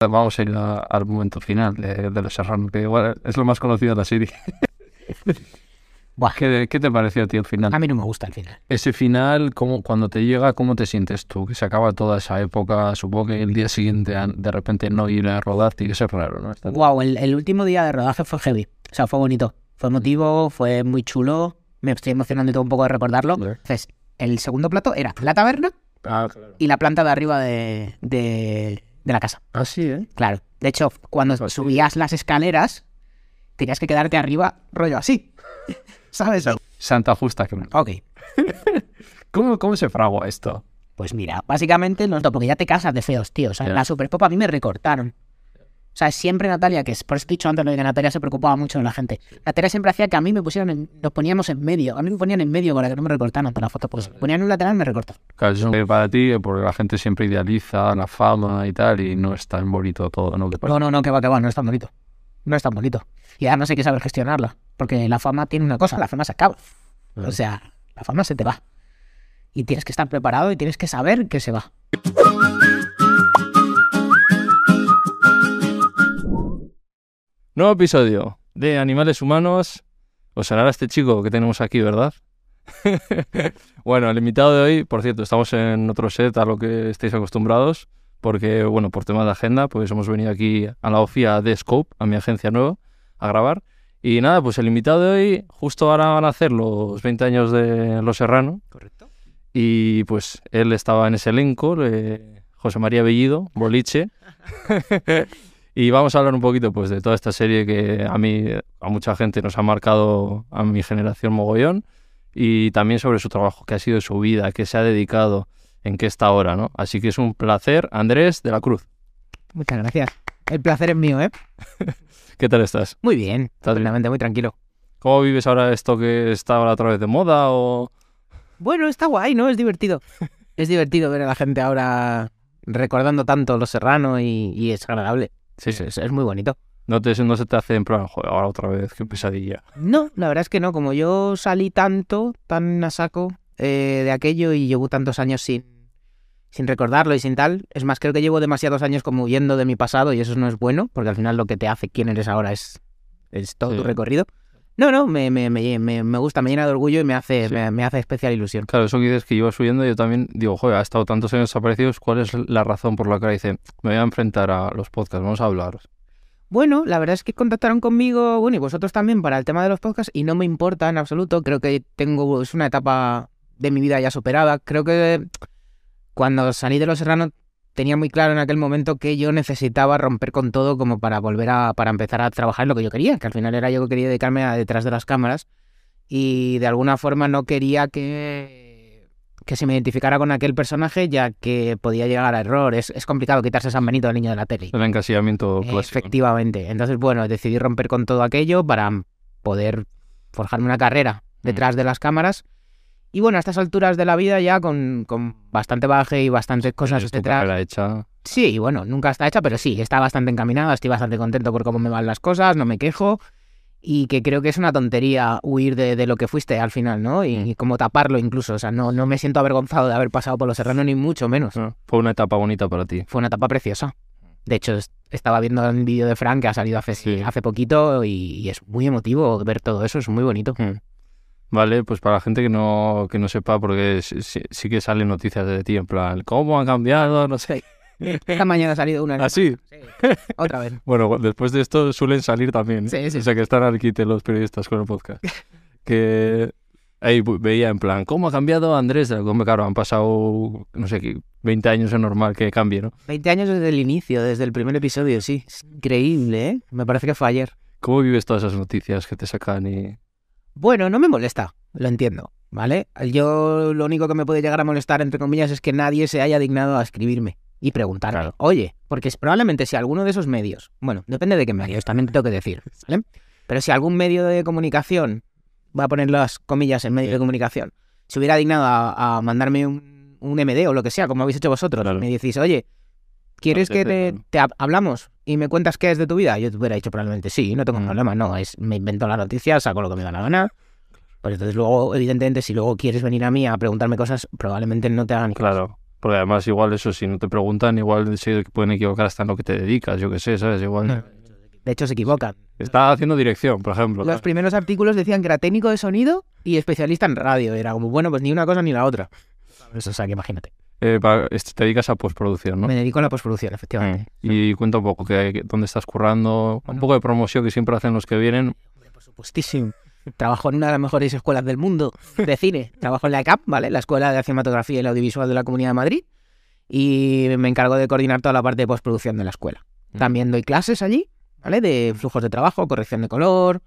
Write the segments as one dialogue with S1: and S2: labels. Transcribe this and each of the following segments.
S1: vamos a ir a- al momento final de, de Los Serrano, que igual es lo más conocido de la serie.
S2: Buah.
S1: ¿Qué, qué te pareció a ti el final?
S2: A mí no me gusta el final.
S1: Ese final, ¿cómo- cuando te llega, ¿cómo te sientes tú? Que se acaba toda esa época, supongo que el día siguiente an- de repente no ir a rodar tiene que ser raro, ¿no? Está-
S2: Wow, el, el último día de rodaje fue heavy. O sea, fue bonito. Fue emotivo, fue muy chulo. Me estoy emocionando y todo un poco de recordarlo.
S1: Joder.
S2: Entonces, el segundo plato era la taberna
S1: Ah, claro.
S2: y la planta de arriba de, de, de la casa.
S1: Ah, sí, ¿eh?
S2: Claro. De hecho, cuando
S1: Pues sí.
S2: subías las escaleras, tenías que quedarte arriba rollo así. ¿Sabes?
S1: Santa Justa. que-
S2: Ok.
S1: ¿Cómo, cómo se fragua esto?
S2: Pues mira, básicamente no, porque ya te casas de feos, tío. O sea,
S1: Ya.
S2: la superpop a mí me recortaron. O sea, siempre Natalia, que es por eso te he dicho antes lo de que Natalia se preocupaba mucho de la gente. Natalia siempre hacía que a mí me pusieran, en- nos poníamos en medio. A mí me ponían en medio para que no me recortaran toda la foto. Porque si me ponían en un lateral, me recortaron.
S1: Claro, eso es para ti, eh, porque la gente siempre idealiza la fama y tal, y no es tan bonito todo, ¿no? Que
S2: Pues No, no, no, que va, que va, no es tan bonito. No es tan bonito. Y además hay que saber gestionarla. Porque la fama tiene una cosa, la fama se acaba. O sea, la fama se te va. Y tienes que estar preparado y tienes que saber que se va.
S3: Nuevo episodio de Animales Humanos. Os sonará este chico que tenemos aquí, ¿verdad? bueno, el invitado de hoy, por cierto, estamos en otro set a lo que estéis acostumbrados, porque, bueno, por tema de agenda, pues hemos venido aquí a la OFIA de Scope, a mi agencia nueva, a grabar. Y nada, pues el invitado de hoy, justo ahora van a hacer los 20 años de Los Serrano. Correcto. Y pues él estaba en ese elenco, eh, José María Bellido, Boliche. Y vamos a hablar un poquito pues de toda esta serie que a mí, a mucha gente nos ha marcado a mi generación mogollón y también sobre su trabajo, que ha sido su vida, que se ha dedicado, en qué está ahora, ¿no? Así que es un placer, Andrés de la Cruz.
S2: Muchas gracias. El placer es mío, ¿eh?
S3: ¿Qué tal estás?
S2: Muy bien.
S3: ¿Estás bien?
S2: Totalmente, muy tranquilo.
S3: ¿Cómo vives ahora esto que está ahora otra vez de moda o...?
S2: Bueno, está guay, ¿no? Es divertido. Es divertido ver a la gente ahora recordando tanto Los Serrano y, y es agradable.
S3: Sí,
S2: Es, es- es muy bonito.
S3: No, te, no se te hace en plan, joder, ahora otra vez, qué pesadilla.
S2: No, la verdad es que no. Como yo salí tanto, tan a saco eh, de aquello y llevo tantos años sin, sin recordarlo y sin tal, es más, creo que llevo demasiados años como huyendo de mi pasado y eso no es bueno, porque al final lo que te hace quién eres ahora es, es todo
S3: Sí.
S2: tu recorrido. No, no, me, me, me- me- me gusta, me llena de orgullo y me hace,
S3: Sí.
S2: me- me hace especial ilusión.
S3: Claro, eso que dices que llevas huyendo, yo también digo, joder, ha estado tantos años desaparecidos, ¿cuál es la razón por la que ahora dice, me voy a enfrentar a los podcasts, vamos a hablar?
S2: Bueno, la verdad es que contactaron conmigo, bueno, y vosotros también para el tema de los podcasts y no me importa en absoluto. Creo que tengo, es una etapa de mi vida ya superada. Creo que cuando salí de Los Serranos tenía muy claro en aquel momento que yo necesitaba romper con todo como para volver a, para empezar a trabajar en lo que yo quería, que al final era yo que quería dedicarme a detrás de las cámaras y de alguna forma no quería que, que se me identificara con aquel personaje ya que podía llegar a error. Es, es complicado quitarse San Benito del niño de la tele.
S3: El
S2: Eh,
S3: encasillamiento clásico. ¿no?
S2: Efectivamente. Entonces, bueno, decidí romper con todo aquello para poder forjarme una carrera
S3: Mm.
S2: detrás de las cámaras. Y bueno, a estas alturas de la vida ya con, con bastante baje y bastantes cosas
S3: Tienes tu
S2: detrás.
S3: carrera hecha.
S2: Sí, y bueno, nunca está hecha, pero sí, está bastante encaminada, estoy bastante contento por cómo me van las cosas, no me quejo. Y que creo que es una tontería huir de, de lo que fuiste al final, ¿no? Y,
S3: Mm.
S2: y como taparlo incluso. O sea, no, no me siento avergonzado de haber pasado por los serranos, ni mucho menos
S3: Ah, Fue una etapa bonita para ti.
S2: fue una etapa preciosa. De hecho, es- estaba viendo un vídeo de Frank que ha salido hace,
S3: Sí.
S2: hace poquito y, y es muy emotivo ver todo eso, es muy bonito.
S3: Vale, pues para la gente que no, que no sepa, porque sí, sí- sí que salen noticias de ti, en plan, ¿cómo han cambiado? No sé.
S2: Esta mañana ha salido una...
S3: Así.
S2: Sí, Otra vez.
S3: Bueno, después de esto suelen salir también. ¿eh?
S2: Sí, sí.
S3: O sea que están al quite los periodistas con el podcast. que ahí bu- veía en plan, ¿cómo ha cambiado Andrés? de la Gombe? Claro, han pasado, no sé, qué, 20 años es normal que cambie, ¿no?
S2: 20 años desde el inicio, desde el primer episodio, sí. Es increíble, ¿eh? Me parece que fue ayer.
S3: ¿Cómo vives todas esas noticias que te sacan y...?
S2: Bueno, no me molesta, lo entiendo, ¿vale? Yo lo único que me puede llegar a molestar, entre comillas, es que nadie se haya dignado a escribirme y preguntarme,
S3: Claro.
S2: oye, porque es- probablemente si alguno de esos medios, bueno, depende de qué medios, también te tengo que decir, ¿vale? Pero si algún medio de comunicación, voy a poner las comillas en medio de comunicación, se hubiera dignado a, a mandarme un, un MD o lo que sea, como habéis hecho vosotros,
S3: Claro.
S2: me decís, oye, ¿quieres que
S3: Apetece,
S2: te,
S3: claro.
S2: te hab- hablamos y me cuentas qué es de tu vida? Yo te hubiera dicho probablemente sí, no tengo
S3: Mm.
S2: problema, no, es me invento la noticia, saco lo que me da la gana. Pues entonces luego, evidentemente, si luego quieres venir a mí a preguntarme cosas, probablemente no te hagan.
S3: Claro, Porque además, igual eso, si no te preguntan, igual se pueden equivocar hasta en lo que te dedicas, yo qué sé, ¿sabes? Igual.
S2: De hecho, se equivocan.
S3: Está haciendo dirección, por ejemplo.
S2: Los primeros artículos decían que era técnico de sonido y especialista en radio. Era como, bueno, pues ni una cosa ni la otra. Pues, O sea, que imagínate.
S3: Eh, pa- est- te dedicas a postproducción, ¿no?
S2: Me dedico a la postproducción, efectivamente.
S3: Mm. Y cuenta un poco que, que- dónde estás currando, un poco de promoción que siempre hacen los que vienen.
S2: Por supuestísimo. Trabajo en una de las mejores escuelas del mundo de cine. Trabajo en la ECAP, ¿vale? La Escuela de Cinematografía y el Audiovisual de la Comunidad de Madrid. Y me encargo de coordinar toda la parte de postproducción de la escuela. También doy clases allí, ¿vale? De flujos de trabajo, corrección de color,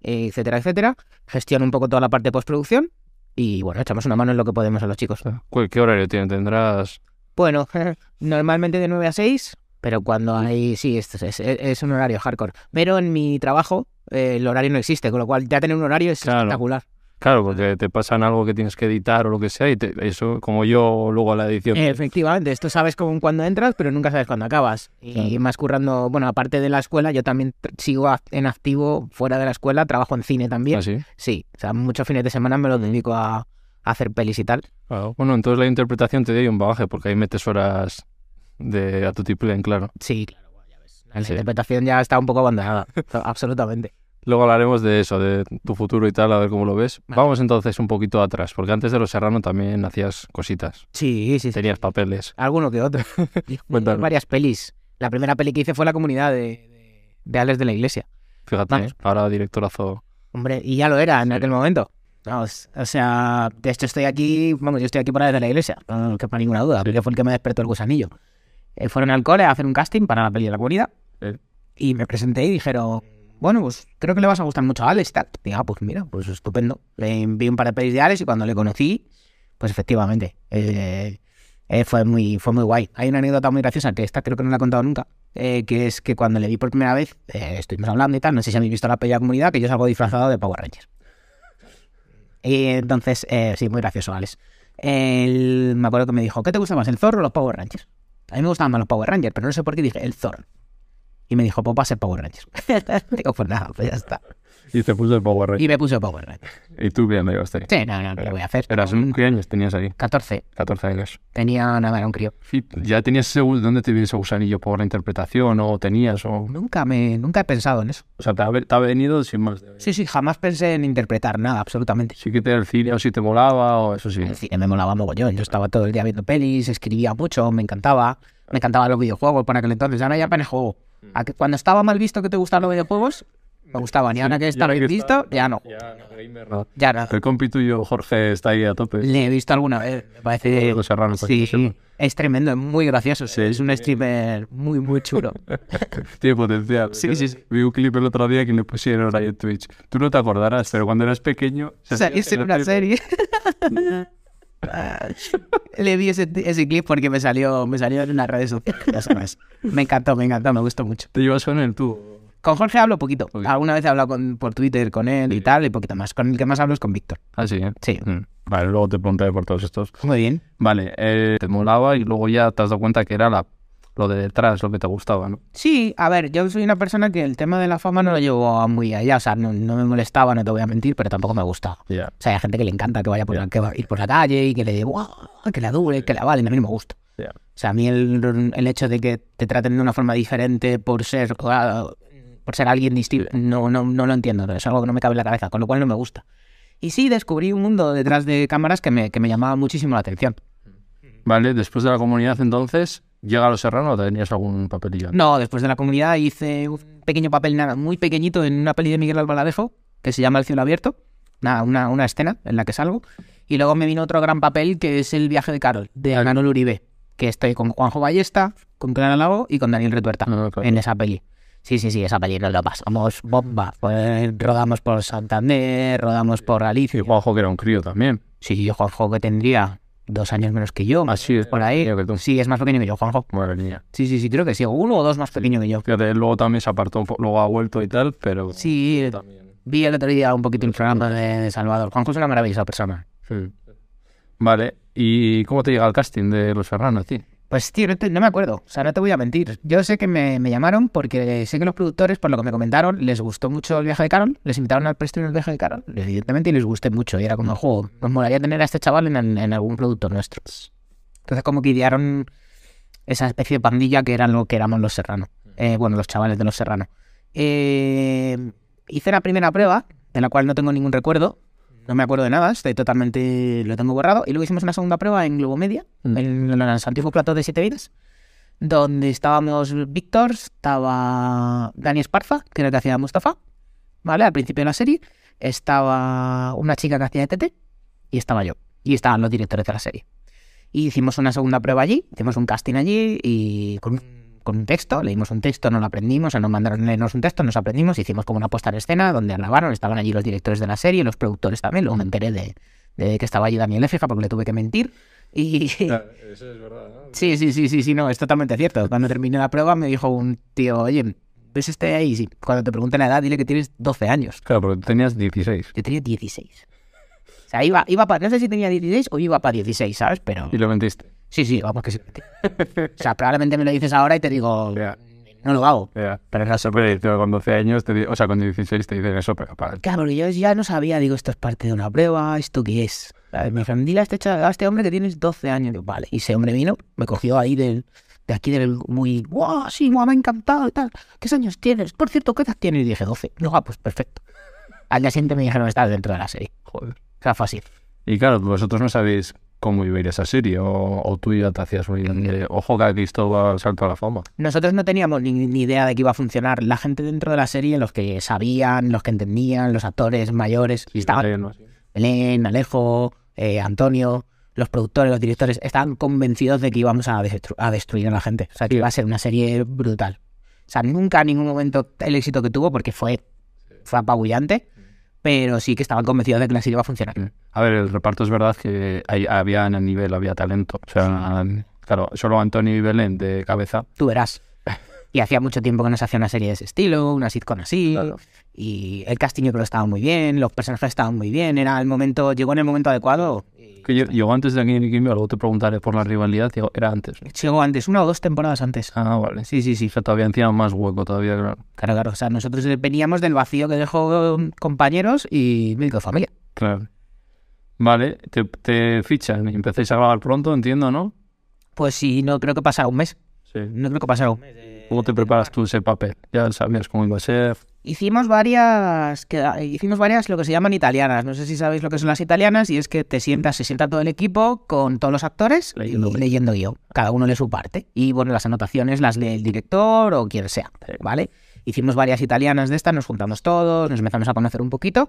S2: eh, etcétera, etcétera. Gestiono un poco toda la parte de postproducción. Y bueno, echamos una mano en lo que podemos a los chicos.
S3: ¿Cu- ¿Qué horario tiene? ¿Tendrás
S2: Bueno, normalmente de 9 a 6, pero cuando hay, sí, esto es, es- es un horario hardcore. Pero en mi trabajo eh, el horario no existe, con lo cual ya tener un horario es
S3: Claro.
S2: espectacular.
S3: Claro,
S2: Ah.
S3: porque te pasan algo que tienes que editar o lo que sea, y te- eso, como yo luego a la edición.
S2: Eh, Efectivamente, esto sabes como cuando entras, pero nunca sabes cuándo acabas. Y
S3: Claro.
S2: más currando, bueno, aparte de la escuela, yo también tr- sigo act- en activo fuera de la escuela, trabajo en cine también.
S3: Así.
S2: Sí, o sea, muchos fines de semana me los dedico a, a hacer pelis y tal.
S3: Claro. Bueno, entonces la interpretación te dio un bagaje, porque ahí metes horas de a tu tiplén, claro.
S2: Sí, claro, ya ves. La
S3: Sí.
S2: interpretación ya está un poco abandonada, absolutamente.
S3: Luego hablaremos de eso, de tu futuro y tal, a ver cómo lo ves. Vamos entonces un poquito atrás, porque antes de Los Serrano también hacías cositas,
S2: Sí, sí, sí.
S3: tenías papeles.
S2: Alguno que otro.
S3: Cuéntanos.
S2: Varias pelis. La primera peli que hice fue La Comunidad de, de, de Alex de la Iglesia.
S3: Fíjate, ¿eh?
S2: Vamos.
S3: ahora directorazo.
S2: Hombre, y ya lo era en
S3: Sí.
S2: aquel momento. Vamos, o sea, de hecho estoy aquí, vamos, yo estoy aquí para desde la iglesia, no quepa ninguna duda, porque fue el que me despertó el gusanillo. Eh, fueron al cole a hacer un casting para la peli de la comunidad
S3: Sí.
S2: y me presenté y dijeron, bueno, pues creo que le vas a gustar mucho a Alex y tal. Y, ah, pues mira, pues estupendo. Le envié un par de pelis de Alex y cuando le conocí, pues efectivamente, eh, eh, fue, muy, fue muy guay. Hay una anécdota muy graciosa que esta creo que no la he contado nunca, eh, que es que cuando le vi por primera vez, eh, estuvimos hablando y tal, no sé si habéis visto la peli de la comunidad, que yo salgo disfrazado de Power Rangers. Y entonces, eh, sí, muy gracioso, Alex. El- me acuerdo que me dijo, ¿qué te gusta más, el zorro o los Power Rangers? A mí me gustaban más los Power Rangers, pero no sé por qué dije el zorro. Y me dijo, pues va a ser Power Rangers. Digo, pues nada, pues ya está.
S3: Y te puse el Power
S2: Y me puso Power Rangers.
S3: Y tú bien lo llevaste.
S2: Sí, no, no, ¿qué voy a hacer?
S3: Eras, ¿Qué años tenías ahí?
S2: 14.
S3: 14 años.
S2: Tenía nada, era un crío.
S3: Y ¿Ya tenías ese gu- dónde te viene ese gusanillo por la interpretación o tenías? O,
S2: Nunca me, nunca he pensado en eso.
S3: o sea, te ha, ve- te ha venido sin más. de-
S2: Sí, sí, jamás pensé en interpretar nada, absolutamente.
S3: Sí que te el cine o si te molaba o eso sí.
S2: El cine me molaba mogollón. Yo estaba todo el día viendo pelis, escribía mucho, me encantaba. Me encantaban los videojuegos para aquel entonces. Ahora ya apenas juego. A que cuando estaba mal visto que te gustaban los videojuegos, me gustaban. Y ahora que está bien visto, ya no.
S3: Ya, no, gamer, no.
S2: Ya no.
S3: El compi tuyo, Jorge, está ahí a tope. pues.
S2: Le he visto alguna vez. Me parece.
S3: Los serranos, por
S2: Sí,
S3: ejemplo.
S2: es tremendo, es muy gracioso. Es un streamer muy, muy chulo.
S3: Tiene potencial.
S2: Sí, sí, sí.
S3: Vi un clip el otro día que le pusieron ahí en Twitch. Tú no te acordarás, pero cuando eras pequeño... se hacía
S2: salirse en
S3: hacer-
S2: una serie. Le vi ese, ese clip porque me salió, me salió en unas redes sociales. ya sabes. Me encantó, me encantó, me gustó mucho.
S3: Te llevas con él tú.
S2: Con Jorge hablo poquito.
S3: Ok.
S2: Alguna vez he hablado con- por Twitter con él y tal, y poquito más. Con el que más hablo es con Víctor.
S3: Ah, sí, ¿eh?
S2: Sí.
S3: Mm. Vale, luego te preguntaré por todos estos.
S2: Muy bien.
S3: Vale, eh, te molaba y luego ya te has dado cuenta que era la, lo de detrás, lo que te gustaba, ¿no?
S2: Sí, a ver, yo soy una persona que el tema de la fama no lo llevo a muy allá. O sea, no, no me molestaba, no te voy a mentir, pero tampoco me gustaba.
S3: Ya.
S2: O sea, hay gente que le encanta que vaya por, la- que va- ir por la calle y que le ¡guau! que la dure, que la valen. A mí no me gusta.
S3: Ya.
S2: O sea, a mí el, el hecho de que te traten de una forma diferente por ser ah, por ser alguien distinto, no, no, no lo entiendo. Es algo que no me cabe en la cabeza, con lo cual no me gusta. Y sí, descubrí un mundo detrás de cámaras que me, que me llamaba muchísimo la atención.
S3: Vale, después de la comunidad entonces, ¿llega a Los Serrano o tenías algún papelillo?
S2: No, después de la comunidad hice un pequeño papel, nada, muy pequeñito, en una peli de Miguel Albaladejo, que se llama El cielo abierto. Nada, una, una escena en la que salgo. Y luego me vino otro gran papel que es El viaje de Carol, de Manuel Uribe, que estoy con Juanjo Ballesta, con Clara Lago y con Daniel Retuerta
S3: Ah, claro.
S2: en esa peli. Sí, sí, sí, esa peli nos lo pasamos bomba. Pues, rodamos por Santander, rodamos por
S3: Y
S2: Galicia.
S3: Juanjo, que era un crío también.
S2: Sí, yo Juanjo que tendría dos años menos que yo,
S3: Así es.
S2: por ahí.
S3: Creo que tú.
S2: Sí, es más pequeño que yo, Juanjo.
S3: Madre mía.
S2: Sí, sí, sí, creo que sí, uno o dos más pequeño que yo.
S3: Fíjate, él luego también se apartó, un po- luego ha vuelto y tal, pero...
S2: Sí,
S3: También.
S2: vi el otro día un poquito el programa de Salvador. Juanjo es una maravillosa persona.
S3: Sí. Mm. Vale, ¿y cómo te llega el casting de Los Serrano, tío?
S2: Pues tío, no, te- no me acuerdo, o sea, no te voy a mentir. Yo sé que me, me llamaron porque sé que los productores, por lo que me comentaron, les gustó mucho el viaje de Carol, les invitaron al preestreno del viaje de Carol, pues evidentemente, y les gusté mucho. Y era como, juego, nos molaría tener a este chaval en, en algún producto nuestro. Entonces como que idearon esa especie de pandilla que era lo que éramos los serranos. Eh, bueno, los chavales de los serranos. Eh, hice la primera prueba, de la cual no tengo ningún recuerdo. No me acuerdo de nada, estoy totalmente... lo tengo borrado. Y luego hicimos una segunda prueba en Globomedia,
S3: Mm.
S2: en, en los antiguos platos de Siete Vidas, donde estábamos Víctor, estaba Dani Esparza, que era el que hacía Mustafa, ¿vale? Al principio de la serie. Estaba una chica que hacía E de TT y estaba yo. Y estaban los directores de la serie. Y hicimos una segunda prueba allí, hicimos un casting allí y con, un- con un texto, leímos un texto, nos lo aprendimos, o sea, nos mandaron a leernos un texto, nos aprendimos, hicimos como una puesta en escena donde grabaron, estaban allí los directores de la serie, los productores también, luego me enteré de, de que estaba allí Daniel Fija porque le tuve que mentir. Y,
S4: Eso es verdad, ¿no?
S2: Sí, sí, sí, sí, sí, no, es totalmente cierto. Cuando terminé la prueba me dijo un tío, oye, ¿ves este ahí? Sí, cuando te pregunten la edad, dile que tienes 12 años.
S3: Claro, porque tú tenías 16.
S2: Yo tenía 16. O sea, iba, iba para, no sé si tenía 16 o iba para 16, ¿sabes? Pero
S3: Y lo mentiste.
S2: sí, sí, vamos que sí. O sea, probablemente me lo dices ahora y te digo,
S3: Ya.
S2: no lo hago.
S3: Ya. Pero eso, pero, tío, con 12 años, te di- o sea, con 16 te dicen eso, pero para.
S2: Claro, porque yo ya no sabía, digo, esto es parte de una prueba, ¿esto qué es? ¿Sabes? Me dijeron, dile a este, chaval- a este hombre que tienes 12 años. Digo, vale. Y ese hombre vino, me cogió ahí del, de aquí del muy, guau, sí, guau, me ha encantado y tal. ¿Qué años tienes? Por cierto, ¿qué edad tienes? Y dije, 12. No, ah, pues perfecto. Al día siguiente me dijeron, estás dentro de la serie.
S3: Joder.
S2: O sea, fácil.
S3: Y claro, vosotros no sabéis cómo iba a ir esa serie, o, o tú ya te hacías muy. eh, Ojo que aquí esto va a salto a la fama.
S2: Nosotros no teníamos ni, ni idea de que iba a funcionar. La gente dentro de la serie, los que sabían, los que entendían, los actores mayores, estaban
S3: Eh, ¿no?
S2: Belén, Alejo, eh, Antonio, los productores, los directores, estaban convencidos de que íbamos a, destru- a destruir a la gente. O sea, que iba a ser una serie brutal. O sea, nunca en ningún momento el éxito que tuvo, porque fue, fue apabullante, pero sí que estaban convencidos de que la serie iba a funcionar.
S3: A ver, el reparto es verdad que hay, había en el nivel, había talento. O sea, claro, solo Antonio y Belén de cabeza.
S2: Tú verás. Y hacía mucho tiempo que no se hacía una serie de ese estilo, una sitcom así. Y el casting yo creo que estaba muy bien, los personajes estaban muy bien, era el momento, llegó en el momento adecuado.
S3: Que yo, yo antes de aquí en Kimber, luego te preguntaré por la rivalidad, digo, era antes. ¿no?
S2: Llegó antes, una o dos temporadas antes.
S3: Ah, vale.
S2: Sí, sí, sí.
S3: O sea, todavía encima más hueco, todavía, claro.
S2: Claro, claro. O sea, nosotros veníamos del vacío que dejó eh, compañeros y médico de familia.
S3: Claro. Vale, te, te fichan y empecéis a grabar pronto, entiendo, ¿no?
S2: Pues sí, no creo que pasara un mes.
S3: Sí.
S2: No creo que pasara un mes.
S3: ¿Cómo te preparas tú ese papel? Ya sabías cómo iba a ser.
S2: Hicimos varias, queda- hicimos varias lo que se llaman italianas. No sé si sabéis lo que son las italianas y es que te sientas, se sienta todo el equipo con todos los actores
S3: Leyendo
S2: y
S3: guión.
S2: leyendo yo. Cada uno lee su parte. Y bueno, las anotaciones las lee el director o quien sea, ¿vale? Hicimos varias italianas de estas, nos juntamos todos, nos empezamos a conocer un poquito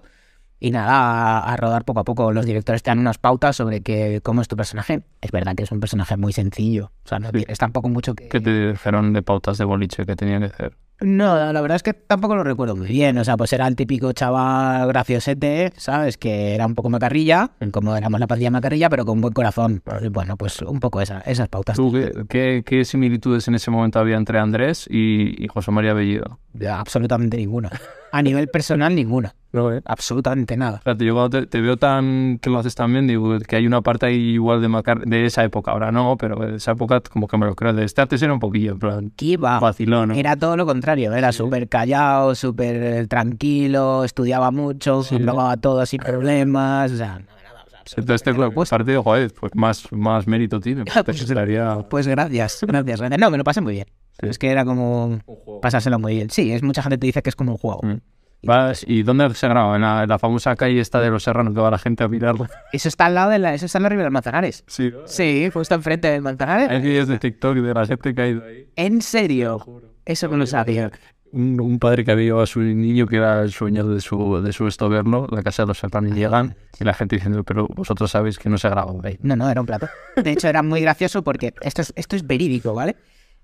S2: y nada, a, a rodar poco a poco. Los directores te dan unas pautas sobre que, cómo es tu personaje. Es verdad que es un personaje muy sencillo. O sea, no
S3: Sí.
S2: tienes tampoco mucho que...
S3: ¿Qué te dijeron de pautas de boliche que tenía que hacer?
S2: No, la verdad es que tampoco lo recuerdo muy bien. O sea, pues era el típico chaval graciosete, ¿sabes? Que era un poco macarrilla, como éramos la pandilla macarrilla, pero con buen corazón. Pues, Bueno, pues un poco esa- esas pautas.
S3: ¿Tú qué, qué- qué similitudes en ese momento había entre Andrés y, y José María Bellido?
S2: Ya, Absolutamente ninguna. A nivel personal, ninguna.
S3: No, ¿eh?
S2: Absolutamente nada.
S3: Espérate, yo cuando te, te veo tan que lo haces tan bien, digo que hay una parte ahí igual de Macar de esa época. Ahora no, pero de esa época como que me lo creo. De este antes era un poquillo, en plan,
S2: Aquí va.
S3: vacilón, ¿no?
S2: Era todo lo contrario. Era súper callado, súper eh, tranquilo, estudiaba mucho, hablaba todo sin problemas. O sea, nada, nada. o sea,
S3: Entonces te lo partido, joder, pues más, más mérito tiene. Te estaría...
S2: Pues gracias, gracias, gracias. No, me lo pasé muy bien.
S3: Sí.
S2: Es que era como
S3: juego.
S2: pasárselo muy bien. Sí, es mucha gente te dice que es como un juego.
S3: Mm. Vas, ¿Y dónde se graba? En la, en la famosa calle esta de los serranos que va la gente a mirarla.
S2: Eso está al lado de la, eso está en la Ribera del Manzanares.
S3: Sí.
S2: Sí, justo enfrente del Manzanares.
S3: Hay vídeos de TikTok de la gente que ha ido ahí.
S2: En serio, eso no lo sabía.
S3: Un, un padre que había llevado a su niño que era el sueño de su, de su estoverno, la casa de los serranos,
S2: Ah,
S3: y llegan y la gente diciendo, pero vosotros sabéis que no se graba ahí.
S2: No, no, era un plato. De hecho, era muy gracioso porque esto es, esto es verídico, ¿vale?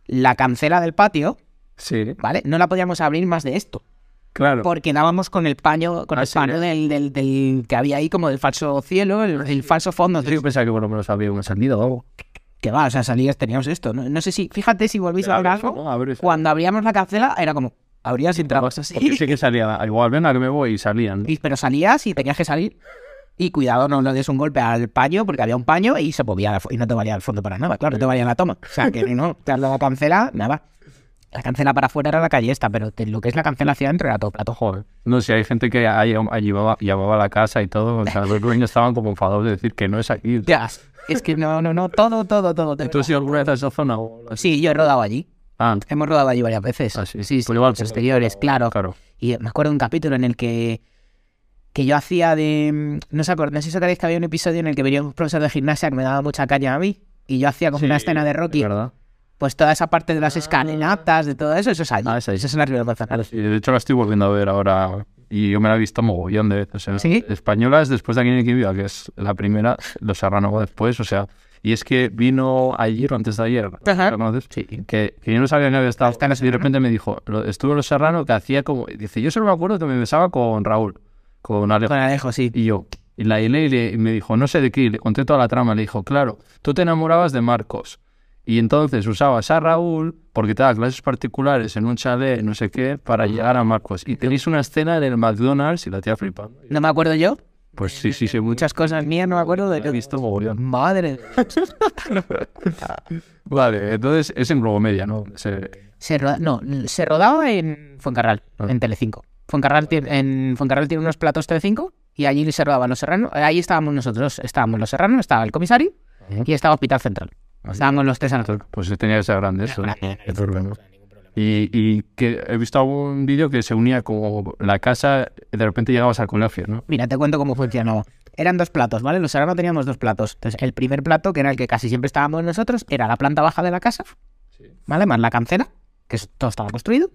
S2: La cancela del patio,
S3: Sí,
S2: ¿vale? No la podíamos abrir más de esto.
S3: claro.
S2: Porque dábamos con el paño, con
S3: Ah,
S2: el
S3: sí,
S2: paño
S3: ¿eh?
S2: del, del- del que había ahí, como del falso cielo, el, el falso fondo.
S3: Yo pensaba que por lo menos había una salida o algo.
S2: Que va, o sea, salías, teníamos esto. No, no sé si, fíjate si volvéis a ver algo. Cuando abríamos la cancela, era como, abrías y entrabas así.
S3: Porque sí que salía, igual, venga que me voy y salían.
S2: Y- pero salías y tenías que salir. Y cuidado, no le des un golpe al paño, porque había un paño y se movía la fo- y no te valía el fondo para nada, claro, no te valía la toma. O sea, que no, te has dado cancela, nada. La cancela para afuera era la calle esta, pero te- lo que es la cancela hacia adentro era todo plato joven.
S3: No, si hay gente que ahí llevaba, llevaba la casa y todo, o sea, los dueños estaban como enfadados de decir que no es aquí.
S2: Ya, es que no, no, no, todo, todo, todo. de
S3: ¿Tú
S2: verdad.
S3: has ido alguna vez a esa zona? o-
S2: Sí, yo he rodado allí.
S3: Ah,
S2: Hemos rodado allí varias veces.
S3: Ah, sí.
S2: sí,
S3: Pues igual,
S2: los exteriores, claro.
S3: claro.
S2: Y me acuerdo de un capítulo en el que, que yo hacía de. mm, No se acuerdan, no sé si os acordáis que había un episodio en el que venía un profesor de gimnasia que me daba mucha caña a mí. Y yo hacía como una escena de Rocky.
S3: ¿Verdad?
S2: Pues toda esa parte de las escalinatas, de todo eso, eso es allí.
S3: Ah, es ahí.
S2: Eso es en la Ribera de Manzanares.
S3: Sí, de hecho la estoy volviendo a ver ahora y yo me la he visto mogollón de veces. o sea,
S2: ¿Sí?
S3: Españolas después de Aquí en Viva, que es la primera, Los Serrano va después, o sea, y es que vino ayer o antes de ayer,
S2: Ajá.
S3: ¿lo conoces? Que, que yo no sabía que había estado,
S2: Está en Los
S3: y de repente me dijo, lo- estuvo en Los Serrano que hacía como, y dice, yo solo me acuerdo que me besaba con Raúl, con Alejo.
S2: Con Alejo, sí.
S3: Y yo, y la y le- y le- y me dijo, no sé de qué, y le conté toda la trama. Le dijo, claro, tú te enamorabas de Marcos. Y entonces usabas a Raúl porque te daba clases particulares en un chalet, no sé qué, para llegar a Marcos. Y tenéis una escena en el McDonald's y la tía flipa.
S2: No me acuerdo yo.
S3: Pues sí, sí, sí, muchas
S2: Muchas cosas mías no me acuerdo de
S3: he visto mogollón.
S2: Madre.
S3: Vale, entonces es en Globo Media, ¿no? Se-
S2: Se roda- no, se rodaba en Fuencarral,
S3: Ah.
S2: en Telecinco. Fuencarral tiene, en Fuencarral tiene unos platos Telecinco y allí se rodaban Los Serranos. Ahí estábamos nosotros, estábamos Los Serranos, estaba el comisario
S3: Ajá.
S2: y estaba Hospital Central. Estábamos los tres a nosotros.
S3: Pues tenía que ser grande eso. ¿no?
S2: Grande,
S3: El problema. Y, y que he visto algún vídeo que se unía como la casa, y de repente llegabas al colegio, ¿no?
S2: Mira, te cuento cómo funcionaba. Eran dos platos, ¿vale? Los Serranos teníamos dos platos. Entonces, el primer plato, que era el que casi siempre estábamos nosotros, era la planta baja de la casa, ¿vale? Más la cancela, que es- todo estaba construido.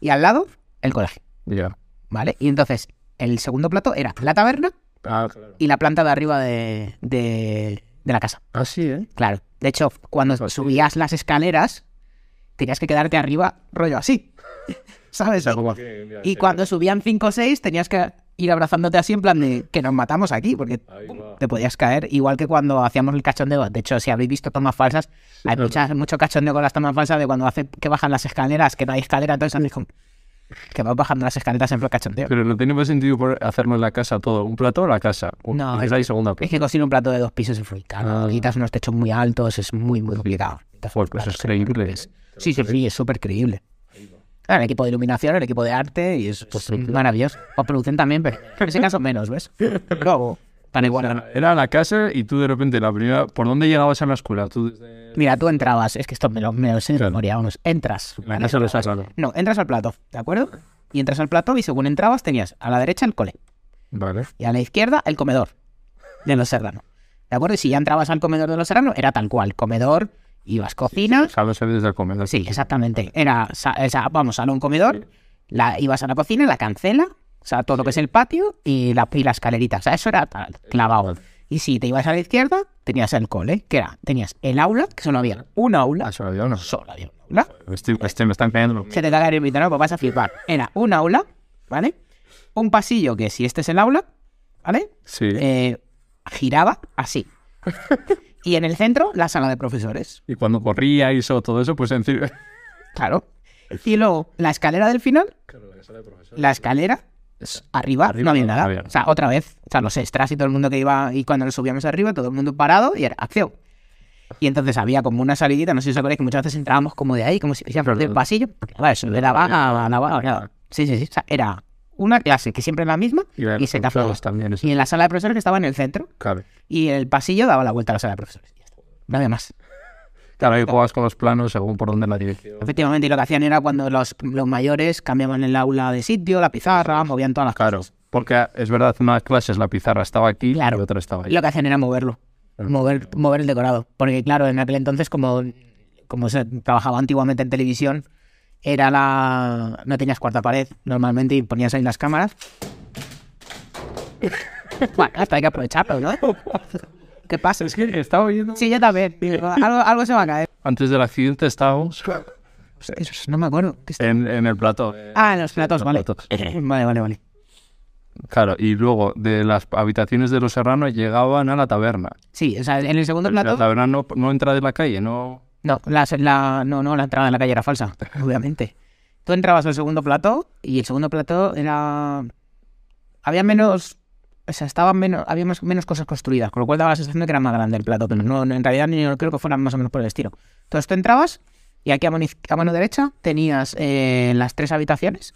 S2: Y al lado, el colegio,
S3: Ya.
S2: ¿vale? Y entonces, el segundo plato era la taberna,
S3: Ah, claro.
S2: y la planta de arriba de, de, de la casa.
S3: Ah, sí, ¿eh?
S2: Claro. De hecho, cuando
S3: Hostia.
S2: subías las escaleras, tenías que quedarte arriba rollo así. ¿Sabes? Y cuando subían 5 o 6, tenías que ir abrazándote así en plan de que nos matamos aquí, porque pum, te podías caer. Igual que cuando hacíamos el cachondeo. De hecho, si habéis visto tomas falsas, hay
S3: claro.
S2: muchas- mucho cachondeo con las tomas falsas de cuando hace que bajan las escaleras, que no hay escalera, entonces haces como que vas bajando las escaleras en plan cachondeo.
S3: Pero no tiene más sentido por hacernos la casa todo. ¿Un plato o la casa? Un-
S2: No,
S3: y
S2: es
S3: la y segunda
S2: Es
S3: plato.
S2: que cocina un plato de dos pisos es muy caro.
S3: Ah.
S2: Necesitas unos techos muy altos, es muy, muy complicado. Necesitas
S3: Joder,
S2: unos
S3: pues eso es
S2: platos enormes.
S3: creíble.
S2: Sí, sí, sí, es súper creíble. Claro, el equipo de iluminación, el equipo de arte, y es pues, maravilloso. O producen también, pero en ese caso menos, ¿ves? Luego, tan igual.
S3: Era la casa y tú de repente la primera... ¿Por dónde llegabas a la escuela? Tú desde...
S2: Mira, tú entrabas, es que esto me lo, me lo sé de
S3: Claro.
S2: memoria, vamos. Entras.
S3: La
S2: ¿vale?
S3: casa de Sara.
S2: No, entras al plato, ¿de acuerdo? Y entras al plato y según entrabas tenías a la derecha el cole.
S3: Vale.
S2: y a la izquierda el comedor de los serranos. ¿De acuerdo? Y si ya entrabas al comedor de los serranos, era tal cual, comedor, ibas cocina.
S3: Salo se ve desde el comer.
S2: Sí, exactamente. Era, sa- o sea, vamos, salón, comedor, la, ibas a la cocina, la cancela, o sea, todo lo que es el patio y la, y la escalerita. O sea, eso era tal, clavado. Y si te ibas a la izquierda, tenías el cole, que era, tenías el aula, que solo había un aula,
S3: Ah, se lo dio, no.
S2: solo había un aula,
S3: Estoy- este me están cayendo los...
S2: se te caga el invitado, pues vas a flipar. Era un aula, ¿vale? Un pasillo que si este es el aula, ¿vale?
S3: Sí.
S2: eh, giraba así. y en el centro, la sala de profesores.
S3: Y cuando corría y eso, todo eso, pues en fin...
S2: Claro. Y luego, la escalera del final. La escalera, s- arriba, no había nada.
S3: había nada.
S2: O sea, otra vez. O sea, los extras y todo el mundo que iba. Y cuando nos subíamos arriba, todo el mundo parado y era acción. Y entonces había como una salidita, no sé si os acordáis, que muchas veces entrábamos como de ahí, como si fuésemos del pasillo. porque, claro, eso era va- va- va- va- va. Sí, sí, sí. O sea, era una clase que siempre es la misma
S3: Y la-
S2: y se te
S3: los clavos
S2: acababa.
S3: también, eso.
S2: Y en la sala de profesores que estaba en el centro,
S3: Claro.
S2: y el pasillo daba la vuelta a la sala de profesores. Ya está. No había más.
S3: Claro, ahí jugabas con los planos según por dónde la dirección.
S2: Efectivamente, y lo que hacían era cuando los, los mayores cambiaban el aula de sitio, la pizarra, movían todas las
S3: Claro.
S2: cosas.
S3: Porque es verdad, en unas clases la pizarra estaba aquí
S2: Claro.
S3: y otra estaba
S2: Y
S3: ahí.
S2: Lo que hacían era moverlo, mover, mover el decorado. Porque claro, en aquel entonces, como, como se trabajaba antiguamente en televisión, era la... no tenías cuarta pared normalmente y ponías ahí las cámaras. bueno, hasta hay que aprovecharlo, ¿no? ¿Qué pasa?
S3: Es que estaba oyendo...
S2: Sí, yo también. Digo, Algo, algo se va a caer.
S3: Antes del accidente estábamos...
S2: Eso, No me acuerdo. ¿Qué está-
S3: En, en el Eh, plato.
S2: Ah, en los platos,
S3: los
S2: vale. Eh,
S3: platos.
S2: Vale, vale, vale.
S3: Claro, y luego de las habitaciones de los serranos llegaban a la taberna.
S2: Sí, o sea, en el segundo
S3: La
S2: plato.
S3: taberna no, no entra de la calle, no.
S2: No, la, la- no, no, la entrada en la calle era falsa, obviamente. Tú entrabas al segundo plato y el segundo plato era. Había menos. O sea, estaban menos, había más- menos cosas construidas, con lo cual daba la sensación de que era más grande el plato, pero no, no, en realidad ni- no creo que fueran más o menos por el estilo. Entonces tú entrabas Y aquí a mano, iz- a mano derecha tenías eh, las tres habitaciones,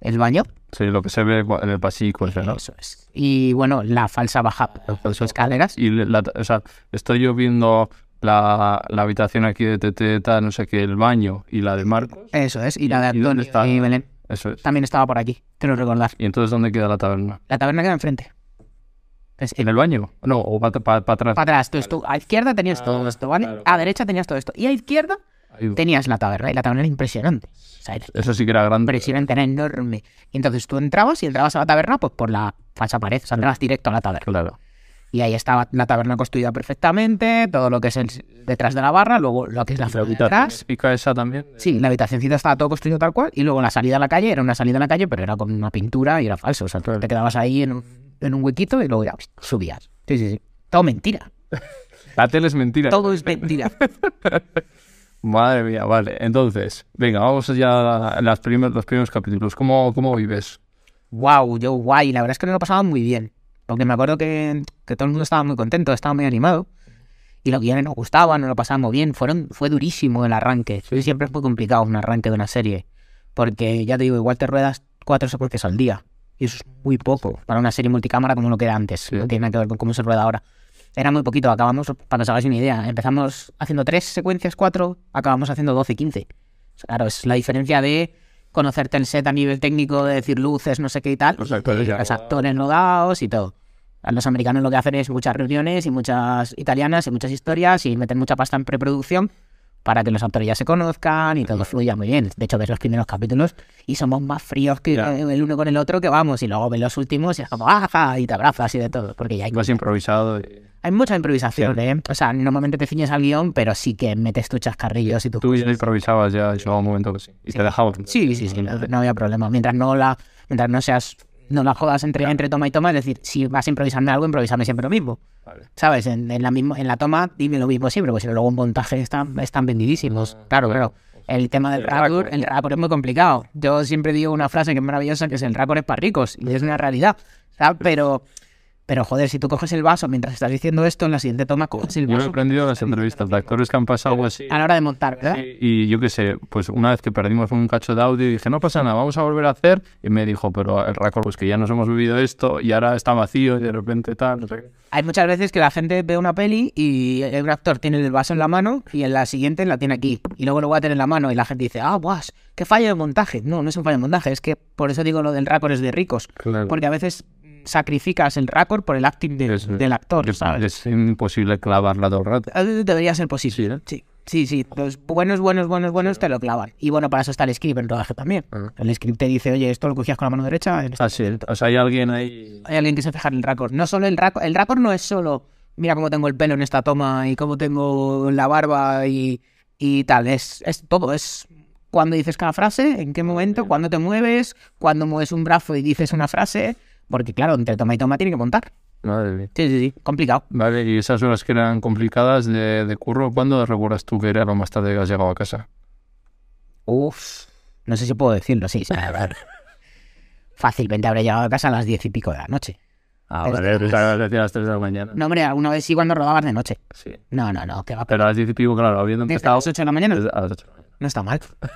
S2: el baño.
S3: Sí, lo que se ve en el pasillo, ese, ¿no?
S2: Eso es. Y bueno, la falsa bajada por sus escaleras.
S3: Y la- o sea, estoy yo viendo la, la habitación aquí de Tete, tal, no sé qué, el baño y la de Marcos.
S2: Eso es. Y la de
S3: ¿Y dónde
S2: Antonio
S3: está?
S2: y Belén
S3: Eso es.
S2: también estaba por aquí, creo recordar.
S3: ¿Y entonces dónde queda la taberna?
S2: La taberna queda enfrente. Es-
S3: ¿En el baño? No, o para atrás.
S2: para atrás, tú, tú- a izquierda tenías todo esto, ¿vale? A derecha tenías todo esto. Y a izquierda
S3: Ahí.
S2: tenías la taberna. Y la taberna era impresionante. O sea, era
S3: Eso sí que era grande.
S2: impresionante, era enorme. Y entonces tú entrabas y entrabas a la taberna, pues por la falsa pared. O sea, entrabas directo a la taberna.
S3: Claro.
S2: Y ahí estaba la taberna construida perfectamente, todo lo que es el- detrás de la barra, luego lo que es la zona de atrás.
S3: pica esa también.
S2: Sí, la habitacióncita estaba todo construido tal cual. Y luego la salida a la calle era una salida a la calle, pero era con una pintura y era falso. O sea, tú te quedabas ahí en un, en un huequito y luego ya pss, subías. Sí, sí, sí. Todo mentira.
S3: La tele es mentira.
S2: Todo es mentira.
S3: Madre mía, vale. Entonces, venga, vamos ya a las primer- los primeros capítulos. ¿Cómo, cómo vives?
S2: wow, yo guay. La verdad es que no lo pasaba muy bien. Porque me acuerdo que, que todo el mundo estaba muy contento, estaba muy animado. Y lo que ya no nos gustaba, no lo pasábamos bien. Fueron, fue durísimo el arranque. Siempre es muy complicado un arranque de una serie. Porque ya te digo, igual te ruedas cuatro secuencias al día. Y eso es muy poco para una serie multicámara como lo que era antes. No tiene nada que ver con cómo se rueda ahora. Era muy poquito. Acabamos, para que os hagáis una idea, empezamos haciendo tres secuencias, cuatro, acabamos haciendo 12, 15. O sea, Claro, es la diferencia de conocerte el set a nivel técnico, de decir luces, no sé qué y tal.
S3: Los actores ya.
S2: Los actores rodados y todo. A Los americanos lo que hacen es muchas reuniones y muchas italianas y muchas historias y meten mucha pasta en preproducción para que los actores ya se conozcan y todo fluya muy bien. De hecho, ves los primeros capítulos y somos más fríos que
S3: Ya.
S2: el uno con el otro que vamos y luego ves los últimos y es como ¡ajá! y te abrazas y de todo. Porque ya hay,
S3: Vas improvisado. y-
S2: hay mucha improvisación, ¿eh? O sea, normalmente te ciñes al guión, pero sí que metes tus chascarrillos y tus
S3: Tú ya improvisabas ya, llegaba un momento que sí. Y te dejabas.
S2: Sí, sí, sí, no, no había problema. Mientras no la, mientras no seas, no la jodas entre, entre toma y toma, es decir, si vas a improvisarme algo, improvisarme siempre lo mismo.
S3: Vale.
S2: ¿Sabes? En, en la mismo, en la toma, dime lo mismo siempre, porque si no, luego en montaje están, están vendidísimos. Claro, claro. Ah, El tema del récord, el récord es muy complicado. Yo siempre digo una frase que es maravillosa, que es el récord es para ricos, y es una realidad. ¿sabes? Pero, pero joder, si tú coges el vaso mientras estás diciendo esto, en la siguiente toma coges el
S3: Yo lo he
S2: vaso
S3: aprendido en las entrevistas de actores que han pasado así.
S2: a la hora de montar, ¿verdad?
S3: Y yo qué sé, pues una vez que perdimos un cacho de audio, dije, no pasa nada, vamos a volver a hacer. Y me dijo, pero el récord, pues que ya nos hemos vivido esto y ahora está vacío y de repente tal. no sé qué.
S2: Hay muchas veces que la gente ve una peli y el actor tiene el vaso en la mano y en la siguiente la tiene aquí. Y luego lo va a tener en la mano y la gente dice, ah, guas, qué fallo de montaje. No, no es un fallo de montaje, es que por eso digo lo del récord es de ricos. Porque a veces mm, sacrificas el récord por el acting de-
S3: Eso es.
S2: del actor,
S3: Porque
S2: ¿sabes?
S3: Es imposible clavarla todo el rato.
S2: Eh, Debería ser posible.
S3: Sí, ¿eh?
S2: sí. Sí, sí, los buenos, buenos, buenos, buenos te lo clavan. Y bueno, para eso está el script en rodaje también.
S3: Ajá.
S2: El script te dice, oye, esto lo cogías con la mano derecha, en este
S3: Ah, sí, o sea, hay alguien ahí.
S2: hay alguien que se fija en el récord. No solo el récord, el récord no es solo, mira cómo tengo el pelo en esta toma y cómo tengo la barba y, y tal, es, es todo, es cuando dices cada frase, en qué momento, cuando te mueves, cuando mueves un brazo y dices una frase, porque claro, entre toma y toma tiene que montar.
S3: Madre mía.
S2: Sí, sí, sí, complicado.
S3: Vale, y esas horas que eran complicadas de, de curro, ¿cuándo recuerdas tú que era lo más tarde que has llegado a casa?
S2: Uf, no sé si puedo decirlo, sí, sí, la verdad. Fácilmente habré llegado a casa a las diez y pico de la noche.
S3: Ah,
S2: Pero- vale,
S3: a las 3 de la mañana.
S2: No, hombre, alguna vez sí cuando rodabas de noche.
S3: Sí.
S2: No, no, no, que va.
S3: Pero a las 10 y pico, claro, habiendo
S2: Desde
S3: empezado.
S2: las 8 de la mañana
S3: desde- a las ocho.
S2: no está mal.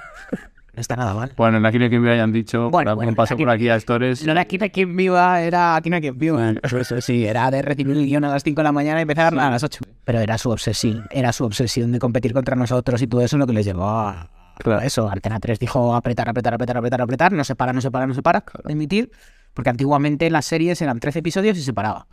S2: No está nada mal.
S3: Bueno, en la gira que me hayan dicho,
S2: Bueno,
S3: bueno,
S2: bueno,
S3: paso
S2: aquí-
S3: por aquí a actores.
S2: No era Kina quien viva, era Kina quien viva. Eso sí, era de recibir el guión a las 5 de la mañana y empezar a las 8. Pero era su obsesión, era su obsesión de competir contra nosotros y todo eso lo que les llevó a
S3: Claro.
S2: a eso. Antena 3 dijo apretar, apretar, apretar, apretar, apretar, no se para, no se para, no se para, emitir. Porque antiguamente las series eran 13 episodios y se paraba.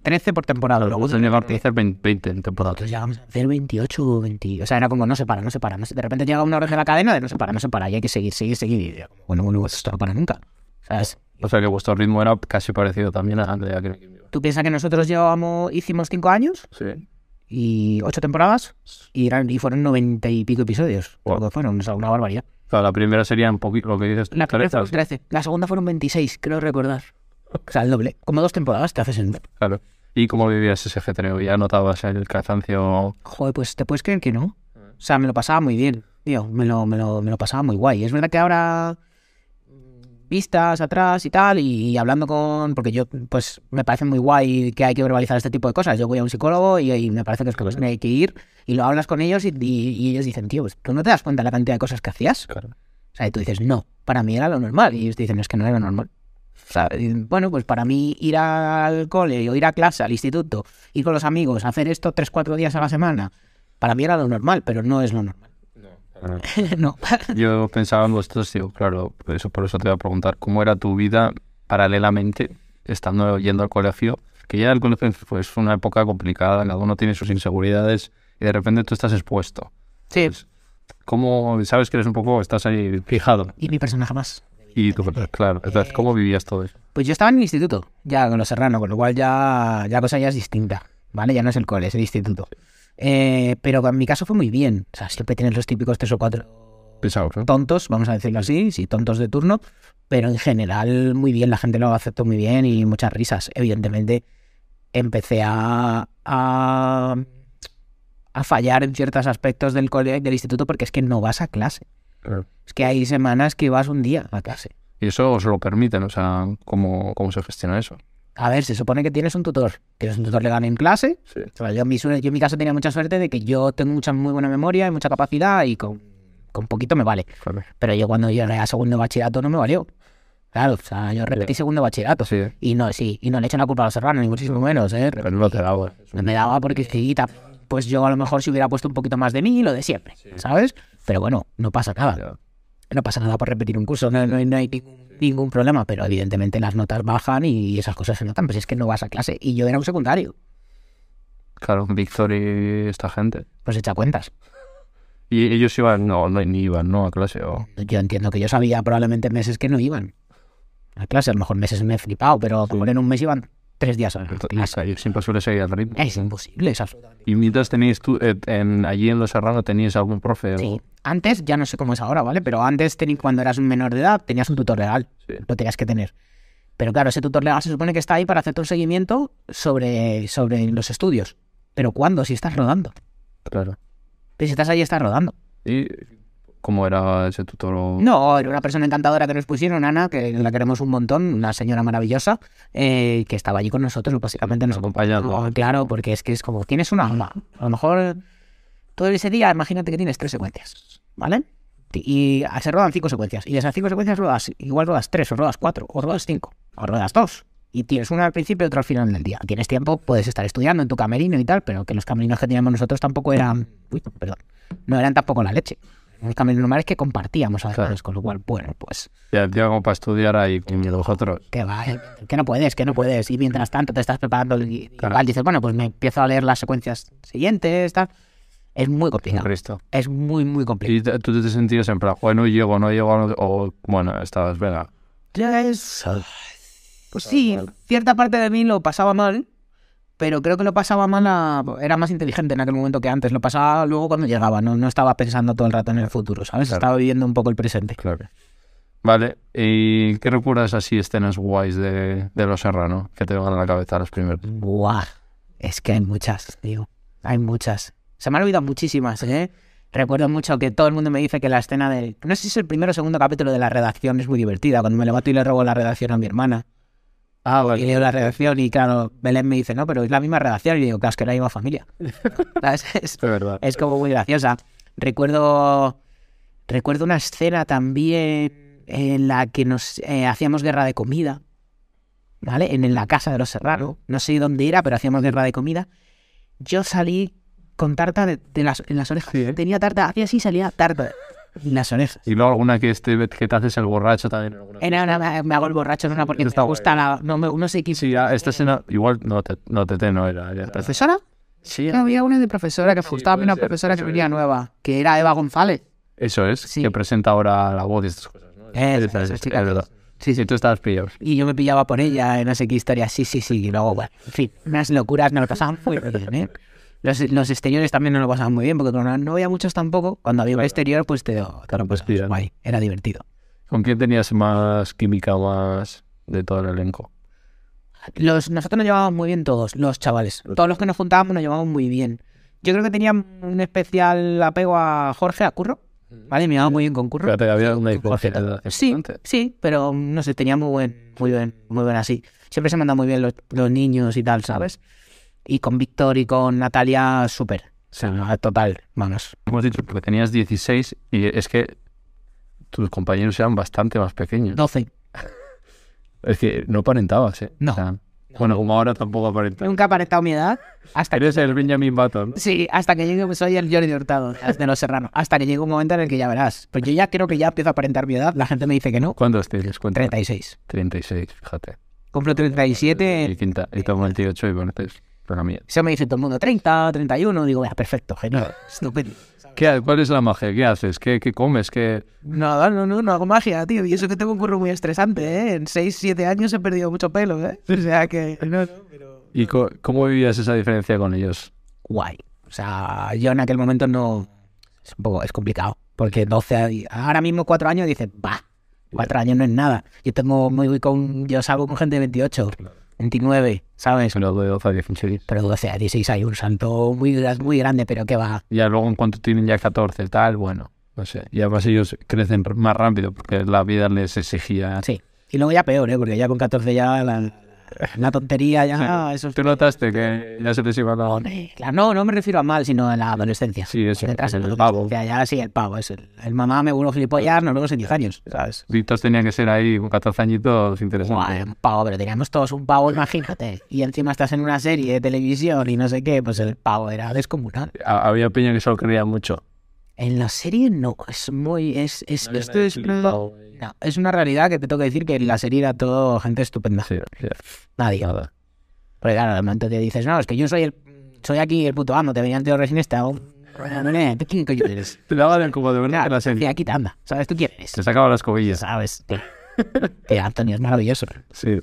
S2: 13 por temporada. Luego
S3: Luego se llegar a hacer 20, 20 en temporada.
S2: nosotros llegamos a hacer 28 o 20. O sea, era como no se para, no se para. No se- de repente llega una hora de la cadena de no se para, no se para. Y hay que seguir, seguir, seguir. Y yo, bueno, bueno, esto no para nunca. ¿Sabes?
S3: O sea, que vuestro ritmo era casi parecido también al de la gira que me iba.
S2: Tú piensas que nosotros llevábamos, hicimos cinco años
S3: Sí.
S2: y ocho temporadas y, eran, y fueron noventa y pico episodios.
S3: Wow.
S2: Creo que Fueron, o sea, una barbaridad.
S3: O sea, la primera sería un poquito lo que dices tú,
S2: La primera
S3: trece,
S2: fueron 13, la segunda fueron 26, creo recordar. O sea, el doble. Como dos temporadas te haces en...
S3: Claro. ¿Y cómo vivías ese getreo? ¿Ya notabas el cansancio?
S2: Joder, pues te puedes creer que no. O sea, me lo pasaba muy bien, tío. Me lo, me lo, me lo pasaba muy guay. Es verdad que ahora vistas atrás y tal, y, hablando con, porque yo, pues me parece muy guay que hay que verbalizar este tipo de cosas. Yo voy a un psicólogo y, y me parece que es que pues, hay que ir, y lo hablas con ellos y, y- y ellos dicen, tío, pues tú no te das cuenta de la cantidad de cosas que hacías. O sea, y tú dices, no, para mí era lo normal, y ellos te dicen, es que no era normal. O sea, y, bueno, pues para mí ir al cole o ir a clase, al instituto, ir con los amigos, hacer esto tres, cuatro días a la semana, para mí era lo normal, pero no es lo normal. no.
S3: Yo pensaba en vosotros, digo, claro, por eso, por eso te voy a preguntar, ¿cómo era tu vida paralelamente estando yendo al colegio? Que ya el colegio pues, es una época complicada, cada uno tiene sus inseguridades y de repente tú estás expuesto.
S2: Sí.
S3: Pues, ¿Cómo sabes que eres un poco, estás ahí fijado? Eh,
S2: Y mi personaje más.
S3: Y tú, claro, entonces, ¿cómo vivías todo eso?
S2: Pues yo estaba en el instituto, ya con los serranos, con lo cual ya la cosa ya es distinta, ¿vale? Ya no es el cole, es el instituto. Eh, pero en mi caso fue muy bien. O sea, siempre tienes los típicos tres o cuatro
S3: Pesado, ¿no?
S2: tontos, vamos a decirlo así, sí, tontos de turno, pero en general muy bien, la gente lo aceptó muy bien y muchas risas. Evidentemente empecé a, a, a fallar en ciertos aspectos del cole, del instituto, porque es que no vas a clase.
S3: Claro.
S2: Es que hay semanas que vas un día a clase.
S3: Y eso os lo permiten, o sea, ¿cómo, cómo se gestiona eso?
S2: A ver, se supone que tienes un tutor. Tienes un tutor legal en clase.
S3: Sí.
S2: O sea, yo, en mi, su- yo en mi caso tenía mucha suerte de que yo tengo mucha muy buena memoria y mucha capacidad y con, con poquito me vale. Pero yo cuando llegué a segundo de bachillerato no me valió. Claro, o sea, yo repetí segundo de bachillerato.
S3: Sí, ¿eh?
S2: Y no, sí, y no le echan la culpa a los serranos, ni muchísimo menos, ¿eh?
S3: Pero no te daba.
S2: No me daba porque sí, ta- pues yo a lo mejor si hubiera puesto un poquito más de mí, lo de siempre, ¿sabes? Pero bueno, no pasa nada no pasa nada por repetir un curso, no, no- no hay ningún, ningún problema, pero evidentemente las notas bajan y esas cosas se notan, pues es que no vas a clase. Y yo era un secundario,
S3: Claro, Victor y esta gente.
S2: pues echa cuentas.
S3: Y ellos iban, no, no, ni iban, ¿no? A clase o...
S2: Yo entiendo que yo sabía probablemente meses que no iban a clase, a lo mejor meses me he flipado, pero a lo mejor en un mes iban tres días a la
S3: Entonces,
S2: clase.
S3: ahí siempre suele seguir el ritmo.
S2: Es imposible, es absolutamente
S3: Y mientras tenéis tú, eh, en, allí en Los Serrano teníais algún profe. o-
S2: Sí. Antes, ya no sé cómo es ahora, ¿vale? Pero antes, teni- cuando eras un menor de edad, tenías un tutor legal.
S3: Sí.
S2: Lo tenías que tener. Pero claro, ese tutor legal se supone que está ahí para hacerte un seguimiento sobre, sobre los estudios. Pero ¿cuándo? Si estás rodando.
S3: Claro.
S2: Pero si estás ahí, estás rodando.
S3: ¿Y cómo era ese tutor? o-
S2: No, era una persona encantadora que nos pusieron, Ana, que la queremos un montón, una señora maravillosa, eh, que estaba allí con nosotros, básicamente nos
S3: Acompañando.
S2: Oh, claro, porque es que es como, tienes una alma. A lo mejor todo ese día, imagínate que tienes tres secuencias, ¿vale? Y se rodan cinco secuencias. Y de esas cinco secuencias rodas, igual rodas tres, o rodas cuatro, o rodas cinco, o rodas dos. Y tienes una al principio y otra al final del día. Tienes tiempo, puedes estar estudiando en tu camerino y tal, pero que los camerinos que teníamos nosotros tampoco eran. Uy, perdón. No eran tampoco la leche. Los camerinos normales que compartíamos a veces,
S3: Claro.
S2: con lo cual, bueno, pues.
S3: Ya, tío, como para estudiar ahí con vosotros.
S2: Que va, eh, que no puedes, que no puedes. Y mientras tanto te estás preparando y
S3: Claro.
S2: igual dices, bueno, pues me empiezo a leer las secuencias siguientes, tal. Es muy complicado.
S3: Cristo.
S2: Es muy, muy complicado.
S3: Y te- tú te sentías en plan, bueno, no llego, no llego, no- o bueno, estabas, venga.
S2: Ya es-
S3: ah,
S2: Pues sí, cierta parte de mí lo pasaba mal, pero creo que lo pasaba mal a- Era más inteligente en aquel momento que antes. Lo pasaba luego cuando llegaba, no, no estaba pensando todo el rato en el futuro, ¿sabes?
S3: Claro.
S2: Estaba viviendo un poco el presente.
S3: Claro. Vale, ¿y qué recuerdas así escenas guays de, de Los Serrano que te vengan a la cabeza las primeras?
S2: Buah, es que hay muchas, tío. Hay muchas. Se me han olvidado muchísimas, ¿eh? Recuerdo mucho que todo el mundo me dice que la escena del... No sé si es el primero o segundo capítulo de la redacción es muy divertida, cuando me levanto y le robo la redacción a mi hermana.
S3: Ah,
S2: Y leo la redacción y claro, Belén me dice, no, pero es la misma redacción. Y digo, claro, es que era la misma familia. ¿Sabes? Es,
S3: De verdad.
S2: es como muy graciosa. Recuerdo, recuerdo una escena también en la que nos eh, hacíamos guerra de comida, ¿vale? En, en la casa de los serranos. No sé dónde era, pero hacíamos guerra de comida. Yo salí con tarta de, de las, en las orejas.
S3: Sí, ¿eh?
S2: Tenía tarta, hacía así, salía tarta en las orejas.
S3: Y luego alguna que, este, que te haces el borracho también. alguna-
S2: Era una- me- me hago el borracho en una porque
S3: Está
S2: me gusta la... No, me- no sé qué...
S3: Sí, ah, esta escena, igual no te, no te, te no era. ya está.
S2: ¿Profesora?
S3: Sí,
S2: Había una de profesora que me
S3: Sí,
S2: gustaba,
S3: puede
S2: una
S3: ser,
S2: profesora que
S3: eso
S2: venía
S3: es.
S2: nueva, que era Eva González.
S3: Eso es,
S2: Sí.
S3: que presenta ahora la voz y estas cosas, ¿no?
S2: Esa,
S3: Es- es-
S2: esa
S3: es
S2: chica.
S3: verdad.
S2: Sí, sí.
S3: Sí, tú estabas pillado.
S2: Y yo me pillaba por ella, en no sé qué historia. Sí, sí, sí. Y luego, bueno, en fin, unas locuras me lo pasaban muy bien, ¿eh? Los, los exteriores también no lo pasaban muy bien, porque como no había muchos tampoco, cuando había exterior, pues te lo te lo pasabas
S3: Hostia.
S2: guay. Era divertido.
S3: ¿Con quién tenías más química, más de todo el elenco?
S2: Los, nosotros nos llevábamos muy bien todos, los chavales. Todos los que nos juntábamos nos llevábamos muy bien. Yo creo que tenía un especial apego a Jorge, a Curro, ¿Vale? Me iba muy bien con Curro.
S3: Espérate, había una diferencia.
S2: Jorge, Sí, sí, pero no sé, tenía muy buen, muy buen, muy buen así. Siempre se me han dado muy bien los, los niños y tal, ¿sabes? Y con Víctor y con Natalia, súper. O sea, total, vamos.
S3: Hemos dicho que tenías 16 y es que tus compañeros eran bastante más pequeños.
S2: 12.
S3: Es que no aparentabas, ¿eh?
S2: No.
S3: Bueno, como ahora tampoco aparentas.
S2: Nunca he aparentado mi edad. Hasta que,
S3: Eres el Benjamin Button. ¿no?
S2: sí, hasta que llegue, soy el Jordi Hurtado, de Los Serranos. Hasta que llegue un momento en el que ya verás. Pero yo ya creo que ya empiezo a aparentar mi edad. La gente me dice que no.
S3: ¿Cuántos tienes? Cuenta.
S2: 36.
S3: 36, fíjate.
S2: Compro
S3: Y
S2: 37.
S3: quinta, y tomo 28 y pones para mí.
S2: Eso me dice todo el mundo 30, 31. Digo, "Ah, perfecto, genial, estupendo.
S3: ¿Qué, ¿Cuál es la magia? ¿Qué haces? ¿Qué, qué comes? ¿Qué...
S2: No, no, no, no hago magia, tío. Y eso que tengo un curro muy estresante, ¿eh? En 6, 7 años he perdido mucho pelo, ¿eh? O sea que... no, no, pero...
S3: ¿Y co- cómo vivías esa diferencia con ellos?
S2: Guay. O sea, yo en aquel momento no... Es un poco... Es complicado. Porque 12... ahí- Ahora mismo 4 años dices, bah, 4 años no es nada. Yo tengo muy... muy Con... Yo salgo con gente de 28, 29, ¿sabes?
S3: Pero de 12 a 16.
S2: Pero 12 a 16 hay un santo muy, gra- muy grande, pero que va...
S3: Ya luego en cuanto tienen ya 14, tal, bueno, no sé. Y además ellos crecen r- más rápido porque la vida les exigía.
S2: Sí. Y luego ya peor, ¿eh? Porque ya con 14 ya la, la tontería ya... Eso es-
S3: ¿Tú notaste que ya se les iba la...
S2: Claro, no, no me refiero a mal, sino a la adolescencia.
S3: Sí, eso,
S2: Detrás de
S3: el
S2: la
S3: pavo.
S2: adolescencia, Ya, sí, el pavo. Es el, el mamá me vuelvo gilipollas, nos vemos en 10 años, ¿sabes?
S3: Víctor tenía que ser ahí con 14 añitos
S2: Buah,
S3: interesante.
S2: un pavo, pero teníamos todos un pavo, imagínate. Y encima estás en una serie de televisión y no sé qué, pues el pavo era descomunal.
S3: Ha- Había peña que solo creía mucho.
S2: En la serie no, es muy. Es, es,
S3: había
S2: esto
S3: nadie
S2: es,
S3: flipado,
S2: no,
S3: güey.
S2: es una realidad que te tengo que decir que en la serie era todo gente estupenda.
S3: Sí, sí,
S2: Nadie.
S3: nada.
S2: Porque claro, de momento te dices, no, es que yo soy el. Soy aquí el puto amo, te venían todos recién estado. ¿Tú quién coño eres?
S3: Te daban el cubo de verdad que
S2: Claro,
S3: la
S2: sí,
S3: serie.
S2: aquí te anda. ¿Sabes tú quién eres?
S3: Se sacaba las cobillas.
S2: ¿Sabes? Que Antonio es maravilloso.
S3: Sí.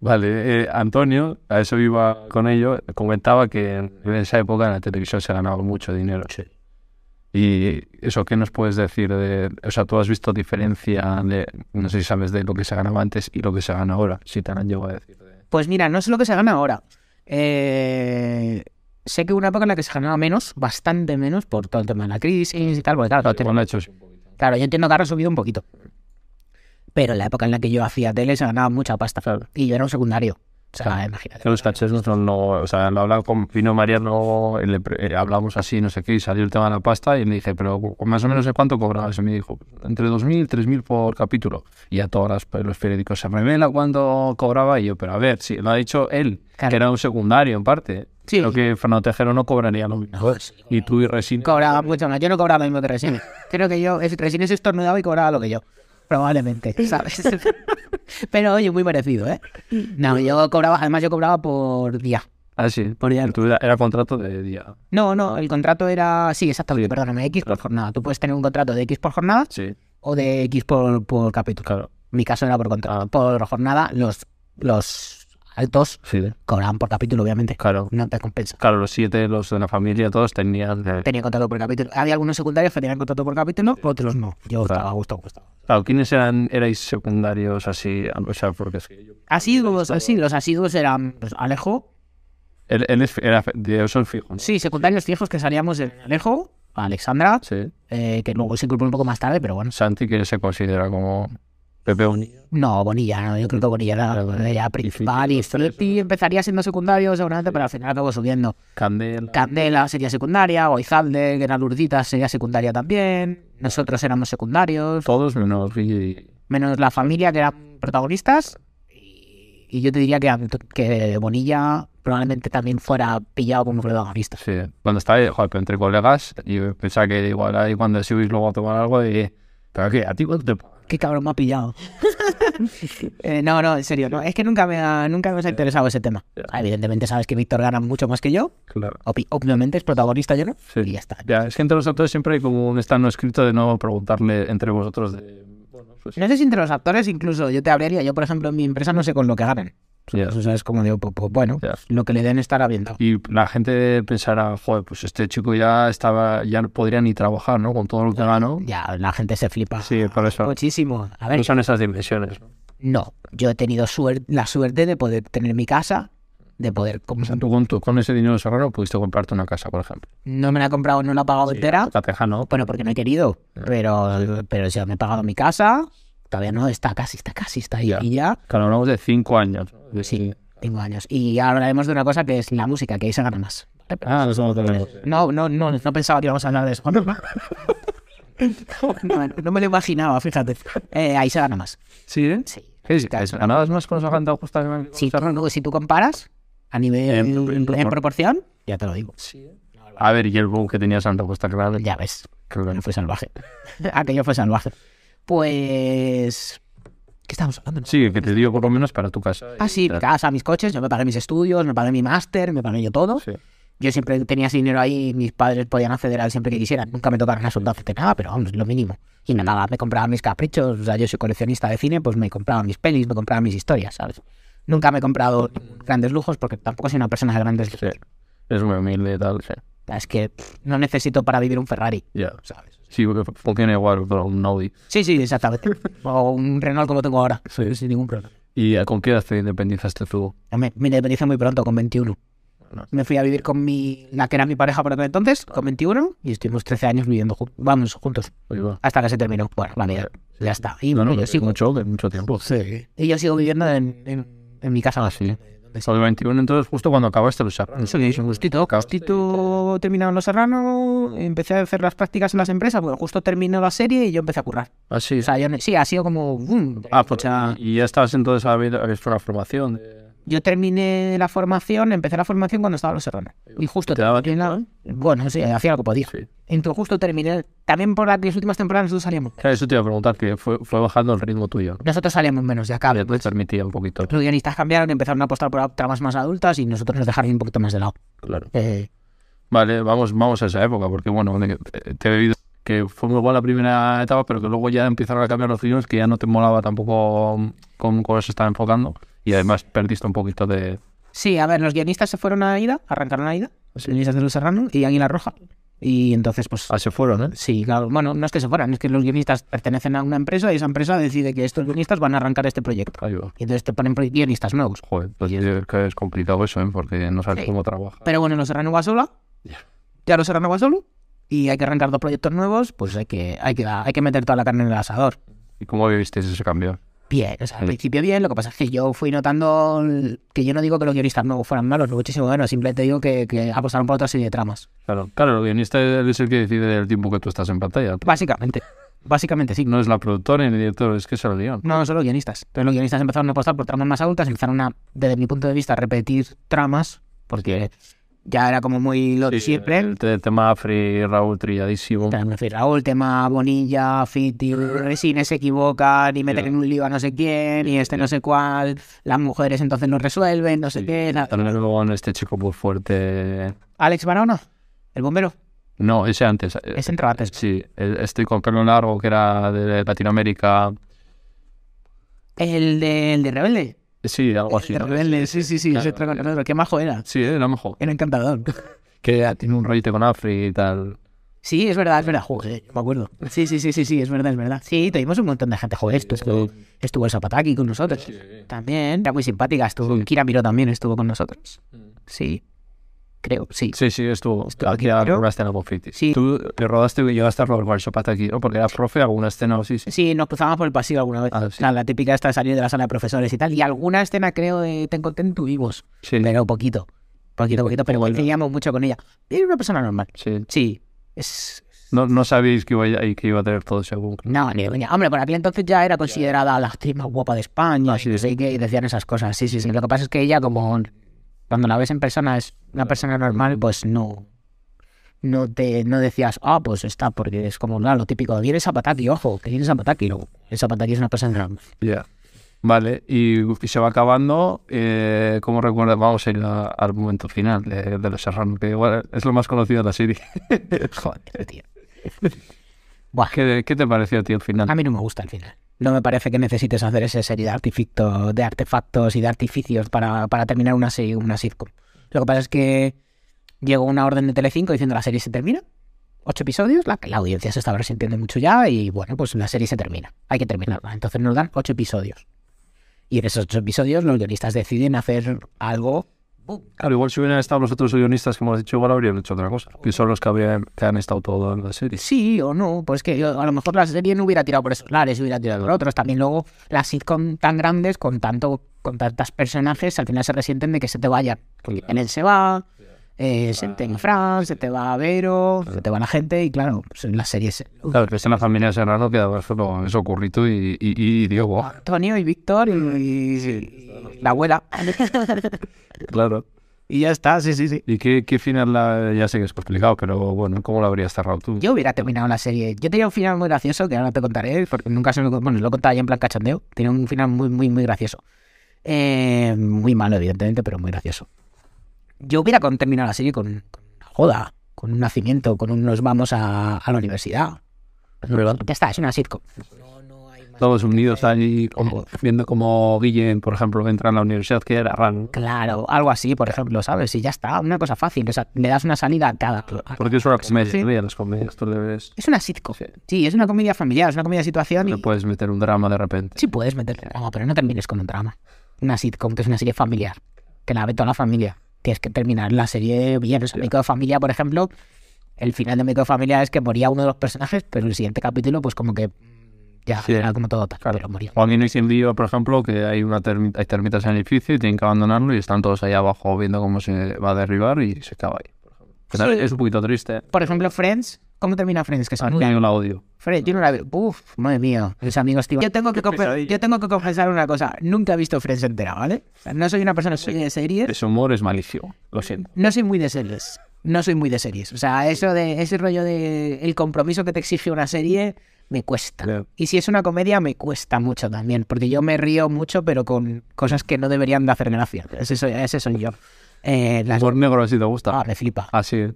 S3: Vale, eh, Antonio, a eso iba con ello, comentaba que en en esa época en la televisión se ganaba mucho dinero. Y eso, ¿qué nos puedes decir? De, o sea, tú has visto diferencia de, no sé si sabes, de lo que se ganaba antes y lo que se gana ahora, si te lo han llegado a decir. de-
S2: Pues mira, no sé lo que se gana ahora. Eh, sé que hubo una época en la que se ganaba menos, bastante menos, por todo el tema de la crisis y tal. Porque claro,
S3: Igual lo ha hecho así un poquito.
S2: claro, yo entiendo que ahora ha subido un poquito. Pero en la época en la que yo hacía tele se ganaba mucha pasta.
S3: Claro.
S2: Y yo era un secundario. O sea, imagínate.
S3: Que los cachés no son, no, o sea, lo hablaba con Pino Mariano, y le pre- eh, hablamos así, no sé qué, y salió el tema de la pasta y le dije, pero cu- más o menos ¿en cuánto cobrabas? Y me dijo, entre 2.000 y 3.000 por capítulo. Y a todos los periódicos se revela cuánto cobraba y yo, pero a ver, sí, lo ha dicho él,
S2: Claro.
S3: que era un secundario en parte.
S2: Sí.
S3: Creo que Fernando Tejero no cobraría lo mismo. Y tú y Resina.
S2: Cobraba mucho más. Yo no cobraba lo mismo que Resines. Creo que yo, es- Resines estornudaba y cobraba lo que yo. Probablemente, ¿sabes? Pero oye, muy merecido, ¿eh? No, yo cobraba, además yo cobraba por día.
S3: Ah, sí.
S2: Por día.
S3: Tú era, era contrato de día.
S2: No, no, el contrato era. Sí, exactamente,
S3: Sí.
S2: perdóname, X por jornada. Tú puedes tener un contrato de X por jornada
S3: Sí,
S2: o de X por, por capítulo.
S3: claro.
S2: Mi caso era por contrato. Por jornada, los, los altos
S3: Sí,
S2: cobraban por capítulo, obviamente.
S3: claro.
S2: No te compensa.
S3: Claro, los siete, los de la familia, todos tenían... eh,
S2: Tenía contrato por capítulo. Había algunos secundarios que tenían contrato por capítulo, otros no. Yo estaba a gusto, gustaba.
S3: Claro, ¿quiénes eran, erais secundarios así? O sea, porque es que yo-
S2: Asiduos, sí, los asiduos eran pues, Alejo.
S3: Él, él es, era fe- de Oson fijo, ¿no?
S2: Sí, secundarios fijos que salíamos de Alejo, Alexandra,
S3: Sí.
S2: eh, que luego se incorporó un poco más tarde, pero bueno.
S3: Santi, que se considera como Pepe Bonilla.
S2: No, Bonilla, no, yo creo que Bonilla era, era principal y Felipe empezaría siendo secundario seguramente, pero al final acabó subiendo.
S3: Candela.
S2: Candela sería secundaria, Goizalde, que era Lurdita, sería secundaria también. Nosotros éramos secundarios,
S3: Todos menos Guille y-
S2: menos la familia que eran protagonistas. Y, y yo te diría que, que Bonilla probablemente también fuera pillado como protagonista.
S3: Sí. Cuando estaba ahí, joder, pero entre colegas, yo pensaba que igual ahí cuando subís luego a tomar algo y... ¿Pero qué? ¿A ti cuánto te pagan?
S2: Qué cabrón me ha pillado. Eh, no, no, en serio, no. Es que nunca me ha, nunca me ha interesado ese tema. Evidentemente sabes que Víctor gana mucho más que yo.
S3: Claro.
S2: Obvi- obviamente es protagonista yo no.
S3: Sí.
S2: Y ya está.
S3: Ya, es que entre los actores siempre hay como un stand no escrito de no preguntarle entre vosotros de... Bueno, pues...
S2: No sé si entre los actores incluso yo te hablaría. Yo, por ejemplo, en mi empresa no sé con lo que ganan.
S3: Ya,
S2: Eso sabes como digo, pues, pues, bueno,
S3: ya.
S2: lo que le den estará bien dado.
S3: Y la gente pensará, joder, pues este chico ya estaba, ya no podría ni trabajar, ¿no? Con todo lo que ganó.
S2: Ya, la gente se flipa.
S3: Sí, Pues por
S2: Pues
S3: eso.
S2: Muchísimo. A ver,
S3: No son esas dimensiones, ¿no?
S2: No, yo he tenido suer- la suerte de poder tener mi casa, de poder
S3: O sea,
S2: comprar.
S3: tú con, Pues tu- con ese dinero serrano pudiste comprarte una casa, por ejemplo. pues,
S2: No me la he comprado, no la he pagado entera.
S3: La teja no.
S2: Bueno, porque no he querido, pero, pero ya me he pagado mi casa. Todavía no, está casi, está casi, está ahí.
S3: Ya.
S2: Y ya
S3: Claro, hablamos de cinco años. ¿no? De-
S2: Sí. tengo años. Y ahora hablaremos de una cosa que es la música, que ahí se gana más.
S3: Ah, eso no tenemos.
S2: No, no, no, no pensaba que íbamos a hablar de eso. No, no me lo imaginaba, fíjate. Eh, ahí se gana más.
S3: ¿Sí? ¿eh?
S2: Sí.
S3: ¿Qué es? ¿Ganabas más con esa cantado justa que
S2: Si tú, si tú comparas a nivel
S3: En-
S2: en,
S3: en-
S2: proporción, ya te lo digo.
S3: A ver, y el boom que tenía Santa Costa Clara.
S2: Ya ves,
S3: Creo que
S2: no
S3: no.
S2: fue salvaje. Aquello fue salvaje. Pues... ¿Qué estamos hablando? no?
S3: Sí, que te dio por lo menos para tu casa.
S2: Ah, sí, mi casa, mis coches, yo me pagué mis estudios, me pagué mi máster, me pagué yo todo.
S3: Sí.
S2: Yo siempre tenía ese dinero ahí, mis padres podían acceder a él siempre que quisieran. Nunca me tocaron las soldadas de nada, pero vamos, lo mínimo. Y me daba, me compraba mis caprichos, o sea, yo soy coleccionista de cine, pues me compraba mis pelis, me compraba mis historias, ¿sabes? Nunca me he comprado grandes lujos porque tampoco soy una persona de grandes lujos.
S3: Sí. Es muy humilde y tal, sí.
S2: Es que pff, no necesito para vivir un Ferrari,
S3: Ya.
S2: ¿sabes?
S3: Sí, porque funciona igual con un Audi.
S2: Sí, sí, exactamente. O un Renault como tengo ahora,
S3: Sí.
S2: sin ningún problema.
S3: ¿Y a- con qué edad te independizaste tú?
S2: Me, me independicé muy pronto, con 21.
S3: Bueno.
S2: Me fui a vivir con mi, la que era mi pareja por aquel entonces, con 21, y estuvimos 13 años viviendo juntos. Vamos, juntos,
S3: Oye, va.
S2: hasta que se terminó. Bueno, la vida. Ya está. Y,
S3: No, no,
S2: yo,
S3: que sí,
S2: sigo,
S3: mucho, que mucho tiempo. Sí.
S2: y yo sigo viviendo en, en- en mi casa.
S3: Sí. Eso de 21, entonces, justo cuando acabaste los Serranos.
S2: Eso que es un gustito. Gustito terminaron Los Serrano, empecé a hacer las prácticas en las empresas, porque justo terminó la serie y yo empecé a currar.
S3: Ah, sí.
S2: O sea, yo ne- sí, ha sido como... boom.
S3: Ah, pues
S2: O sea,
S3: y ya estabas entonces, habéis habéis hecho una formación. de-
S2: Yo terminé la formación, empecé la formación cuando estaba en Los Serrano. Y justo...
S3: ¿Te daba eh?
S2: terminé la- Bueno, sí, hacía lo que podía.
S3: Sí.
S2: Entonces justo terminé. También por las últimas temporadas nosotros salíamos.
S3: Claro, eso te iba a preguntar, que fue, fue bajando el ritmo tuyo. ¿no?
S2: Nosotros salíamos menos de acá.
S3: Ya te permitía un poquito.
S2: Los guionistas cambiaron, empezaron a apostar por tramas más adultas y nosotros nos dejaron un poquito más de lado.
S3: Claro.
S2: Eh,
S3: Vale, vamos, vamos a esa época, porque bueno, de- eh, te he bebido que fue muy buena la primera etapa, pero que luego ya empezaron a cambiar los guiones, que ya no te molaba tampoco mm, con cómo se estaba enfocando, y además perdiste un poquito de...
S2: sí, a ver, los guionistas se fueron a Ida, arrancaron a Ida, los guionistas de Luz Serrano y Águila Roja. Y entonces, pues,
S3: Ah, se fueron, ¿eh?
S2: sí, claro, bueno, no es que se fueran, es que los guionistas pertenecen a una empresa y esa empresa decide que estos guionistas van a arrancar este proyecto.
S3: Ahí va.
S2: Y entonces te ponen pro- guionistas nuevos.
S3: Joder, pues es que es complicado eso, ¿eh? Porque no sabes
S2: Sí.
S3: cómo trabaja.
S2: Pero bueno, Los Serrano va sola,
S3: Ya.
S2: ya Los Serrano va solo, y hay que arrancar dos proyectos nuevos, pues hay que, hay que, hay que meter toda la carne en el asador.
S3: ¿Y cómo vivisteis ese cambio?
S2: Bien, o sea, al
S3: Sí.
S2: principio bien, lo que pasa es que yo fui notando el- que yo no digo que los guionistas no fueran malos, muchísimo bueno, simplemente digo que, que apostaron por otra serie de tramas.
S3: Claro, claro, el guionista este es el que decide el tiempo que tú estás en pantalla.
S2: Básicamente, básicamente sí.
S3: No es la productora ni el director, es que es el guión.
S2: No, son los guionistas. Entonces los guionistas empezaron a apostar por tramas más adultas, empezaron a, desde mi punto de vista, a repetir tramas, porque ya era como muy lo de siempre.
S3: El, te- tema Afri, Raúl, trilladísimo.
S2: Claro, me refiero a Raúl, tema Bonilla, Fiti, Resines se equivocan y meten en un lío a no sé quién y este no sé cuál, las mujeres entonces no resuelven, no sé qué. la-
S3: También luego con este chico muy fuerte...
S2: Alex Barona, el bombero,
S3: No, ese antes. eh,
S2: ese entró antes.
S3: Sí, el- este con pelo largo que era de Latinoamérica.
S2: El de, el de Rebelde.
S3: Eh, Oh, Sí, algo así.
S2: el de
S3: ¿no?
S2: Rebelde, sí, sí, sí.
S3: Claro.
S2: ese trago- no, no, Qué majo era.
S3: Sí, era mejor.
S2: Era encantador.
S3: Que ya tiene un rollito con Afri y tal.
S2: Sí, es verdad, es verdad. Joder, yo me acuerdo. Sí, sí, sí, sí, sí, es verdad, es verdad. Sí, tuvimos un montón de gente. Joder, estuvo, estuvo el Zapataki con nosotros. También. Era muy simpática. Estuvo
S3: Sí. Mm.
S2: Kira Miró también estuvo con nosotros. Sí. Creo, sí.
S3: Sí, sí, estuvo.
S2: Estuvo
S3: Aquí ya
S2: aquí, ¿no?
S3: rodaste en la Confitis.
S2: Sí.
S3: Tú le rodaste y llegaste a robar con el Zapata aquí, ¿no? Porque era profe, alguna escena o así. sí.
S2: Sí, nos cruzábamos por el pasillo alguna vez.
S3: Ah, sí.
S2: la, la típica esta de salir de la sala de profesores y tal. Y alguna escena, creo, de Ten Content tuvimos.
S3: Sí,
S2: Pero poquito. Poquito, poquito. Pero
S3: Bueno.
S2: coincidíamos mucho con ella. Era una persona normal.
S3: sí.
S2: Sí. Es,
S3: No, no sabéis que iba, a, que iba a tener todo ese boom.
S2: No, ni de coña. Hombre, por aquel entonces ya era considerada la actriz más guapa de España.
S3: Ah, sí.
S2: Sí, sí, que decían esas cosas. Sí, sí, sí. Lo que pasa es que ella, como cuando la ves en persona, es una persona normal, pues no. No te no decías, ah, pues está, porque es como no, lo típico. Viene Zapataki, ojo, que viene Zapataki. No, el Zapataki es una persona normal.
S3: Ya. Vale, y, y se va acabando. Eh, ¿Cómo recuerdas? Vamos a ir a- al momento final de, de Los Serrano, que igual es lo más conocido de la serie.
S2: Joder, tío. Buah,
S3: ¿Qué, qué te pareció a ti el final?
S2: a mí no me gusta el final. No me parece que necesites hacer esa serie de, artefacto- de artefactos y de artificios para, para terminar una, serie, una sitcom. Lo que pasa es que llegó una orden de Telecinco diciendo la serie se termina. Ocho episodios, la, la audiencia se estaba resentiendo mucho ya y bueno, pues la serie se termina. Hay que terminarla. Entonces nos dan ocho episodios. Y en esos ocho episodios los guionistas deciden hacer algo
S3: Claro, igual si hubieran estado los otros guionistas que hemos dicho, igual habrían hecho otra cosa. Que son los que, habrían, que han estado todos en la serie.
S2: Sí o no, pues que yo- a lo mejor la serie no hubiera tirado por esos lares, hubiera tirado por otros. También luego las sitcom tan grandes, con tanto con tantas personajes, al final se resienten de que se te vayan. Porque en él se va, eh, se te va Fran, se te va Vero, se te va la gente y claro, pues en las series...
S3: Claro, que es en la familia de Serrano que por ejemplo, eso currito y, y, y Diego.
S2: Antonio y Víctor y, y- y la abuela.
S3: Claro.
S2: y ya está, sí, sí, sí.
S3: ¿Y qué, qué final la- ya sé que es complicado, pero bueno, ¿cómo lo habrías cerrado tú?
S2: Yo hubiera terminado la serie. Yo tenía un final muy gracioso que ahora te contaré, porque nunca se lo. Bueno, lo contaba ya en plan cachondeo. Tenía un final muy, muy, muy gracioso. Eh, muy malo, evidentemente, pero muy gracioso. Yo hubiera con- terminado la serie con, con una joda, con un nacimiento, con un nos vamos a, a la universidad.
S3: ¿Verdad?
S2: Ya está, es una sitcom.
S3: Todos unidos allí, como- viendo como Guillem, por ejemplo, entra en la universidad, que era raro.
S2: Claro, algo así, por ejemplo, ¿sabes? Y ya está, una cosa fácil. O sea, le das una salida a cada. a-
S3: Porque es una comedia,
S2: Sí.
S3: mira, las comedias tú le ves,
S2: Es una sitcom.
S3: Sí.
S2: Sí, es una comedia familiar, es una comedia de situación.
S3: le
S2: y-
S3: puedes meter un drama de repente.
S2: Sí puedes meterle drama, pero no termines con un drama. Una sitcom que es una serie familiar, que la ve toda la familia. Tienes que terminar la serie bien. O sea, Médico de Familia, por ejemplo, el final de Médico de Familia es que moría uno de los personajes, pero el siguiente capítulo, pues como que mm, ya
S3: Sí.
S2: era como todo tal,
S3: Claro.
S2: pero moría.
S3: Juan y Silvio, por ejemplo, que hay una termi- hay termitas en el edificio y tienen que abandonarlo y están todos ahí abajo viendo cómo se va a derribar y se acaba ahí. por ejemplo. Que tal-
S2: Sí.
S3: Es un poquito triste.
S2: Por ejemplo, Friends, ¿cómo termina Friends? Que se
S3: Ah,
S2: mudan.
S3: Yo la odio.
S2: Friends, yo no la veo. Uf, madre mía, mis amigos tío. Yo tengo que confe- yo tengo que confesar una cosa, nunca he visto Friends entera, ¿vale? O sea, no soy una persona muy de series.
S3: Ese humor es malísimo, lo siento.
S2: no soy muy de series. No soy muy de series. O sea, eso de ese rollo de el compromiso que te exige una serie me cuesta.
S3: Claro.
S2: Y si es una comedia me cuesta mucho también, porque yo me río mucho, pero con cosas que no deberían de hacer gracia. Ese soy, ese soy yo. Eh, las-
S3: Humor negro así te gusta.
S2: Ah, me flipa.
S3: Así.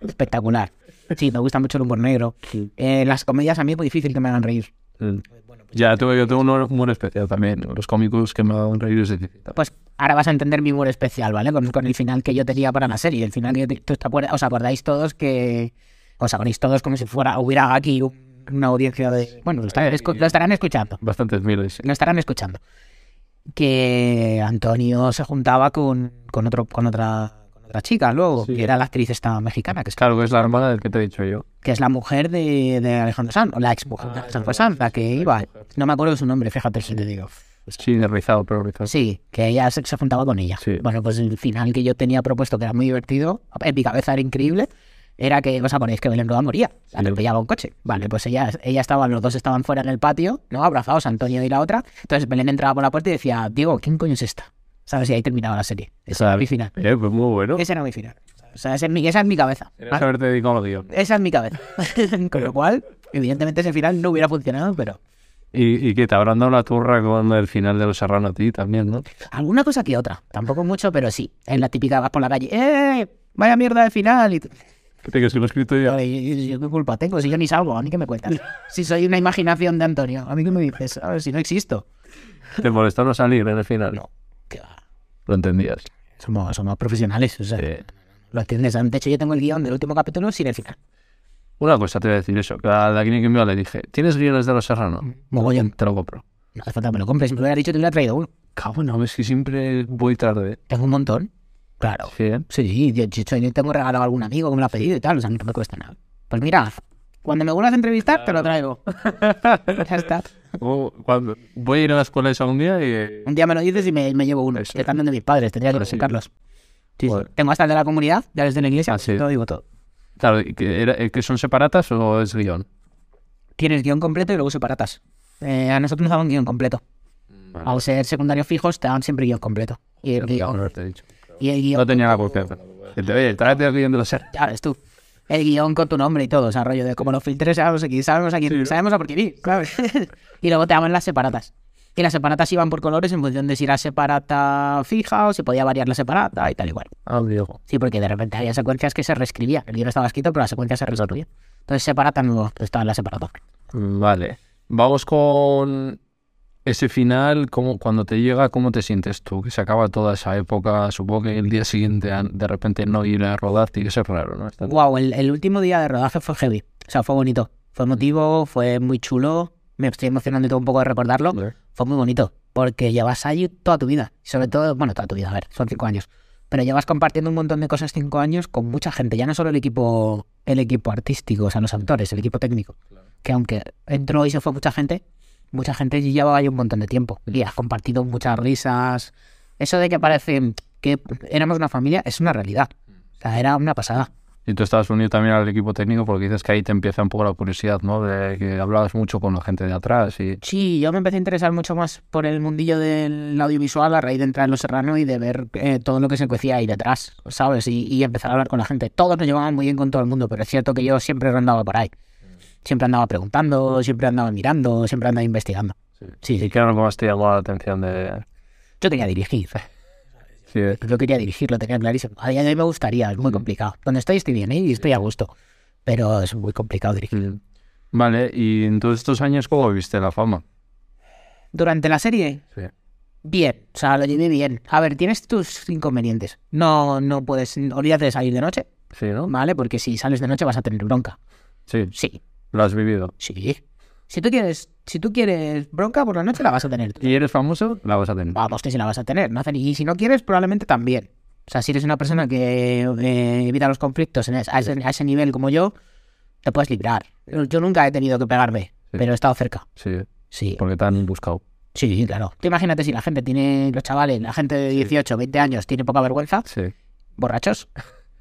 S2: Espectacular. Sí, me gusta mucho el humor negro. Eh, las comedias a mí es muy difícil que me hagan reír. pues
S3: Mm. Ya, tuve, yo tengo un humor especial también. Los cómicos que me han reír es difícil.
S2: Pues ahora vas a entender mi humor especial, ¿vale? Con, con el final que yo tenía para la serie. El final que yo te- tú te acuerdas- os acordáis todos que. Os acordáis todos como si fuera hubiera aquí un- una audiencia de. Bueno, lo estarán, escu- lo estarán escuchando.
S3: Bastantes miles.
S2: Lo estarán escuchando. Que Antonio se juntaba con, con otro, con otra, con otra chica luego,
S3: Sí.
S2: que era la actriz esta mexicana, que es,
S3: Claro, que es la hermana del que te he dicho yo.
S2: que es la mujer de, de Alejandro Sanz, o la ex mujer de Alejandro Sanz, la que iba. No me acuerdo de su nombre, fíjate si te digo.
S3: Sí, de rizado, pero rizado.
S2: Pues Sí, que ella se, se juntaba con ella.
S3: Sí.
S2: Bueno, pues el final que yo tenía propuesto, que era muy divertido, en mi cabeza era increíble, era que, os acordáis que Belén Roda moría, la atropellaba un coche. Vale, pues ella, ella estaba, los dos estaban fuera en el patio, ¿no? Abrazados, Antonio y la otra. Entonces Belén entraba por la puerta y decía, Diego, ¿quién coño es esta? ¿Sabes? Y ahí terminaba la serie. Ese era mi final.
S3: Eh, pues muy bueno.
S2: Ese era mi final. O sea, ese es mi- esa es mi cabeza.
S3: Tienes que haberte dedicado al guión.
S2: Esa es mi cabeza. con lo cual, evidentemente ese final no hubiera funcionado, pero...
S3: Y, y que te habrán dado la turra con el final de Los Serrano a ti también, ¿no?
S2: Alguna cosa que otra. Tampoco mucho, pero sí. Es la típica, vas por la calle, ¡eh! Vaya mierda de final. Y tú,
S3: Que te que se lo he escrito ya.
S2: "Ay, yo- yo ¿Qué culpa tengo? Si yo ni salgo, a mí que me cuentas. Si soy una imaginación de Antonio, a mí que me dices, a ver si no existo.
S3: ¿Te molestó no salir en el final? No.
S2: Que va,
S3: Lo entendías.
S2: Somos, somos profesionales, o sea,
S3: Eh,
S2: lo entiendes. De hecho, yo tengo el guión del último capítulo sin el final.
S3: una cosa te voy a decir eso. Que a la que me le dije, ¿tienes guiones de Los Serrano?
S2: Mogollón.
S3: Te lo compro.
S2: No hace falta que me lo compres. Si me lo hubiera dicho, te hubiera traído uno.
S3: Cabo, no, es que siempre voy tarde. ¿eh?
S2: Tengo un montón. Claro.
S3: Sí, ¿eh?
S2: Sí, sí, yo, yo, yo tengo regalado a algún amigo que me lo ha pedido y tal, o sea, no me cuesta nada. Pues mira, cuando me vuelvas a entrevistar, te lo traigo. ya está.
S3: O cuando- Voy a ir a la escuela esa un día y... eh,
S2: Un día me lo dices y me, me llevo uno.
S3: Eso.
S2: Que están donde mis padres, tendría que
S3: Ah, sí.
S2: buscarlos. Sí, sí.
S3: Joder.
S2: Tengo hasta el de la comunidad, ya desde la iglesia,
S3: Ah, sí.
S2: lo digo todo.
S3: Claro, ¿y que, era- eh, ¿que son separatas o es guión?
S2: Tienes guión completo y luego separatas. Eh, a nosotros nos daban guión completo.
S3: Mm,
S2: Al ser secundarios fijos, te daban siempre guión completo. Y el guión.
S3: te he dicho.
S2: Y el
S3: No
S2: guión.
S3: tenía la confianza. Y te, Oye, tráete el guión de Los Serrano.
S2: Ya ves tú. El guión con tu nombre y todo, o sea, rollo de como los filtres, sabemos a quién, sabemos a quién, sabemos a por quién ir, ¿sabes? y luego te daban las separatas. Y las separatas iban por colores en función de si era separata fija o si podía variar la separata y tal igual.
S3: Ah, Diego.
S2: Sí, porque de repente había secuencias que se reescribía. El guión estaba escrito, pero la secuencia se reescribía. Entonces separata no estaba en la separata.
S3: Mm, Vale. Vamos con ese final. ¿cómo- cuando te llega, ¿cómo te sientes tú? Que se acaba toda esa época. Supongo que el día siguiente, an- de repente, no ir a rodar tiene que ser raro, ¿no? Está-
S2: Wow, el, el último día de rodaje fue heavy. O sea, fue bonito. Fue emotivo, fue muy chulo. Me estoy emocionando y todo un poco de recordarlo.
S3: Joder.
S2: Fue muy bonito. Porque llevas allí toda tu vida. Sobre todo, bueno, toda tu vida, a ver, son cinco años. Pero llevas compartiendo un montón de cosas cinco años con mucha gente, ya no solo el equipo, el equipo artístico, o sea, los autores, el equipo técnico. Que aunque entró y se fue mucha gente, mucha gente llevaba ahí un montón de tiempo. Y has compartido muchas risas. Eso de que parece que éramos una familia es una realidad. O sea, era una pasada.
S3: Y tú estabas unido también al equipo técnico porque dices que ahí te empieza un poco la curiosidad, ¿no? De que hablabas mucho con la gente de atrás y...
S2: Sí, yo me empecé a interesar mucho más por el mundillo del audiovisual a raíz de entrar en Los Serrano y de ver eh, todo lo que se cuecía ahí detrás, ¿sabes? Y, y empezar a hablar con la gente. Todos nos llevaban muy bien con todo el mundo, pero es cierto que yo siempre andaba por ahí. Siempre andaba preguntando, siempre andaba mirando, siempre andaba investigando. Sí,
S3: Y
S2: sí.
S3: que era lo que más te llamó la atención de...
S2: Yo quería dirigir.
S3: Sí, eh.
S2: Yo quería dirigir, lo tenía clarísimo. A día de hoy me gustaría, es muy complicado. Donde estoy estoy bien ¿eh? y estoy a gusto. Pero es muy complicado dirigir.
S3: Vale, y en todos estos años, ¿cómo viste la fama?
S2: Durante la serie,
S3: Sí.
S2: Bien, o sea, lo llevé bien. A ver, tienes tus inconvenientes. No, no puedes, olvídate de salir de noche,
S3: Sí, ¿no?
S2: ¿vale? Porque si sales de noche vas a tener bronca.
S3: Sí,
S2: Sí,
S3: lo has vivido.
S2: sí. Si tú quieres, si tú quieres bronca por la noche la vas a tener.
S3: ¿Y eres famoso? La vas a tener.
S2: Vamos, que si la vas a tener, ¿no? Y si no quieres, probablemente también. O sea, si eres una persona que eh, evita los conflictos en es- a, ese, a ese nivel como yo, te puedes librar. Yo nunca he tenido que pegarme,
S3: Sí.
S2: pero he estado cerca.
S3: Sí, eh,
S2: Sí,
S3: porque te han buscado.
S2: sí, claro. Tú imagínate si la gente tiene, los chavales, la gente de 18, 20 años tiene poca vergüenza,
S3: Sí.
S2: borrachos,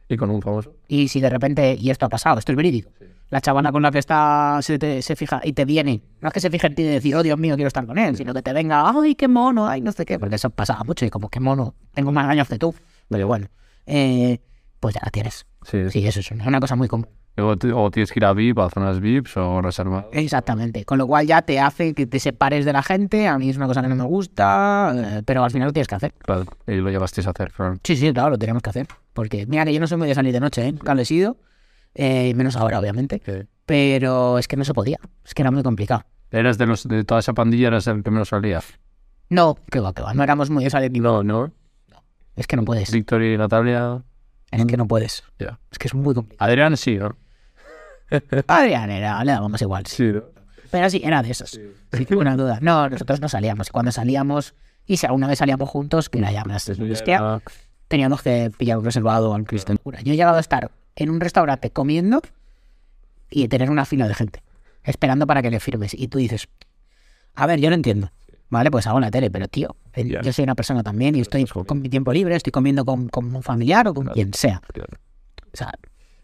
S3: ¿Y con un famoso?
S2: Y si de repente, y esto ha pasado, esto es verídico, la chavana con la que está se, te- se fija y te viene, no es que se fije en ti y decir, oh Dios mío, quiero estar con él, sino que te venga, ay, qué mono, ay, no sé qué, porque eso pasaba mucho y como, qué mono, tengo más años que tú, pero bueno, eh, pues ya la tienes.
S3: Sí.
S2: Sí, eso es una, una cosa muy común.
S3: O, te- o tienes que ir a VIP, a zonas VIPs o reservado.
S2: Exactamente, con lo cual ya te hace que te separes de la gente, a mí es una cosa que no me gusta, eh, pero al final lo tienes que hacer.
S3: Claro, y lo llevasteis a hacer, claro.
S2: Sí, sí, claro, lo tenemos que hacer, porque mira que yo no soy muy de salir de noche, ¿eh? nunca lo he sido, eh, menos ahora, obviamente. pero es que no se podía, es que era muy complicado.
S3: ¿Eras de, los, de toda esa pandilla, eras el que menos salía?
S2: No, que va, que va, no éramos muy de salir ni
S3: No, no.
S2: Es que no puedes,
S3: Victoria y Natalia...
S2: es que no puedes,
S3: Ya.
S2: es que es muy complicado.
S3: Adrián sí, ¿no?
S2: Adrián era, le dábamos igual, sí.
S3: Sí, ¿no?
S2: pero sí, era de esos, sin ninguna duda. No, nosotros no salíamos, y cuando salíamos, y si alguna vez salíamos juntos, que era ya más.
S3: Eso ya
S2: Es que
S3: era-
S2: teníamos que pillar un reservado al Cristo en Cura. Yo he llegado a estar en un restaurante comiendo y tener una fila de gente, esperando para que le firmes. Y tú dices, a ver, yo no entiendo. Vale, pues hago la tele, pero tío, eh,
S3: Ya.
S2: yo soy una persona también y estoy con mi tiempo libre, estoy comiendo con, con un familiar o con quien sea. O sea,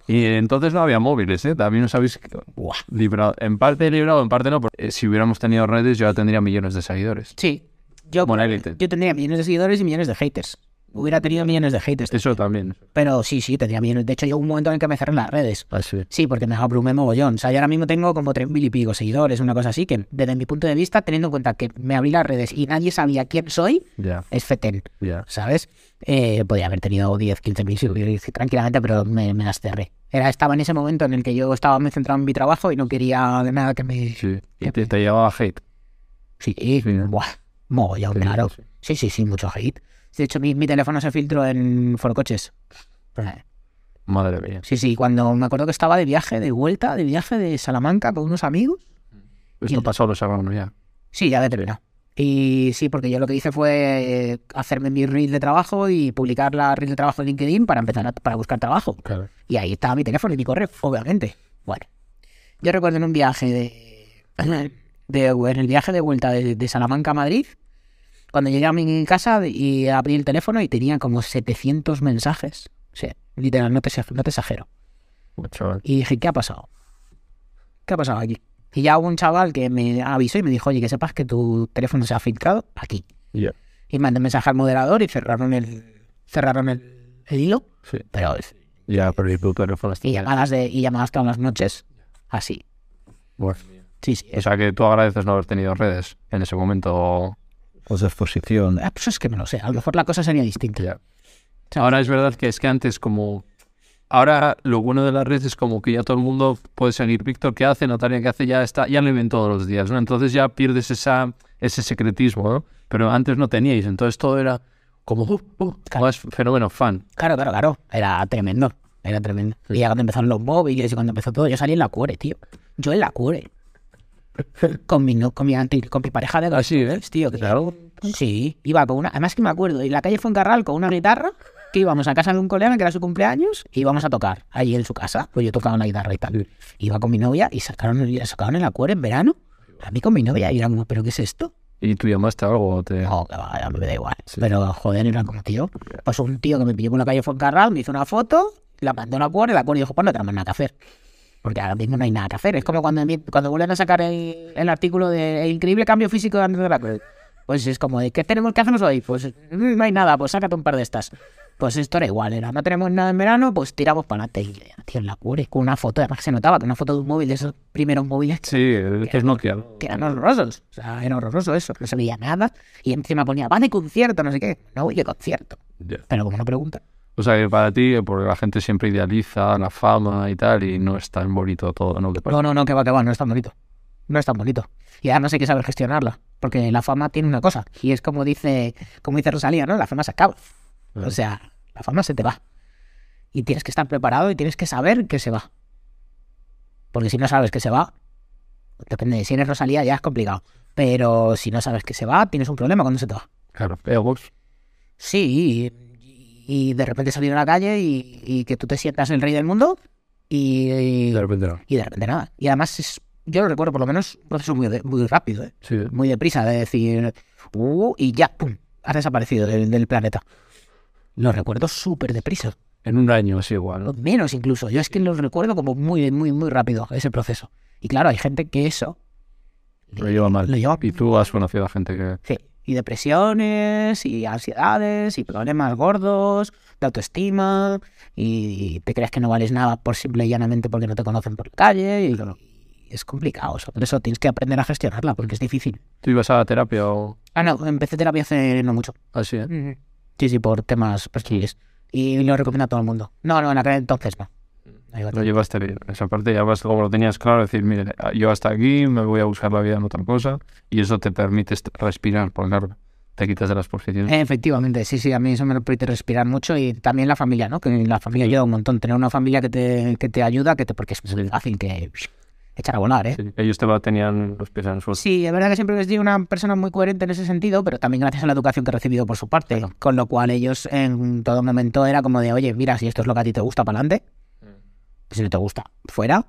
S3: Y entonces no había móviles, ¿eh? También os habéis
S2: buah.
S3: librado. En parte librado, en parte no. porque, eh, si hubiéramos tenido redes, yo ya tendría millones de seguidores.
S2: Sí, yo,
S3: Bueno, élite.
S2: yo tendría millones de seguidores y millones de haters. Hubiera tenido millones de haters.
S3: Eso también.
S2: Pero sí, sí, tendría millones. De hecho, llegó un momento en el que me cerré las redes.
S3: Así.
S2: Ah, Sí, porque me abrumé mogollón. O sea, yo ahora mismo tengo como 3.000 y pico seguidores, una cosa así, que desde mi punto de vista, teniendo en cuenta que me abrí las redes y nadie sabía quién soy,
S3: Ya,
S2: es fetén,
S3: ya.
S2: ¿sabes? Eh, podría haber tenido 10, 15.000 seguidores tranquilamente, pero me, me las cerré. Era, estaba en ese momento en el que yo estaba muy centrado en mi trabajo y no quería de nada que me...
S3: Sí. Y te, te llevaba hate.
S2: Sí,
S3: ¿no?
S2: buah, mogollón, claro.
S3: sí.
S2: Sí, sí, sí, mucho hate. De hecho, mi, mi teléfono se filtró en Forcoches. Eh,
S3: Madre mía.
S2: Sí, sí, cuando me acuerdo que estaba de viaje, de vuelta, de viaje de Salamanca con unos amigos.
S3: Esto pasó a los hermanos ya.
S2: Sí, ya había terminado. Y sí, porque yo lo que hice fue eh, hacerme mi reel de trabajo y publicar la reel de trabajo en LinkedIn para empezar a, para buscar trabajo.
S3: Claro.
S2: Y ahí estaba mi teléfono y mi correo, obviamente. Bueno, yo recuerdo en un viaje de. de- en el viaje de vuelta de, de Salamanca a Madrid, cuando llegué a mi casa y abrí el teléfono y tenía como 700 mensajes. Sí, literal, no te, exa- no te exagero. Y dije, ¿qué ha pasado? ¿Qué ha pasado aquí? Y ya hubo un chaval que me avisó y me dijo, oye, que sepas que tu teléfono se ha filtrado aquí.
S3: Ya.
S2: Y mandé un mensaje al moderador y cerraron el, cerraron el, el hilo.
S3: Sí.
S2: Pero,
S3: Ya perdí tu teléfono.
S2: y llamadas, de, y llamadas todas las noches. Así.
S3: Bueno.
S2: Sí, sí.
S3: O sea que tú agradeces no haber tenido redes en ese momento. o-
S5: O de exposición.
S2: Ah, Pues es que no lo sé. A lo mejor la cosa sería distinta.
S3: Ahora es verdad que es que antes como... Ahora lo bueno de las redes es como que ya todo el mundo puede seguir Víctor qué hace, Natalia qué hace, ya está, ya lo ven todos los días, ¿no? Entonces ya pierdes esa, ese secretismo, ¿no? Pero antes no teníais, entonces todo era como uh, uh, más fenómeno fan.
S2: Claro, claro, claro. Era tremendo. Era tremendo. Y ya cuando empezaron los móviles y cuando empezó todo, yo salí en la cuore, tío. Yo en la cuore. Con mi, no- con mi, anti- con mi pareja de
S3: Así, ¿eh?
S2: tío. que- Sí, iba con una. Además que me acuerdo, en la calle Foncarral con una guitarra que íbamos a casa de un colega que era su cumpleaños y íbamos a tocar allí en su casa. Pues yo tocaba una guitarra y tal. Iba con mi novia y sacaron, y la sacaron el acuerdo en verano. A mí con mi novia y era como, ¿pero qué es esto?
S3: ¿Y tú llamaste a algo? o Te...
S2: No, que Oh, va, a mí me da igual.
S3: Sí.
S2: Pero joder, era como tío. Pues un tío que me pilló por la calle Fuencarral, me hizo una foto, la mandó a Acuerdo y la Acuerdo dijo, pues no tenemos nada que hacer. Porque ahora mismo no hay nada que hacer. Es como cuando, empi- cuando vuelven a sacar el, el artículo de el increíble cambio físico de Andrés de la Cruz. Pues es como, de, ¿qué tenemos que hacernos hoy? Pues mm, no hay nada, pues sácate un par de estas. Pues esto era igual, era, no tenemos nada en verano, pues tiramos para adelante. Y, tío, en la cuore, con una foto, además que se notaba, que una foto de un móvil, de esos primeros móviles
S3: Sí, es Nokia.
S2: que eran horrorosos. O sea, era horroroso eso. No se veía nada. Y encima ponía, va de concierto, no sé qué. No voy de concierto.
S3: Ya.
S2: Pero como no pregunta.
S3: O sea, que para ti, eh, porque la gente siempre idealiza la fama y tal, y no es tan bonito todo, ¿no? Que parece.
S2: pues, No, no, no, que va, que va, no es tan bonito. No es tan bonito. Y además hay que saber gestionarla. Porque la fama tiene una cosa. Y es como dice, como dice Rosalía, ¿no? La fama se acaba. O sea, la fama se te va. Y tienes que estar preparado y tienes que saber que se va. Porque si no sabes que se va, depende de si eres Rosalía ya es complicado. Pero si no sabes que se va, tienes un problema cuando se te va.
S3: Claro, Eh, egos.
S2: Sí, y, y de repente salir a la calle y, y que tú te sientas el rey del mundo y,
S3: De repente no.
S2: y de repente nada. Y además, es- yo lo recuerdo por lo menos, un proceso muy, de- muy rápido, ¿eh?
S3: Sí,
S2: muy deprisa, de decir, "Uh", y ya, ¡pum!, has desaparecido del, del planeta. Los recuerdo súper deprisa,
S3: en un año es igual, ¿no?
S2: menos incluso. Yo es que los recuerdo como muy, muy, muy rápido, ese proceso. Y claro, hay gente que eso,
S3: Lo lleva mal.
S2: Lo lleva-
S3: Y tú has conocido a gente que...
S2: Sí. Y depresiones, y ansiedades, y problemas gordos, de autoestima, y te crees que no vales nada por simple y llanamente porque no te conocen por la calle, y y es complicado. eso. Por eso tienes que aprender a gestionarla, porque es difícil.
S3: ¿Tú ibas a la terapia o
S2: Ah, no, empecé terapia hace no mucho.
S3: así, eh?
S2: Sí, sí, por temas personales. Y lo recomiendo a todo el mundo. No, no, en aquel entonces no. No iba
S3: Lo
S2: tanto.
S3: llevaste bien. Esa parte ya vas, como lo tenías claro, decir, mire, ah, yo hasta aquí me voy a buscar la vida en otra cosa, y eso te permite est- respirar, porque claro, te quitas de las posiciones.
S2: Eh, Efectivamente, sí, sí, a mí eso me lo permite respirar mucho y también la familia, ¿no? Que la familia ayuda un montón. Tener una familia que te, que te ayuda, que te, porque es muy fácil que echar a volar, ¿eh? Sí.
S3: Sí, Ellos te va- tenían los pies en el suelo.
S2: es verdad que siempre he sido una persona muy coherente en ese sentido, pero también gracias a la educación que he recibido por su parte. Con lo cual ellos en todo momento era como de, oye, mira, si esto es lo que a ti te gusta, para adelante. Si no te gusta, fuera.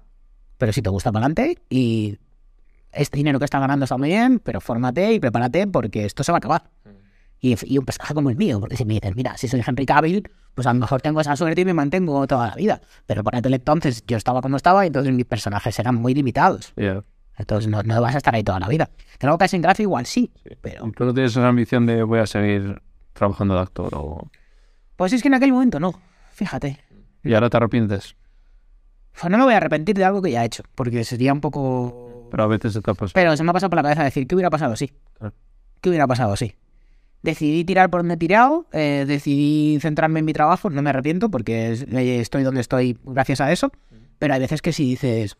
S2: Pero si te gusta, para adelante. Y este dinero que estás ganando está muy bien, pero fórmate y prepárate porque esto se va a acabar. Y, y un personaje como el mío, porque si me dices, mira, si soy Henry Cavill, pues a lo mejor tengo esa suerte y me mantengo toda la vida. Pero por aquel entonces yo estaba como estaba y entonces mis personajes eran muy limitados.
S3: Ya.
S2: Entonces no, no vas a estar ahí toda la vida. Que luego caes en gracia igual sí, pero...
S3: Tú no tienes esa ambición de voy a seguir trabajando de actor o...
S2: Pues es que en aquel momento no, fíjate.
S3: Y ahora te arrepientes,
S2: Pues no me voy a arrepentir de algo que ya he hecho, porque sería un poco...
S3: pero a veces te tapas.
S2: Pero se me ha pasado por la cabeza decir, ¿qué hubiera pasado así?
S3: Claro.
S2: ¿Qué hubiera pasado así? Decidí tirar por donde he tirado, eh, decidí centrarme en mi trabajo, no me arrepiento porque es- eh, estoy donde estoy gracias a eso, pero hay veces que si dices,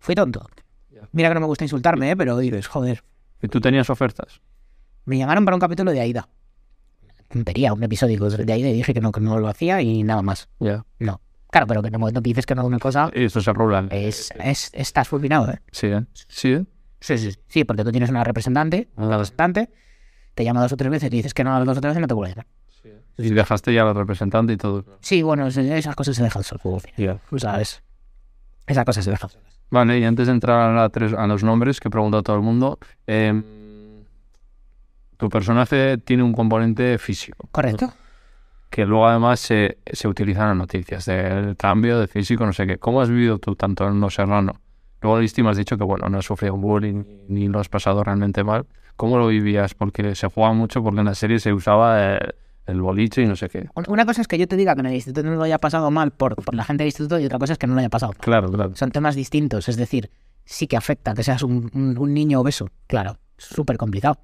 S2: fui tonto.
S3: Ya.
S2: Mira que no me gusta insultarme, eh, pero dices, joder,
S3: ¿Y tú tenías ofertas?
S2: me llamaron para un capítulo de Aida. Tontería, un episodio de Aida y dije que no, que no lo hacía y nada más.
S3: Ya.
S2: No. Claro, pero que en el momento que dices que no es una cosa,
S3: Ah, Y eso se rula.
S2: es, es, estás fulminado, ¿eh?
S3: Sí, ¿eh? Sí, ¿eh?
S2: Sí, sí, sí. Sí, porque tú tienes una representante, una representante, te llama dos o tres veces, y dices que no, las dos o tres veces no te vuelve a llamar.
S3: Y dejaste ya al representante y todo.
S2: Sí, bueno, es- esas cosas se dejan solas. ¿Sabes? Esas cosas se dejan solas.
S3: Vale, y antes de entrar a, la tres- a los nombres que pregunta todo el mundo, eh, tu personaje tiene un componente físico,
S2: Correcto.
S3: que luego además se, se utiliza en las noticias, del cambio de físico, no sé qué. ¿Cómo has vivido tú tanto en Los Serrano? Luego en Listy me has dicho que, bueno, no has sufrido bullying ni lo has pasado realmente mal. ¿Cómo lo vivías? Porque se jugaba mucho, porque en la serie se usaba eh, el boliche y no sé qué.
S2: Un- Una cosa es que yo te diga que en el instituto no lo haya pasado mal por, por la gente del instituto y otra cosa es que no lo haya pasado. mal.
S3: Claro, claro.
S2: Son temas distintos, es decir, sí que afecta que seas un, un- un niño obeso. Claro, súper complicado.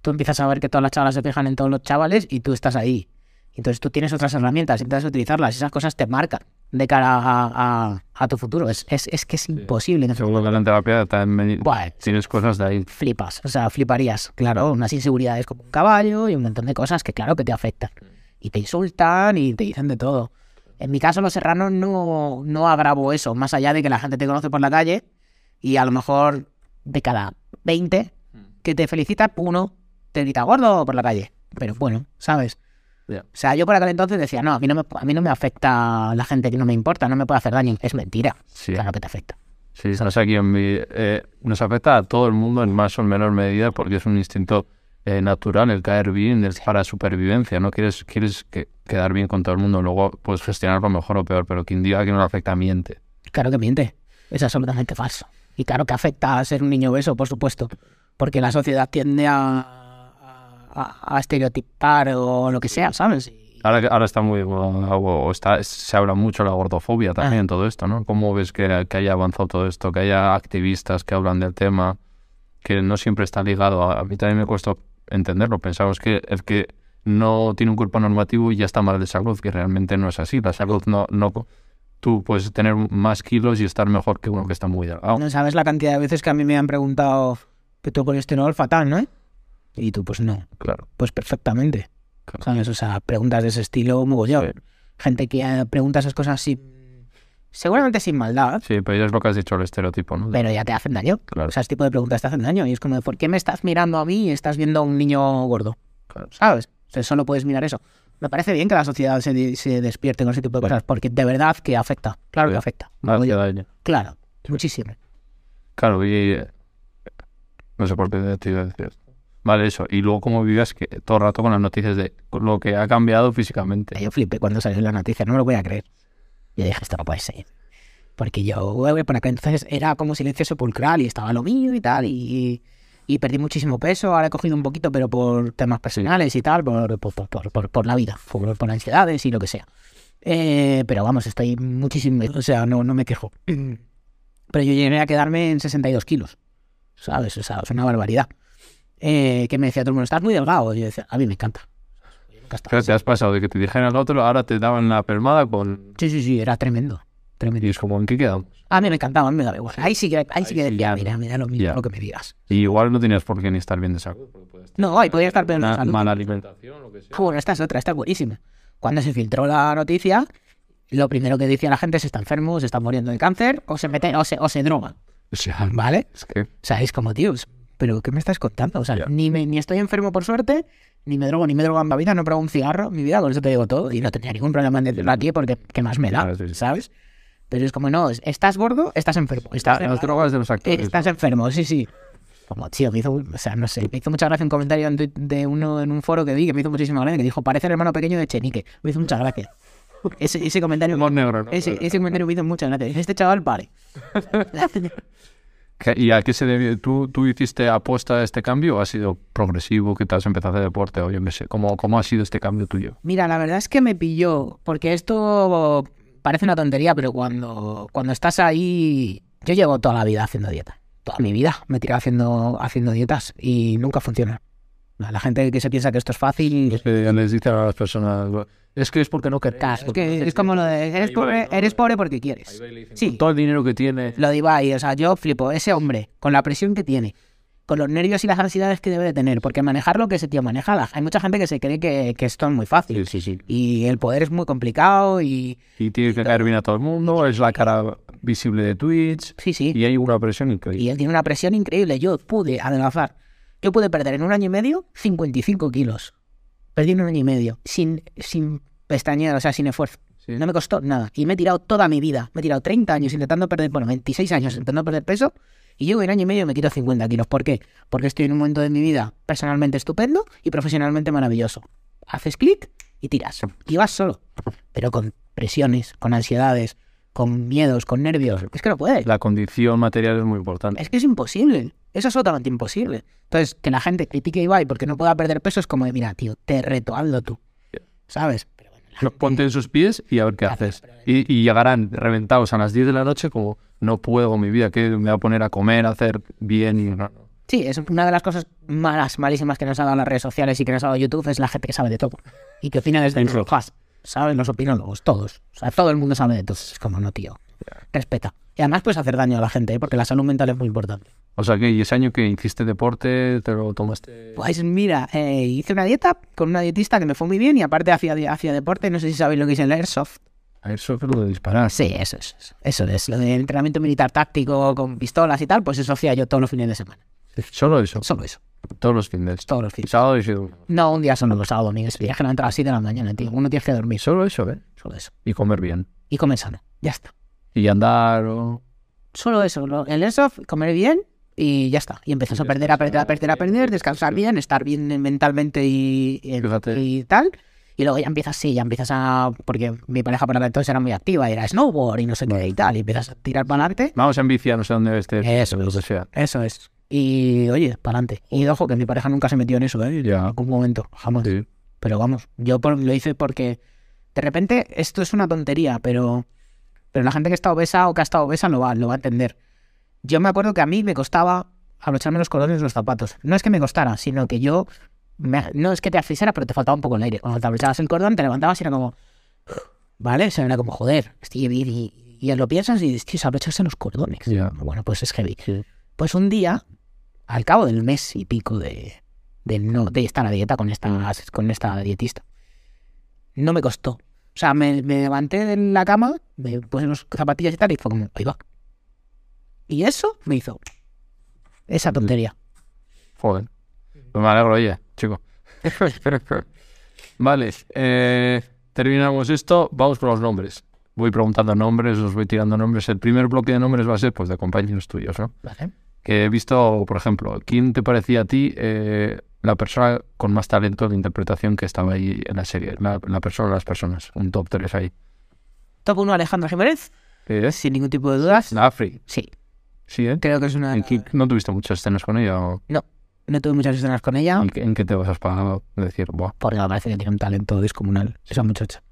S2: Tú empiezas a ver que todas las chavalas se fijan en todos los chavales y tú estás ahí. Entonces tú tienes otras herramientas, intentas utilizarlas, esas cosas te marcan de cara a, a- a tu futuro. Es, es- es que es imposible. este que-
S3: Seguro que en la terapia también
S2: Buah,
S3: tienes cosas de ahí.
S2: Pues, flipas, o sea, fliparías. Claro, unas inseguridades como un caballo y un montón de cosas que claro que te afectan. Y te insultan y te dicen de todo. En mi caso, Los Serranos no, no agravó eso, más allá de que la gente te conoce por la calle y a lo mejor de cada Mm. 20 que te felicita, uno te grita gordo por la calle. Pero bueno, ¿sabes?
S3: Ya.
S2: O sea, yo por aquel entonces decía, no, a mí no, me, a mí no me afecta la gente que no me importa, no me puede hacer daño. Es mentira.
S3: Sí.
S2: Claro que te afecta.
S3: Sí, no sé quién vi- eh, nos afecta a todo el mundo en más o en menor medida porque es un instinto eh, natural el caer bien es para supervivencia, ¿no? Quieres, quieres que- quedar bien con todo el mundo, luego puedes gestionarlo mejor o peor, pero quien diga que no le afecta miente.
S2: Claro que miente. Es absolutamente falso. Y claro que afecta a ser un niño obeso, por supuesto. Porque la sociedad tiende a, a, a estereotipar o lo que sea, ¿sabes? Y-
S3: Ahora, ahora está muy... O está, se habla mucho de la gordofobia también,
S2: Ah.
S3: en todo esto, ¿no? ¿Cómo ves que, que haya avanzado todo esto? Que haya activistas que hablan del tema, que no siempre está ligado. A, a mí también me cuesta entenderlo. Pensamos que el que no tiene un cuerpo normativo ya está mal de salud, que realmente no es así. La salud no... no tú puedes tener más kilos y estar mejor que uno que está muy delgado.
S2: No sabes la cantidad de veces que a mí me han preguntado que tú con estenol fatal, ¿no? eh?" Y tú, pues no,
S3: Claro.
S2: pues perfectamente.
S3: Claro.
S2: ¿Sabes? O sea, preguntas de ese estilo, mogollón.
S3: Sí.
S2: Gente que eh, pregunta esas cosas sin. Seguramente sin maldad,
S3: Sí, pero ya es lo que has dicho, el estereotipo, ¿no?
S2: pero ya te hacen daño.
S3: Claro.
S2: O sea, ese tipo de preguntas te hacen daño. Y es como, de, ¿por qué me estás mirando a mí y estás viendo a un niño gordo?
S3: Claro.
S2: ¿Sabes? O sea, solo puedes mirar eso. Me parece bien que la sociedad se, di- se despierte con ese tipo de cosas, porque de verdad que afecta. Claro
S3: Sí.
S2: que afecta.
S3: Hace
S2: mogollón.
S3: daño.
S2: Claro, muchísimo.
S3: Claro, y... eh, No sé por qué te iba a decir esto. Vale, eso. Y luego cómo vivías que, todo el rato con las noticias de lo que ha cambiado físicamente.
S2: Yo flipé cuando salió la noticia, no me lo voy a creer. Yo dije, esto no puede ser. Porque yo, güey, por aquel entonces era como silencio sepulcral y estaba lo mío y tal, y, y perdí muchísimo peso, ahora he cogido un poquito, pero por temas personales y tal, por, por, por- por- por- por la vida, por, por ansiedades y lo que sea. Eh, pero vamos, estoy muchísimo, o sea, no, no me quejo. Pero yo llegué a quedarme en 62 kilos, ¿sabes? O sea, es una barbaridad. Eh, que me decía todo el mundo, estás muy delgado. Y yo decía, a mí me encanta. Yo nunca he estado
S3: Claro, te has pasado de que te dijeran al otro, ahora te daban la permada con...
S2: Sí, sí, sí, era tremendo. Tremendo.
S3: Y es como, ¿en qué quedamos?
S2: A mí me encantaba, a mí me daba igual. Ahí sí que, ahí sí que
S3: sí,
S2: decía,
S3: ya.
S2: mira, me da lo mismo
S3: Ya.
S2: lo que me digas.
S3: Y igual no tenías por qué ni estar bien de salud. porque puedes
S2: No, ahí podría estar peor.
S3: tener
S2: de
S3: Una
S2: salud.
S3: mala alimentación, lo que sea.
S2: Ah, Bueno, esta es otra, esta es buenísima. Cuando se filtró la noticia, lo primero que decía la gente es está enfermo, se está muriendo de cáncer, o se mete, o se, o se droga.
S3: O sea,
S2: ¿Vale?
S3: es que...
S2: O sea, es como, tíos, ¿pero qué me estás contando? O sea,
S3: Ya.
S2: ni, me, ni estoy enfermo por suerte, ni me drogo, ni me drogo en mi vida, no pruebo un cigarro en mi vida, con eso te digo todo, y no tendría ningún problema en decirlo aquí porque qué más me da,
S3: Claro, sí, sí.
S2: ¿sabes? Pero es como, no, es- estás gordo, estás enfermo. Estás,
S3: Las drogas de los
S2: Eh,
S3: actores.
S2: Estás enfermo, sí, sí. Como, tío, me hizo, o sea, no sé, me hizo mucha gracia un comentario en tuit de uno en un foro que vi que me hizo muchísima gracia, que dijo, parece el hermano pequeño de Chenique. Me hizo mucha gracia. Ese, ese comentario...
S3: Humor negro, ¿no?
S2: Ese, ese comentario me hizo mucha gracia. Dije, este chaval pare.
S3: ¿Qué- ¿Y a qué se debió? ¿Tú, ¿Tú hiciste apuesta a este cambio o ha sido progresivo que te has empezado a hacer deporte o yo qué sé? ¿Cómo, cómo ha sido este cambio tuyo?
S2: Mira, la verdad es que me pilló, porque esto parece una tontería, pero cuando, cuando estás ahí, yo llevo toda la vida haciendo dieta. Toda mi vida me he tirado haciendo, haciendo dietas y nunca funciona. La gente que se piensa que esto es fácil,
S3: les dicen a las personas, es que es porque no querés.
S2: Claro, es, que es como lo de eres pobre, eres pobre porque quieres. Sí,
S3: Todo el dinero que tiene.
S2: lo de Ibai, o sea, yo flipo, ese hombre, con la presión que tiene, con los nervios y las ansiedades que debe de tener, porque manejar lo que ese tío maneja, la- hay mucha gente que se cree que, que esto es muy fácil.
S3: Sí, sí, sí.
S2: Y el poder es muy complicado y...
S3: Y tiene que caer bien a todo el mundo, es la cara visible de Twitch
S2: Sí, sí.
S3: y hay una presión
S2: Y
S3: increíble.
S2: él tiene una presión increíble. Yo pude adelgazar. Yo pude perder en un año y medio 55 kilos. Perdí en un año y medio. Sin, sin pestañear, o sea, sin esfuerzo.
S3: Sí.
S2: No me costó nada. Y me he tirado toda mi vida. Me he tirado 30 años intentando perder, bueno, 26 años intentando perder peso. Y llevo en un año y medio y me quito 50 kilos. ¿Por qué? Porque estoy en un momento de mi vida personalmente estupendo y profesionalmente maravilloso. Haces clic y tiras. Y vas solo. Pero con presiones, con ansiedades, con miedos, con nervios. Es que no puedes.
S3: La condición material es muy importante.
S2: Es que es imposible. Eso es totalmente imposible. Entonces, que la gente critique a Ibai porque no pueda perder peso es como de, mira, tío, te reto, hazlo tú. ¿Sabes? Pero bueno, la gente-
S3: Ponte en sus pies y a ver qué haces. Y, y llegarán reventados a las 10 de la noche como, no puedo mi vida, que me voy a poner a comer, a hacer bien y... no, no.
S2: Sí, es una de las cosas malas, malísimas que nos ha dado las redes sociales y que nos ha dado YouTube es la gente que sabe de todo. Y que opina desde el sofás. ¿Sabes? Los opinólogos, todos. O sea, todo el mundo sabe de todo. Es como, no, tío. Respeta. Y además puedes hacer daño a la gente, ¿eh? porque la salud mental es muy importante.
S3: O sea que, ¿y ese año que hiciste deporte, te lo tomaste?
S2: Pues mira, eh, hice una dieta con una dietista que me fue muy bien y aparte hacía, hacía deporte. No sé si sabéis lo que es el airsoft.
S3: A eso es lo de disparar.
S2: Sí, eso es. Eso es. Lo de entrenamiento militar táctico con pistolas y tal, pues eso hacía yo todos los fines de semana.
S3: Solo eso.
S2: Solo eso.
S3: Todos los fines.
S2: Todos los fines.
S3: Sábado y domingo.
S2: No, un día son los sábados, Miguel. Se viajan a las 7 de la mañana, tío. Uno tiene que dormir
S3: Solo eso, ¿eh?
S2: solo eso.
S3: Y comer bien.
S2: Y comer sano. Ya está.
S3: Y andar o...
S2: Solo eso. lo- el airsoft, comer bien y ya está. Y empiezas a perder, a perder, a perder, a perder, descansar bien, estar bien mentalmente y, y-
S3: Fíjate.
S2: y tal. Y luego ya empiezas, sí, ya empiezas a... Porque mi pareja para entonces era muy activa, era snowboard y no sé qué y tal. Y empiezas a tirar para adelante.
S3: Vamos en bici a no sé dónde estés.
S2: Eso,
S3: Lo que sea.
S2: Eso es. Y oye, para adelante. Y ojo, que mi pareja nunca se metió en eso, ¿eh? En
S3: Ya.
S2: algún momento, jamás.
S3: Sí.
S2: Pero vamos, yo por- lo hice porque de repente esto es una tontería, pero, pero la gente que está obesa o que ha estado obesa lo va, lo va a entender. Yo me acuerdo que a mí me costaba abrocharme los cordones de los zapatos. No es que me costara, sino que yo. me- no es que te asfixiara, pero te faltaba un poco el aire. Cuando te abrochabas el cordón, te levantabas y era como. ¿Vale? O sea, era como joder. Estoy bien. Y, y lo piensas y dices, tío, se abrocharse los cordones.
S3: Ya.
S2: Bueno, pues es heavy. Pues un día, al cabo del mes y pico de, de no de estar a dieta con esta, con esta dietista, no me costó. O sea, me, me levanté de la cama, me puse unas zapatillas y tal, y fue como, ahí va. Y eso me hizo esa tontería.
S3: Joder. Pues me alegro, oye, chico. vale, eh, terminamos esto. Vamos con los nombres. Voy preguntando nombres, os voy tirando nombres. El primer bloque de nombres va a ser pues de compañeros tuyos, ¿no?
S2: Vale.
S3: Que he visto, por ejemplo, ¿quién te parecía a ti eh, la persona con más talento de interpretación que estaba ahí en la serie? La, la persona o las personas. Un top 3 ahí.
S2: Top 1 Alejandro Jiménez,
S3: ¿Qué es?
S2: sin ningún tipo de dudas.
S3: Nafri.
S2: Sí,
S3: Sí, ¿eh?
S2: creo que es una...
S3: ¿En qué- ¿No tuviste muchas escenas con ella? o
S2: No tuve muchas escenas con ella,
S3: ¿En, qué, en qué te vas a decir, buah,
S2: porque me parece que tiene un talento descomunal esa muchacha.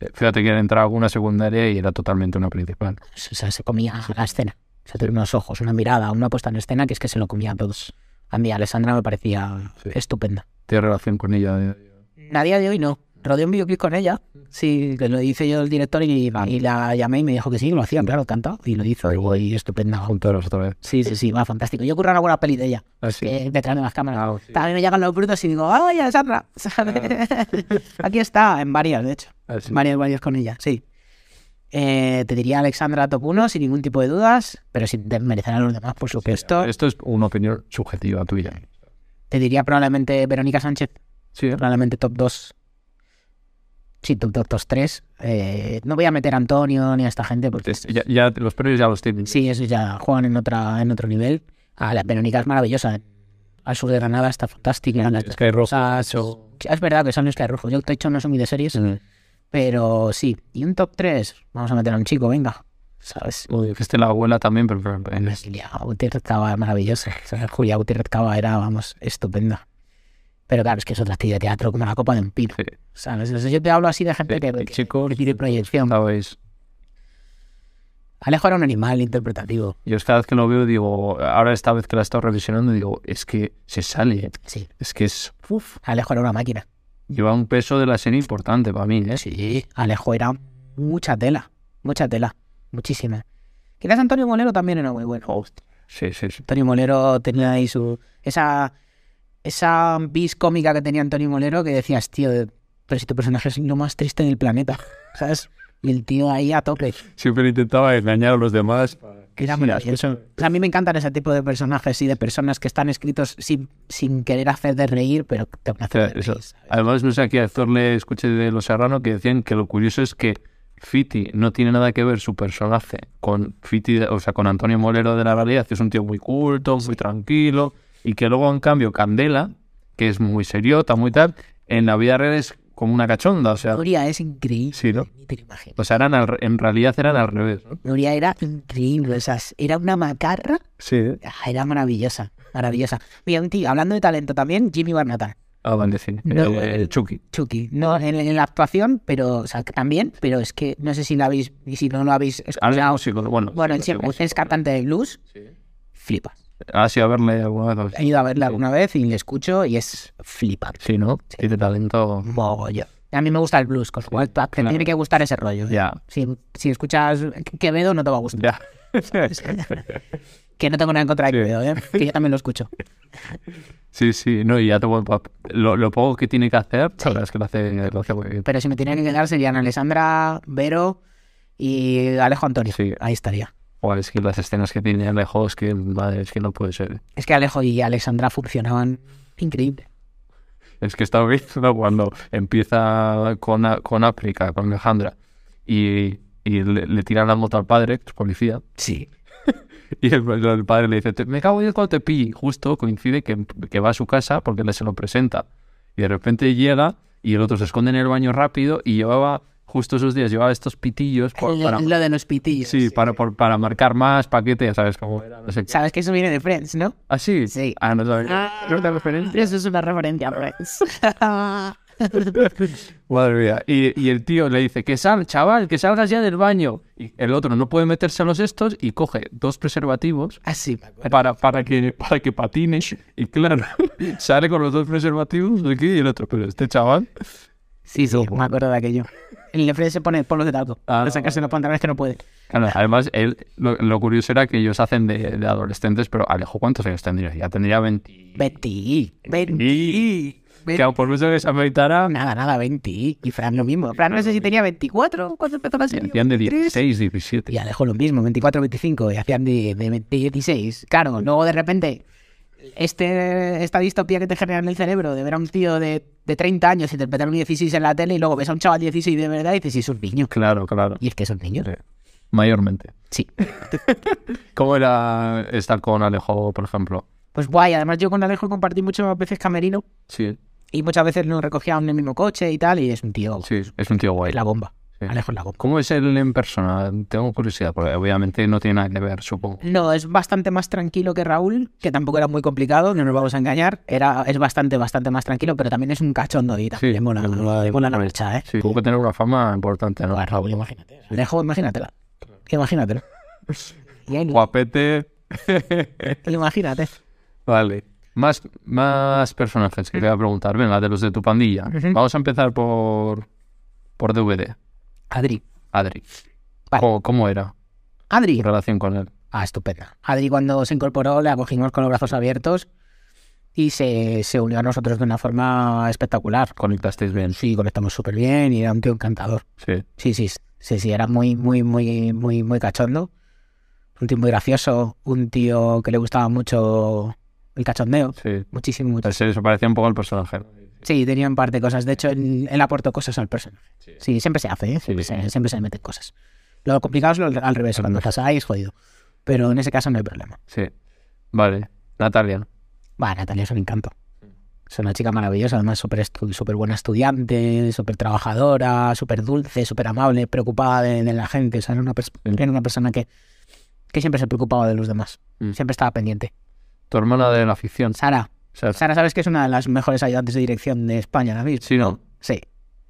S3: Eh, Fíjate que entraba con una secundaria y era totalmente una principal.
S2: Pues, O sea, se comía la escena. O sea, tenía unos ojos, una mirada, una puesta en escena que es que se lo comía a todos. A mí, Alessandra me parecía
S3: Sí.
S2: estupenda.
S3: Tiene relación con ella. eh.
S2: A día de hoy no. Rodé un videoclip con ella. Sí, que lo hice yo el director y, y la llamé y me dijo que sí, que lo hacía, claro, cantado. Y lo hizo. Y güey, estupenda.
S3: Juntaros otra vez.
S2: Sí, sí, sí, va fantástico. Yo curraba alguna peli de ella,
S3: Así.
S2: que detrás de las cámaras. También me llegan los brutos y digo, ¡ay, Alessandra! ¿sabes? Aquí está, en varias, de hecho.
S3: Así.
S2: Varios, varios con ella, sí. Eh, te diría Alexandra top 1 sin ningún tipo de dudas, pero sin desmerecer a los demás, por supuesto.
S3: Esto es una opinión subjetiva tuya.
S2: te diría probablemente Verónica Sánchez,
S3: Sí, ¿eh?
S2: probablemente top 2. Sí, top 2, top 3. no voy a meter a Antonio ni a esta gente porque
S3: Es- Este, Ya, ya- los premios ya los tienen.
S2: sí, eso ya juegan en otra en otro nivel. A la Verónica es maravillosa. Al sur de Granada está fantástica. Las
S3: Sky Rojo.
S2: cosas, o- Sí, Es verdad que son los que rojo. Yo, de hecho, no soy muy de series, pero sí. Y un top 3, vamos a meter a un chico, venga. ¿Sabes?
S3: Este la abuela también, pero pero- en este, es-
S2: Julia Gutiérrez Cava es maravillosa. O sea, Julia Gutiérrez Cava era, vamos, estupenda. Pero claro, es que es otra actriz de teatro como la copa de un pino.
S3: Sí.
S2: ¿Sabes? Entonces, yo te hablo así de gente
S3: Sí,
S2: que,
S3: y
S2: que-
S3: chicos,
S2: que tiene proyección.
S3: sabéis.
S2: Alejo era un animal interpretativo.
S3: Yo es cada vez que lo veo digo, ahora esta vez que la he estado revisionando digo, es que se sale, ¿eh?
S2: Sí.
S3: es que es, uf,
S2: Alejo era una máquina.
S3: lleva un peso de la serie importante para mí, ¿eh?
S2: Sí. Alejo era mucha tela. Mucha tela. Muchísima. Quizás Antonio Molero también era muy bueno.
S3: Sí, sí, sí.
S2: Antonio Molero tenía ahí su. Esa. Esa bis cómica que tenía Antonio Molero que decías, tío, pero si tu personaje es lo más triste del planeta, ¿sabes? Y el tío ahí a tope.
S6: Siempre intentaba engañar a los demás.
S2: Que era
S3: Sí, las
S2: maravilloso. O sea, a mí me encantan ese tipo de personajes y de personas que están escritos sin, sin querer hacer de reír, pero te van a hacer de
S3: Eso.
S2: reír, ¿sabes?
S3: Además, no sé a qué actor le escuché de Los Serrano que decían que lo curioso es que Fiti no tiene nada que ver su personaje con Fiti, o sea, con Antonio Molero de la realidad, que es un tío muy culto, muy tranquilo, y que luego, en cambio, Candela, que es muy seriota, muy tal, en la vida real es como una cachonda, o
S2: Nuria
S3: sea,
S2: es increíble.
S3: Sí, ¿no?
S2: Ni te lo imaginas.
S3: o sea eran al re- en realidad eran al revés. ¿no?
S2: Nuria era increíble. O sea, era una macarra.
S3: Sí.
S2: Ah, Era maravillosa. Maravillosa. Mira, un tío, hablando de talento también, Jimmy Barnata.
S3: Ah, vale, sí.
S2: No,
S3: Eh,
S2: bueno.
S3: eh, Chucky.
S2: Chucky, no en, en la actuación, pero o sea, que también, pero es que no sé si lo habéis y si no lo habéis
S3: Ah,
S2: escuchado.
S3: sí, bueno,
S2: bueno,
S3: sí,
S2: es,
S3: sí, sí.
S2: es cantante de blues, flipa.
S3: Ah, sí, a verle alguna vez.
S2: He ido a verla alguna vez y le escucho y es flipante.
S3: Sí, ¿no? Tiene talento.
S2: Mogollón. A mí me gusta el blues, con lo cual te
S3: claro.
S2: tiene que gustar ese rollo.
S3: Ya,
S2: Si, si escuchas Quevedo no te va a gustar.
S3: ya.
S2: Que no tengo nada en contra de Quevedo, ¿eh? que yo también lo escucho.
S3: Sí, sí, no, y ya te voy pa- lo, lo poco que tiene que hacer,
S2: Sí.
S3: la verdad es que lo hace, lo hace muy bien.
S2: Pero si me tenía que quedar serían Alessandra, Vero y Alejo Antonio.
S3: Sí.
S2: Ahí estaría.
S3: O es que las escenas que tiene Alejo es que, madre, es que no puede ser.
S2: Es que Alejo y Alexandra funcionaban increíble.
S3: Es que estaba viendo cuando empieza con, a- con África, con Alejandra, y, y le, le tiran la moto al padre, que es policía,
S2: Sí.
S3: y el, el padre le dice, "Te- me cago en Dios cuando te pille. Justo coincide que, que va a su casa porque le se lo presenta. Y de repente llega y el otro se esconde en el baño rápido y llevaba, justo esos días, llevaba estos pitillos por- para,
S2: Lo de los pitillos.
S3: sí, para, por- para marcar más paquete, ya sabes cómo era, no sé qué.
S2: Sabes que eso viene de Friends, ¿no?
S3: ¿Ah, sí?
S2: Sí.
S3: Ah, no sabía.
S2: Eso es una referencia a Friends. Ah,
S3: Madre mía. Y, y el tío le dice, que sal, chaval, que salgas ya del baño. Y el otro no puede meterse a los estos y coge dos preservativos
S2: Así.
S3: para, para, que, para que patine. Y claro, sale con los dos preservativos de aquí y el otro. Pero este chaval...
S2: Sí, sí, me acuerdo de aquello. En el de Friends se pone polos de talco.
S3: Ah,
S2: para sacarse los pantalones que no puede.
S3: Claro, además, él, lo, lo curioso era que ellos hacen de, de adolescentes, pero Alejo, ¿cuántos años tendría? Ya tendría 20...
S2: Betty.
S3: Y-
S2: Betty.
S3: Que aun por mucho que se ameritara,
S2: Nada, nada, 20. Y Fran lo mismo. Fran no sé si tenía 24 cuando empezó la serie.
S3: hacían de
S2: 23.
S3: 16, 17.
S2: Y Alejo lo mismo, 24, 25, y hacían de, de 20, 16. Claro, luego de repente, este, esta distopía que te genera en el cerebro de ver a un tío de, de 30 años interpretar un 16 en la tele y luego ves a un chaval 16 de verdad y dices, sí, es un niño.
S3: Claro, claro. Eh,
S2: Y es que es un niño.
S3: Mayormente.
S2: Sí.
S3: ¿Cómo era estar con Alejo, por ejemplo?
S2: Pues guay, además yo con Alejo compartí muchas veces camerino
S3: Sí,
S2: y muchas veces nos recogíamos en el mismo coche y tal, y es un tío,
S3: sí, es un tío guay.
S2: es la bomba.
S3: Sí.
S2: Alejo es la bomba.
S3: ¿Cómo es él en persona? Tengo curiosidad, porque obviamente no tiene nada que ver, supongo.
S2: No, es bastante más tranquilo que Raúl, que tampoco era muy complicado, no nos vamos a engañar. Era, es bastante, bastante más tranquilo, pero también es un cachondo y también
S3: Sí,
S2: le mola,
S3: le
S2: le mola la marcha, ¿eh?
S3: Sí, tuvo que tener una fama importante, ¿no?
S2: Bueno, Raúl, imagínate. Alejo, imagínatela. Imagínatela. Y él,
S3: Guapete.
S2: imagínate.
S3: vale. Más, más personajes que te voy a preguntar. Ven, la de los de tu pandilla.
S2: Ujú.
S3: Vamos a empezar por, por DVD.
S2: Adri.
S3: Adri.
S2: Vale.
S3: ¿Cómo, cómo era tu
S2: Adri.
S3: relación con él?
S2: Ah, estupenda. Adri cuando se incorporó la cogimos con los brazos abiertos y se, se unió a nosotros de una forma espectacular.
S3: ¿Conectasteis bien?
S2: Sí, conectamos súper bien y era un tío encantador.
S3: Sí.
S2: Sí, sí, sí, sí, era muy, muy, muy, muy, muy cachondo. Un tío muy gracioso, un tío que le gustaba mucho el cachondeo.
S3: Sí.
S2: Muchísimo, mucho.
S3: Se se parecía un poco al personaje. ¿no?
S2: Sí, tenía en parte cosas. De hecho, él, él aportó cosas al personaje. Sí, siempre se hace, ¿eh? siempre,
S3: Sí.
S2: se, siempre se le meten cosas. Lo complicado es lo al revés, cuando estás ahí es jodido. Pero en ese caso no hay problema.
S3: Sí. Vale. Natalia.
S2: Va, Natalia es un encanto. Es una chica maravillosa, además súper estu- súper buena estudiante, súper trabajadora, súper dulce, súper amable, preocupada de, de la gente. O sea, era una, pers- era una persona que, que siempre se preocupaba de los demás.
S3: Mm.
S2: Siempre estaba pendiente.
S3: Tu hermana de la afición.
S2: Sara.
S3: Sara.
S2: Sara, ¿sabes que es una de las mejores ayudantes de dirección de España, David?
S3: Sí, no.
S2: Sí.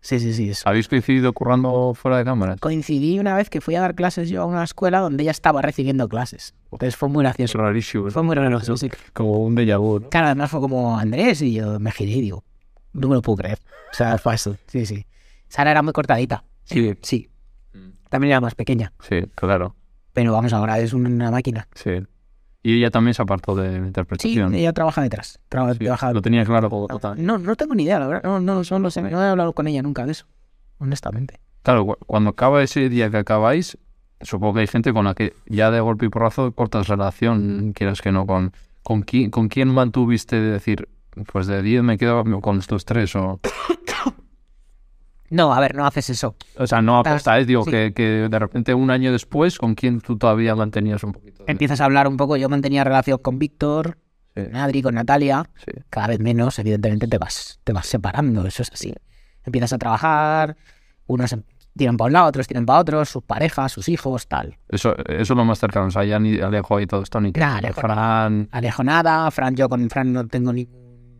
S2: Sí, sí, sí. es-
S3: ¿Habéis coincidido currando fuera de cámara?
S2: Coincidí una vez que fui a dar clases yo a una escuela donde ella estaba recibiendo clases. Entonces fue muy
S3: Es
S2: gracioso.
S3: rarísimo,
S2: Fue muy gracioso. sí.
S3: como un déjà vu. ¿no?
S2: Claro, además fue como Andrés y yo me giré y digo, no me lo puedo creer. O sea, fue así. Sí, sí. Sara era muy cortadita.
S3: Sí.
S2: Sí.
S3: Mm.
S2: También era más pequeña.
S3: Sí, claro,
S2: Pero vamos, ahora es una máquina.
S3: sí. Y ella también se apartó de la
S2: Sí,
S3: interpretación.
S2: ella trabaja detrás. Traba-
S3: Sí,
S2: trabaja-
S3: Lo tenía claro como total.
S2: No, no tengo ni idea, la verdad. No, no, no lo sé. No he hablado con ella nunca de eso. Honestamente.
S3: Claro, cu- cuando acaba ese día que acabáis, supongo que hay gente con la que ya de golpe y porrazo cortas
S2: Mm.
S3: relación, quieras que no, con, con, quién, con quién mantuviste de decir, pues de 10 me quedo con estos tres o...
S2: No, a ver, no haces eso.
S3: O sea, no
S2: Claro,
S3: apostáis, digo,
S2: sí.
S3: que, que de repente un año después, ¿con quién tú todavía mantenías un poquito? de-
S2: Empiezas a hablar un poco. Yo mantenía relación con Víctor,
S3: Sí.
S2: con Adri, con Natalia.
S3: Sí.
S2: cada vez menos, evidentemente te vas, te vas separando, eso es así. Empiezas a trabajar, unos tiran para un lado, otros tiran para otro, sus parejas, sus hijos, tal.
S3: Eso, eso es lo más cercano, o sea, ya ni Alejo y todo esto, ni
S2: Nah, Alejo.
S3: Fran,
S2: Alejo nada, Fran, yo con Fran no tengo ni-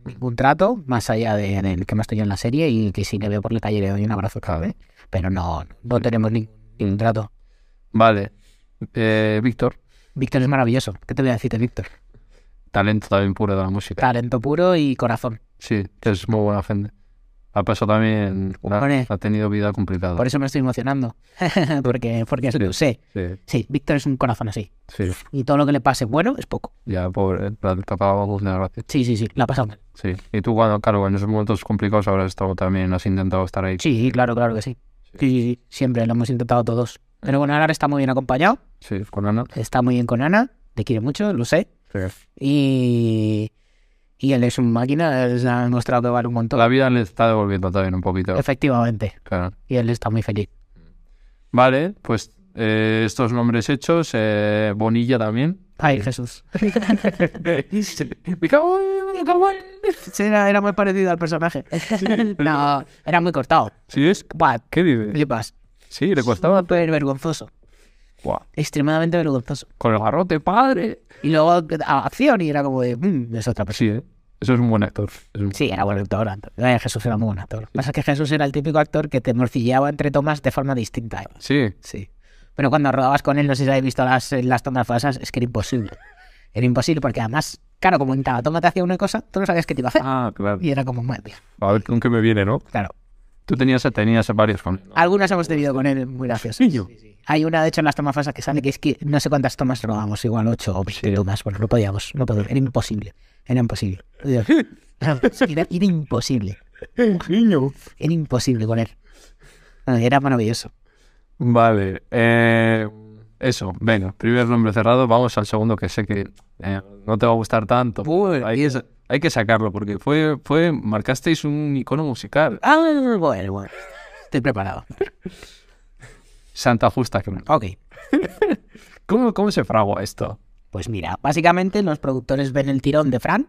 S2: ningún trato, más allá de, del que me estoy yo en la serie y que si le veo por la calle le doy un abrazo cada vez. Pero no, no tenemos ni- ningún trato.
S3: Vale. Eh, Víctor,
S2: Víctor es maravilloso. ¿Qué te voy a decir de Víctor?
S3: talento también puro de la música.
S2: Talento puro y corazón.
S3: Sí, es muy buena gente. Ha pasado también.
S2: Hombre.
S3: Ha, ha tenido vida complicada.
S2: Por eso me estoy emocionando. porque porque lo sé.
S3: Sí,
S2: Sí, Víctor es un corazón así.
S3: sí.
S2: Y todo lo que le pase bueno es poco.
S3: Ya, eh, pobre. en plan, Papá, vamos de gracia.
S2: Sí, sí, sí, la ha pasado mal.
S3: Sí. Y tú, cuando, claro, en esos momentos complicados habrás estado también, has intentado estar ahí.
S2: Sí, claro, claro que sí. Sí, sí, sí. Siempre lo hemos intentado todos. Pero bueno, ahora está muy bien acompañado.
S3: Sí, con Ana.
S2: Está muy bien con Ana. Te quiere mucho, lo sé. Y, y él es un máquina. Les ha mostrado que vale un montón.
S3: La vida le está devolviendo también un poquito.
S2: Efectivamente.
S3: Claro.
S2: Y él está muy feliz.
S3: Vale, pues eh, estos nombres hechos. eh, Bonilla también.
S2: Ay, Jesús.
S3: Me cago en- me cago en-
S2: Sí, era, era muy parecido al personaje. no, era muy cortado.
S3: ¿Sí es?
S2: Buah,
S3: ¿Qué dice?
S2: flipas.
S3: Sí, le costaba.
S2: Súper vergonzoso.
S3: Buah,
S2: Extremadamente vergonzoso.
S3: con el garrote, padre.
S2: Y luego a- acción y era como de, "Mm, es otra persona.
S3: Sí, ¿eh? Eso es un buen actor. Es un-
S2: Sí, era buen actor. Anto- Eh, Jesús era muy buen actor. Lo que pasa es que Jesús era el típico actor que te morcillaba entre tomas de forma distinta. ¿eh?
S3: Sí.
S2: Sí. Pero cuando rodabas con él, no sé si habéis visto las, eh, las tomas falsas, es que era imposible. Era imposible porque además, claro, como en cada toma te hacía una cosa, tú no sabías qué te iba a hacer.
S3: Ah, claro.
S2: Y era como, madre mía.
S3: A ver con qué me viene, ¿no?
S2: Claro.
S3: Tú tenías, tenías varios con él.
S2: Algunas hemos tenido con él muy graciosas.
S3: yo.
S2: Pues Sí, sí. Hay una, de hecho, en las tomas falsas que sale, que es que no sé cuántas tomas robamos, igual 8 o 20 tomas, porque no podíamos, no podíamos, era imposible, era imposible. Era, era imposible, era imposible con él. Ah, Era maravilloso.
S3: Vale. eh, eso, venga. Primer nombre cerrado. Vamos al segundo que sé que eh, no te va a gustar tanto. hay, que, sa- hay que sacarlo porque fue, fue, marcasteis un icono musical.
S2: Ah, bueno, bueno. Estoy preparado.
S3: Santa Justa. que-
S2: Ok.
S3: ¿Cómo, cómo se fragua esto?
S2: Pues mira, básicamente los productores ven el tirón de Fran.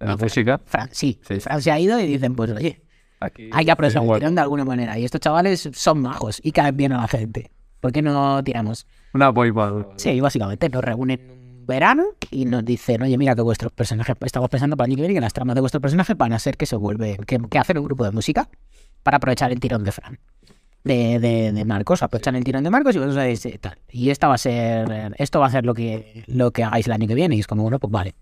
S3: La música.
S2: Fran, sí.
S3: Sí.
S2: Fran se ha ido y dicen, pues oye,
S3: Aquí.
S2: hay que aprovechar el
S3: Igual.
S2: tirón de alguna manera. Y estos chavales son majos y caen bien a la gente. ¿Por qué no tiramos?
S3: Una boy band.
S2: Sí, básicamente nos reúnen un verano y nos dicen, oye, mira que vuestros personajes, estamos pensando para el año que viene que las tramas de vuestros personajes van a ser que se vuelve, que, que hacen un grupo de música para aprovechar el tirón de Fran, de, de, de Marcos, aprovechan el tirón de Marcos y vosotros sabéis eh, tal. Y esta va a ser, eh, esto va a ser lo que, lo que hagáis el año que viene y es como, bueno, pues vale,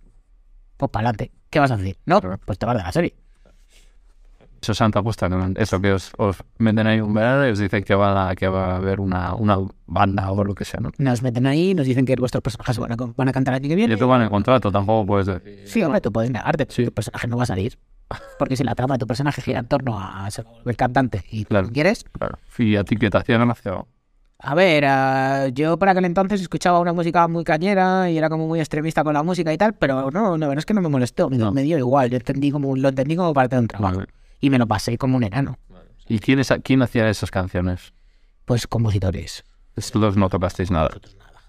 S2: pues para adelante, ¿qué vas a hacer? No,
S3: Claro.
S2: pues te vas de la serie.
S3: Eso Santa Justa, ¿no? eso que os, os meten ahí un verano y os dicen que va a, que va a haber una, una banda o lo que sea, ¿no?
S2: Nos meten ahí, nos dicen que vuestros personajes van a, van a cantar el año que
S3: Y
S2: viene.
S3: te van el contrato, tampoco puedes decir.
S2: Sí, hombre, tú puedes negarte, pero tu personaje no va a salir. Porque si la trama de tu personaje gira en torno a se va a volver cantante y tú
S3: Claro.
S2: no quieres.
S3: Claro. Y a ti que te hacían gracia.
S2: A ver, ah, yo para aquel entonces escuchaba una música muy cañera y era como muy extremista con la música y tal, pero no, la verdad es que no me molestó, me, me dio igual, yo entendí como, lo entendí como parte de un trabajo.
S3: Vale.
S2: Y me lo pasé como un enano.
S3: ¿Y quién, es- quién hacía esas canciones?
S2: Pues compositores.
S3: Los no tocasteis nada.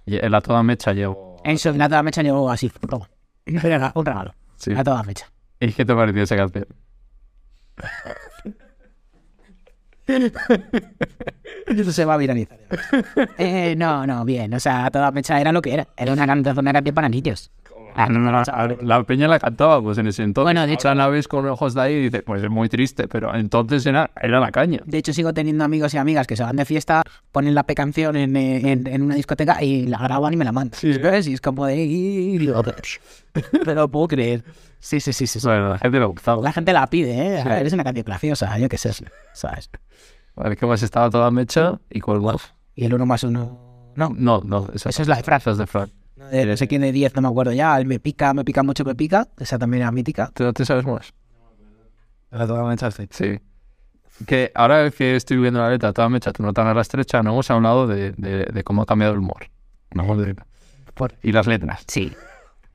S3: Y el a toda mecha llegó.
S2: En su, la toda mecha llegó así, toma. Un regalo, un regalo,
S3: Sí.
S2: a toda mecha.
S3: ¿Y qué te pareció esa canción?
S2: Eso se va a viralizar. de verdad. Eh, no, no, bien. O sea, toda mecha era lo que era. Era una canción era para niños. Ah, no, no, no,
S3: La peña la cantaba, pues en ese entonces.
S2: Bueno, de hecho-
S3: Ahora la ves con ojos de ahí y dices, pues es muy triste, pero entonces era, era la caña.
S2: De hecho, sigo teniendo amigos y amigas que se van de fiesta, ponen la P canción en, eh, en- en una discoteca y la graban y me la mandan. ¿sabes? Y es como de... y digo, Pero no puedo creer. Sí, sí, sí, sí. sí.
S3: Bueno, la gente le gustaba.
S2: La gente la pide, ¿eh? A ver, es una canción graciosa, yo qué sé, ¿sabes?
S3: Vale, ¿qué más estaba toda mecha y cuál más?
S2: Y el uno más uno... No,
S3: No, no, esa,
S2: esa es la de Fran.
S3: esa es de Frank.
S2: No, de no sé quién de 10, no me acuerdo ya. El me pica, me pica mucho, me pica. Esa también era mítica.
S3: ¿Tú no te sabes más? Sí. Que ahora que estoy viendo la letra toda mecha, tu nota a la estrecha, no hemos hablado de, de, de cómo ha cambiado el humor. No, de-
S2: Por-
S3: Y las letras.
S2: Sí.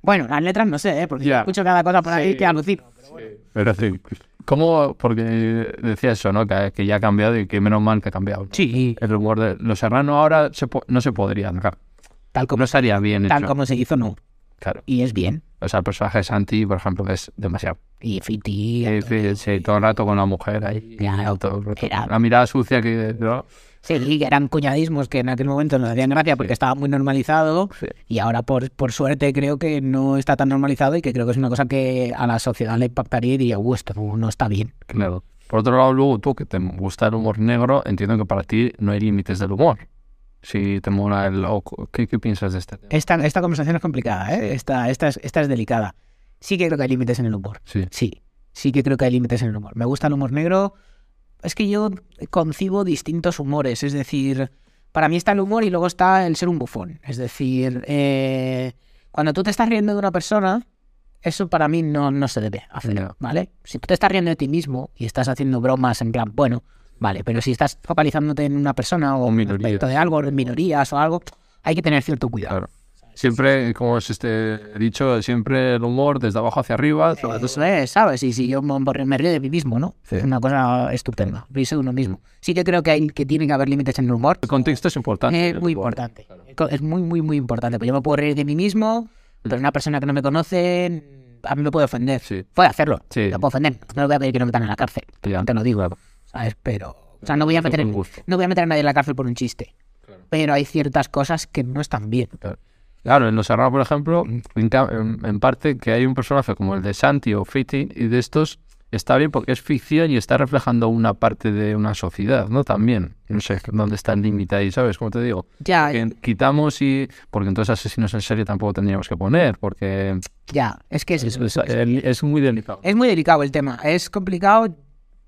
S2: Bueno, las letras no sé, ¿eh? Porque
S3: Ya.
S2: escucho cada cosa por ahí que alucino.
S3: Pero sí. ¿Cómo? Porque decía eso, ¿no? Que, que ya ha cambiado y que menos mal que ha cambiado.
S2: Sí,
S3: El humor de los serranos ahora se po- no se podría tocar.
S2: tal como,
S3: No estaría bien
S2: tal
S3: hecho.
S2: como se hizo, no.
S3: Claro.
S2: Y es bien.
S3: O sea, el personaje de Santi, por ejemplo, es demasiado.
S2: Y Fiti.
S3: Eh, sí, sí, todo el rato con la mujer ahí.
S2: Claro,
S3: Todo el rato.
S2: era-
S3: La mirada sucia que... ¿no?
S2: Sí, que eran cuñadismos que en aquel momento nos hacían gracia porque estaba muy normalizado
S3: Sí.
S2: y ahora por, por suerte creo que no está tan normalizado y que creo que es una cosa que a la sociedad le impactaría y diría, "Uh, esto no no está bien.
S3: Claro. Por otro lado, luego tú que te gusta el humor negro, entiendo que para ti no hay límites del humor. Si te mola el... o- ¿Qué, qué piensas de este tema?
S2: Esta, esta conversación es complicada, ¿eh? Esta, esta, es, esta es delicada. Sí que creo que hay límites en el humor.
S3: Sí.
S2: Sí, sí que creo que hay límites en el humor. Me gusta el humor negro. Es que yo concibo distintos humores, es decir, para mí está el humor y luego está el ser un bufón. Es decir, eh, cuando tú te estás riendo de una persona, eso para mí no, no se debe hacer,
S3: No.
S2: ¿vale? Si tú te estás riendo de ti mismo y estás haciendo bromas en plan, bueno, Vale, pero si estás focalizándote en una persona o
S3: O
S2: en un
S3: minorías.
S2: aspecto de algo, en minorías o algo, hay que tener cierto cuidado.
S3: Claro. Siempre, como os este, he dicho, siempre el humor desde abajo hacia arriba. sobre todo-
S2: Eso es, ¿sabes? Y si yo me me río de mí mismo, ¿no?
S3: Sí.
S2: Es una cosa estupenda, reírse de uno mismo. Sí que creo que, hay, que tiene que haber límites en el humor.
S3: El contexto es importante.
S2: Es muy importante. Es muy, muy, muy importante. Pues yo me puedo reír de mí mismo, pero una persona que no me conoce, a mí me puede ofender.
S3: Sí.
S2: Puede hacerlo.
S3: Sí.
S2: Lo puedo ofender. No le voy a pedir que no me metan en la cárcel.
S3: Ya.
S2: Te lo digo, ¿sabes? Pero. O sea, no voy, a meter,
S3: con gusto.
S2: no voy a meter a nadie en la cárcel por un chiste. Pero hay ciertas cosas que no están bien.
S3: Claro. Claro, en Los Serrano, por ejemplo, en, ca- en- en parte que hay un personaje como el de Santi o Fiti y de estos está bien porque es ficción y está reflejando una parte de una sociedad, ¿no? También. No sé dónde está el límite ahí, ¿sabes? Como te digo.
S2: Ya,
S3: Que quitamos y. Porque entonces asesinos en serie tampoco tendríamos que poner, porque
S2: ya. Es que es Eh.
S3: es,
S2: eso.
S3: es- es muy delicado.
S2: Es muy delicado el tema, es complicado,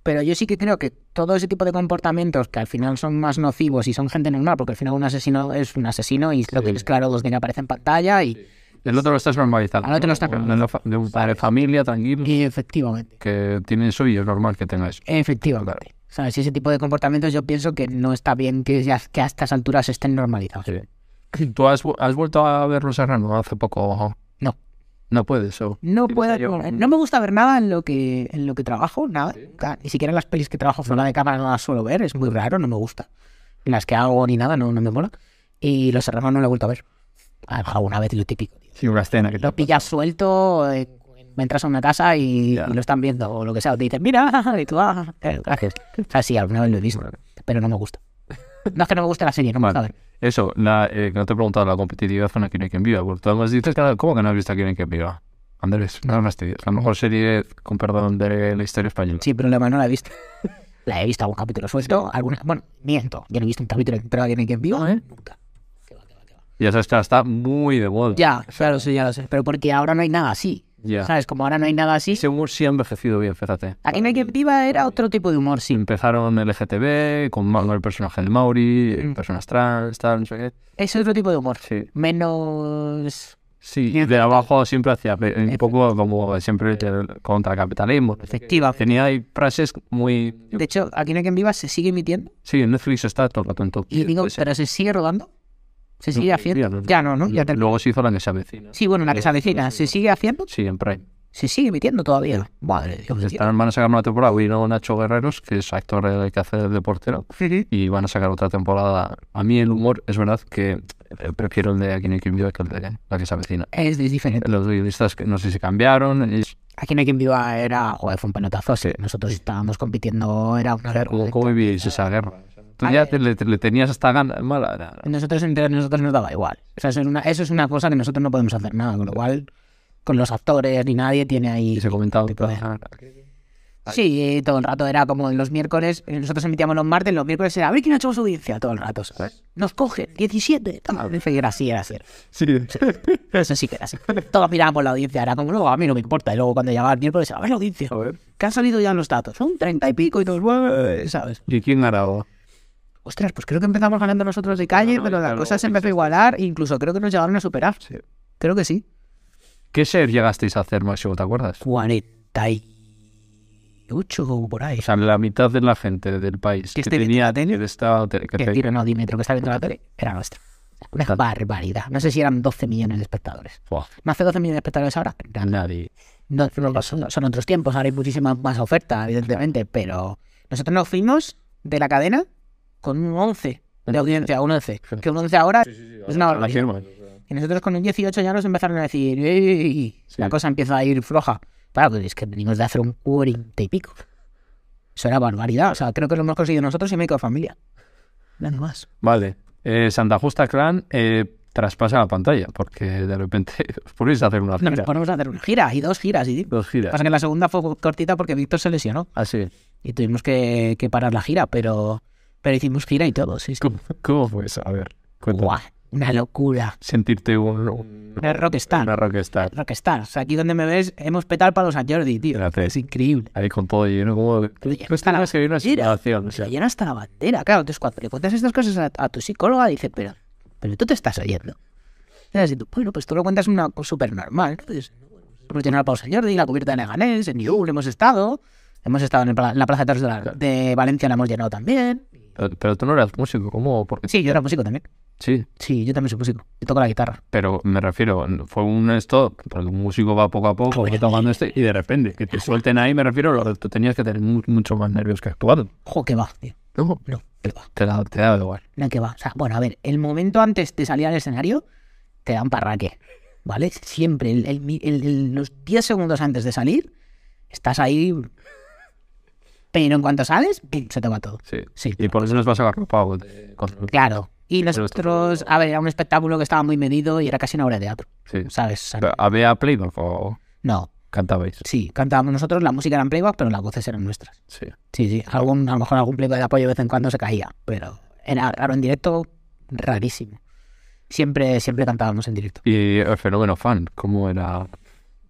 S2: pero yo sí que creo que todo ese tipo de comportamientos que al final son más nocivos y son gente normal, porque al final un asesino es un asesino y lo que es claro, los que aparecen en pantalla y,
S3: El otro lo estás normalizando.
S2: Al otro lo
S3: ¿no?
S2: estás
S3: Como en la fa- De un padre de familia tranquilo
S2: y efectivamente,
S3: que tiene eso y es normal que tenga eso.
S2: efectivamente. ¿Sabes? Ese tipo de comportamientos yo pienso que no está bien que, ya- que a estas alturas estén normalizados.
S3: ¿Tú has, vu- has vuelto a ver Los Serrano hace poco?
S2: No.
S3: No puedes, o.
S2: No
S3: Sí,
S2: puedo,
S3: yo-
S2: no me gusta ver nada en lo que en lo que trabajo, nada, nunca, ni siquiera en las pelis que trabajo fuera de cámara no las suelo ver, es muy raro, no me gusta. Las que hago ni nada, no, no me mola. Y los hermanos no lo he vuelto a ver. Ah, Alguna vez lo típico, tío.
S3: Sí, una escena que
S2: Lo pillas suelto, eh, entras a una casa y,
S3: Ya.
S2: y lo están viendo o lo que sea, o te dicen, mira, y tú, ah, eh, gracias. O sea, sí, alguna vez lo he visto, pero no me gusta. No es que no me guste la serie, no me gusta
S3: Vale.
S2: ver.
S3: Eso, la, eh, que no te he preguntado la competitividad con Aquí no hay quien viva. Porque tú además dices que no- ¿cómo que no has visto Aquí no hay quien viva? Andrés, no no has tenido. La mejor serie, con perdón, de la historia española.
S2: Sí, pero no la he visto. La he visto algún capítulo suelto, alguna. Bueno, miento. Yo no he visto un capítulo entero de Alguien en Vivo.
S3: ¿eh?
S2: Nunca. Qué va, qué va, qué va.
S3: Ya sabes que ahora está muy de moda.
S2: Ya, claro, sí, ya lo sé. Pero porque ahora no hay nada así.
S3: Ya.
S2: ¿Sabes? Como ahora no hay nada así.
S3: Según sí ha envejecido bien, fíjate.
S2: Aquí no hay quien viva era otro tipo de humor,
S3: Mm.
S2: sí.
S3: Empezaron LGTB, con, Ma- con el personaje de Mauri, eh,
S2: Mm.
S3: personas trans, tal, no sé qué.
S2: Es otro tipo de humor.
S3: Sí.
S2: Menos.
S3: Sí, y de abajo siempre hacia, eh, un poco como siempre el- contra el capitalismo.
S2: Efectiva.
S3: Tenía ahí frases muy...
S2: De hecho, Aquí no hay quien viva se sigue emitiendo.
S3: Sí, en Netflix está todo el rato en top.
S2: Y digo,
S3: Entonces,
S2: pero se sigue rodando. Se
S3: No,
S2: sigue haciendo.
S3: ya no.
S2: Ya no, ¿no? Ya te-
S3: pues, Luego se hizo la que se avecina.
S2: Sí, bueno, la que se avecina. ¿Se sigue haciendo?
S3: Sí, en Prime.
S2: Se sigue emitiendo todavía. Madre de
S3: Pues
S2: Dios. tío.
S3: Están, van a sacar una temporada. Vino Nacho Guerreros, que es actor el que hace de portero, y van a sacar otra temporada. A mí el humor, es verdad que eh, prefiero el de Aquí no hay quien viva que el de la que se avecina.
S2: Es es diferente.
S3: Los guionistas que no sé si cambiaron. y-
S2: Aquí no hay quien viva era, joder, fue un pelotazo. sí. Nosotros estábamos compitiendo, era una guerra. ¿eh?
S3: ¿Cómo, cómo vivíais esa guerra? Tú ya te- le, le tenías hasta ganas. Mala, no, no.
S2: Nosotros entre nosotros nos daba igual. O sea, eso es, una, eso es una cosa que nosotros no podemos hacer nada, con lo cual, con los actores ni nadie tiene ahí.
S3: Y se comentaba.
S2: tipo de-
S3: "Ah,
S2: Sí, todo el rato era como los miércoles, eh, nosotros emitíamos los martes, los miércoles era, a ver quién ha hecho su audiencia, todo el rato, ¿sabes? Nos cogen, 17, tal, y era así, era así.
S3: Sí,
S2: Eso sí que era así. Todos mirábamos la audiencia, era como, no, a mí no me importa. Y luego cuando llegaba el miércoles, a ver la audiencia, que han salido ya los datos, son 30 y pico y todos, "Bueh", ¿sabes?
S3: ¿Y quién ganaba?
S2: Ostras, pues creo que empezamos ganando nosotros de calle,
S3: no,
S2: pero
S3: y
S2: la
S3: luego
S2: cosa se empezó a igualar, e incluso creo que nos llegaron a superar.
S3: Sí.
S2: Creo que sí.
S3: ¿Qué ser llegasteis a hacer, Máximo? ¿Te acuerdas?
S2: 48 o por ahí.
S3: O sea, la mitad de la gente del país
S2: Que
S3: que,
S2: esté
S3: tenía que estaba que
S2: que
S3: te-
S2: tiro no dímetro que está viendo la tele era nuestra. Una
S3: Claro.
S2: barbaridad. No sé si eran 12 millones de espectadores.
S3: Buah,
S2: ¿Más de 12 millones de espectadores ahora?
S3: nadie.
S2: No, no, son, son otros tiempos, ahora hay muchísima más oferta, evidentemente, pero nosotros nos fuimos de la cadena con un 11 de audiencia, un 11. Que un 11 ahora es una barbaridad. Y nosotros con un 18 ya nos empezaron a decir, "Ey, ey, ey". la
S3: Sí.
S2: cosa empieza a ir floja. Claro, que es que venimos de hacer un 40 y pico. Eso era barbaridad. O sea, creo que lo hemos conseguido nosotros y México Familia. Nada más.
S3: Vale. Eh, Santa Justa Clan eh, traspasa la pantalla porque de repente os ponéis a hacer una
S2: Nos
S3: gira.
S2: ponemos a hacer una gira y dos giras. Y
S3: Dos giras. Ah,
S2: pasa que la segunda fue cortita porque Víctor se lesionó
S3: Así.
S2: y tuvimos que, que parar la gira, pero, pero hicimos gira y todo. Sí, sí.
S3: ¿Cómo, cómo fue eso? A ver. cuéntame.
S2: Guau, una locura.
S3: Sentirte un, un-
S2: Una rockstar.
S3: una rockstar.
S2: Rockstar. O sea, aquí donde me ves, hemos petado para los San Jordi, tío.
S3: Gracias.
S2: Es increíble.
S3: Ahí con todo lleno. Como, pues
S2: Oye,
S3: tú estabas que había una
S2: mira,
S3: situación. O sea,
S2: Se llena hasta la bandera, claro. Entonces, cuando le cuentas estas cosas a, a tu psicóloga, dice, pero, pero tú te estás oyendo. Y tú, bueno, pues tú lo cuentas una cosa súper normal. ¿no? Dices, hemos llenado el Pau San Jordi, la cubierta de Leganés, en Newell hemos estado, Hemos estado en, el pla- en la Plaza de Toros de, la- de Valencia, la hemos llenado también.
S3: Pero, pero tú no eras músico, ¿cómo? Porque,
S2: Sí, yo era músico también.
S3: sí,
S2: Sí, yo también soy músico. Yo toco la guitarra.
S3: pero me refiero, fue un esto, porque un músico va poco a poco va tocando este y de repente que te suelten ahí, me refiero, lo, tú tenías que tener mu- mucho más nervios que actuado.
S2: Jo, que va, tío.
S3: No,
S2: No, que va.
S3: te da, te da igual.
S2: No, que va. O sea, bueno, a ver, el momento antes de salir al escenario te da un parraque, ¿vale? Siempre, el- el mi- el- el- los 10 segundos antes de salir, estás ahí. Pero en cuanto sales, ¡pum! se te va todo.
S3: Sí.
S2: Sí.
S3: Y por eso nos vas a agarropado. de- con-
S2: Claro. Y
S3: Pero
S2: nosotros, a ver, era un espectáculo que estaba muy medido y era casi una obra de teatro,
S3: Sí.
S2: ¿sabes? O sea,
S3: Pero, ¿Había playback o
S2: no,
S3: cantabais?
S2: sí, cantábamos nosotros, la música era en playback, pero las voces eran nuestras.
S3: Sí.
S2: Sí, sí, algún, a lo mejor algún playback de apoyo de vez en cuando se caía, pero era, claro, en directo, rarísimo. Siempre, siempre cantábamos en directo.
S3: Y el fenómeno fan, ¿cómo era?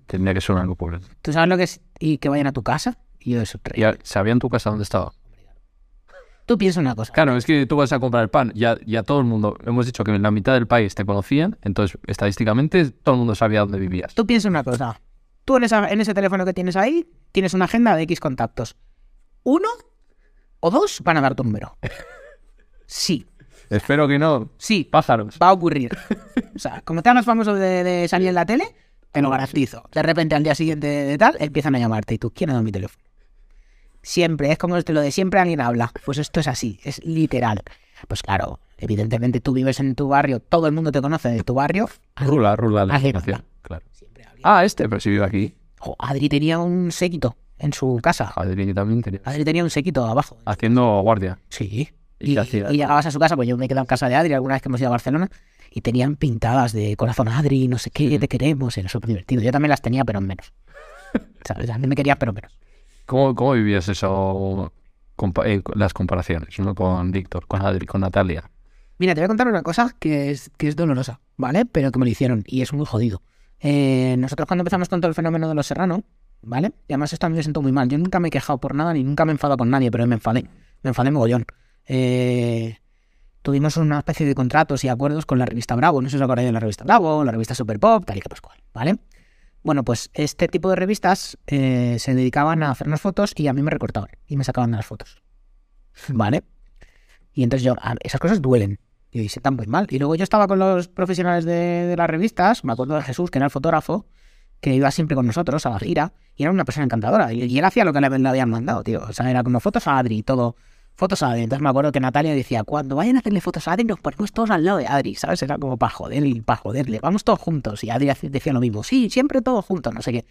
S3: Tendría que sonar algo por
S2: ¿Tú sabes lo que es y que vayan a tu casa? Y yo eso,
S3: ¿Y a- ¿Sabían tu casa dónde estaba?
S2: Tú piensa una cosa.
S3: Claro, es que tú vas a comprar el pan. Ya, ya todo el mundo, hemos dicho que la mitad del país te conocían, entonces estadísticamente todo el mundo sabía dónde vivías.
S2: Tú piensa una cosa. Tú en, esa- en ese teléfono que tienes ahí tienes una agenda de X contactos. Uno o dos van a dar tu número. Sí,
S3: Espero que no.
S2: sí,
S3: Pájaros.
S2: va a ocurrir. O sea, como te hagas famoso de, de salir en la tele, te lo garantizo. De repente al día siguiente de tal, empiezan a llamarte y tú, ¿quién ha dado mi teléfono? Siempre, es como este, lo de siempre alguien habla. Pues esto es así, es literal. Pues claro, evidentemente tú vives en tu barrio, todo el mundo te conoce de tu barrio.
S3: Rula, rula. la
S2: Así,
S3: información, Claro.
S2: Siempre alguien.
S3: Ah, este, pero si vive aquí.
S2: Jo, Adri tenía un séquito en su casa.
S3: Joder, yo también tenía.
S2: Adri tenía un séquito abajo.
S3: Haciendo guardia.
S2: Sí.
S3: ¿Y
S2: Y,
S3: qué hacía?
S2: y llegabas a su casa, pues yo me he quedado en casa de Adri alguna vez que hemos ido a Barcelona, y tenían pintadas de corazón Adri, no sé qué, te queremos, era súper divertido. Yo también las tenía, pero menos. ¿Sabes? A mí me querías, pero menos.
S3: ¿Cómo, cómo vivías eso? compa- eh, las comparaciones, ¿no? Con Víctor, con Adri, con Natalia.
S2: Mira, te voy a contar una cosa que es, que es dolorosa, ¿vale? Pero que me lo hicieron y es muy jodido. Eh, nosotros cuando empezamos con todo el fenómeno de los serranos, ¿vale? Y además esto a mí me siento muy mal. Yo nunca me he quejado por nada ni nunca me he enfadado con nadie, pero hoy me enfadé. Me enfadé mogollón. Eh, tuvimos una especie de contratos y acuerdos con la revista Bravo. No sé si os acordáis de la revista Bravo, la revista Super Pop, tal y que pascual, ¿vale? Bueno, pues este tipo de revistas eh, se dedicaban a hacernos fotos y a mí me recortaban y me sacaban de las fotos. ¿Vale? Y entonces yo, a- esas cosas duelen. Y se sientan muy mal. Y luego yo estaba con los profesionales de, de las revistas, me acuerdo de Jesús, que era el fotógrafo, que iba siempre con nosotros a la gira, y era una persona encantadora. Y, y él hacía lo que le, le habían mandado, tío. O sea, era como fotos a Adri y todo. Fotos a Adri. Entonces me acuerdo que Natalia decía, cuando vayan a hacerle fotos a Adri, nos ponemos todos al lado de Adri, ¿sabes? Era como para joder, para joderle. Vamos todos juntos. Y Adri hace- decía lo mismo. Sí, siempre todos juntos, no sé qué.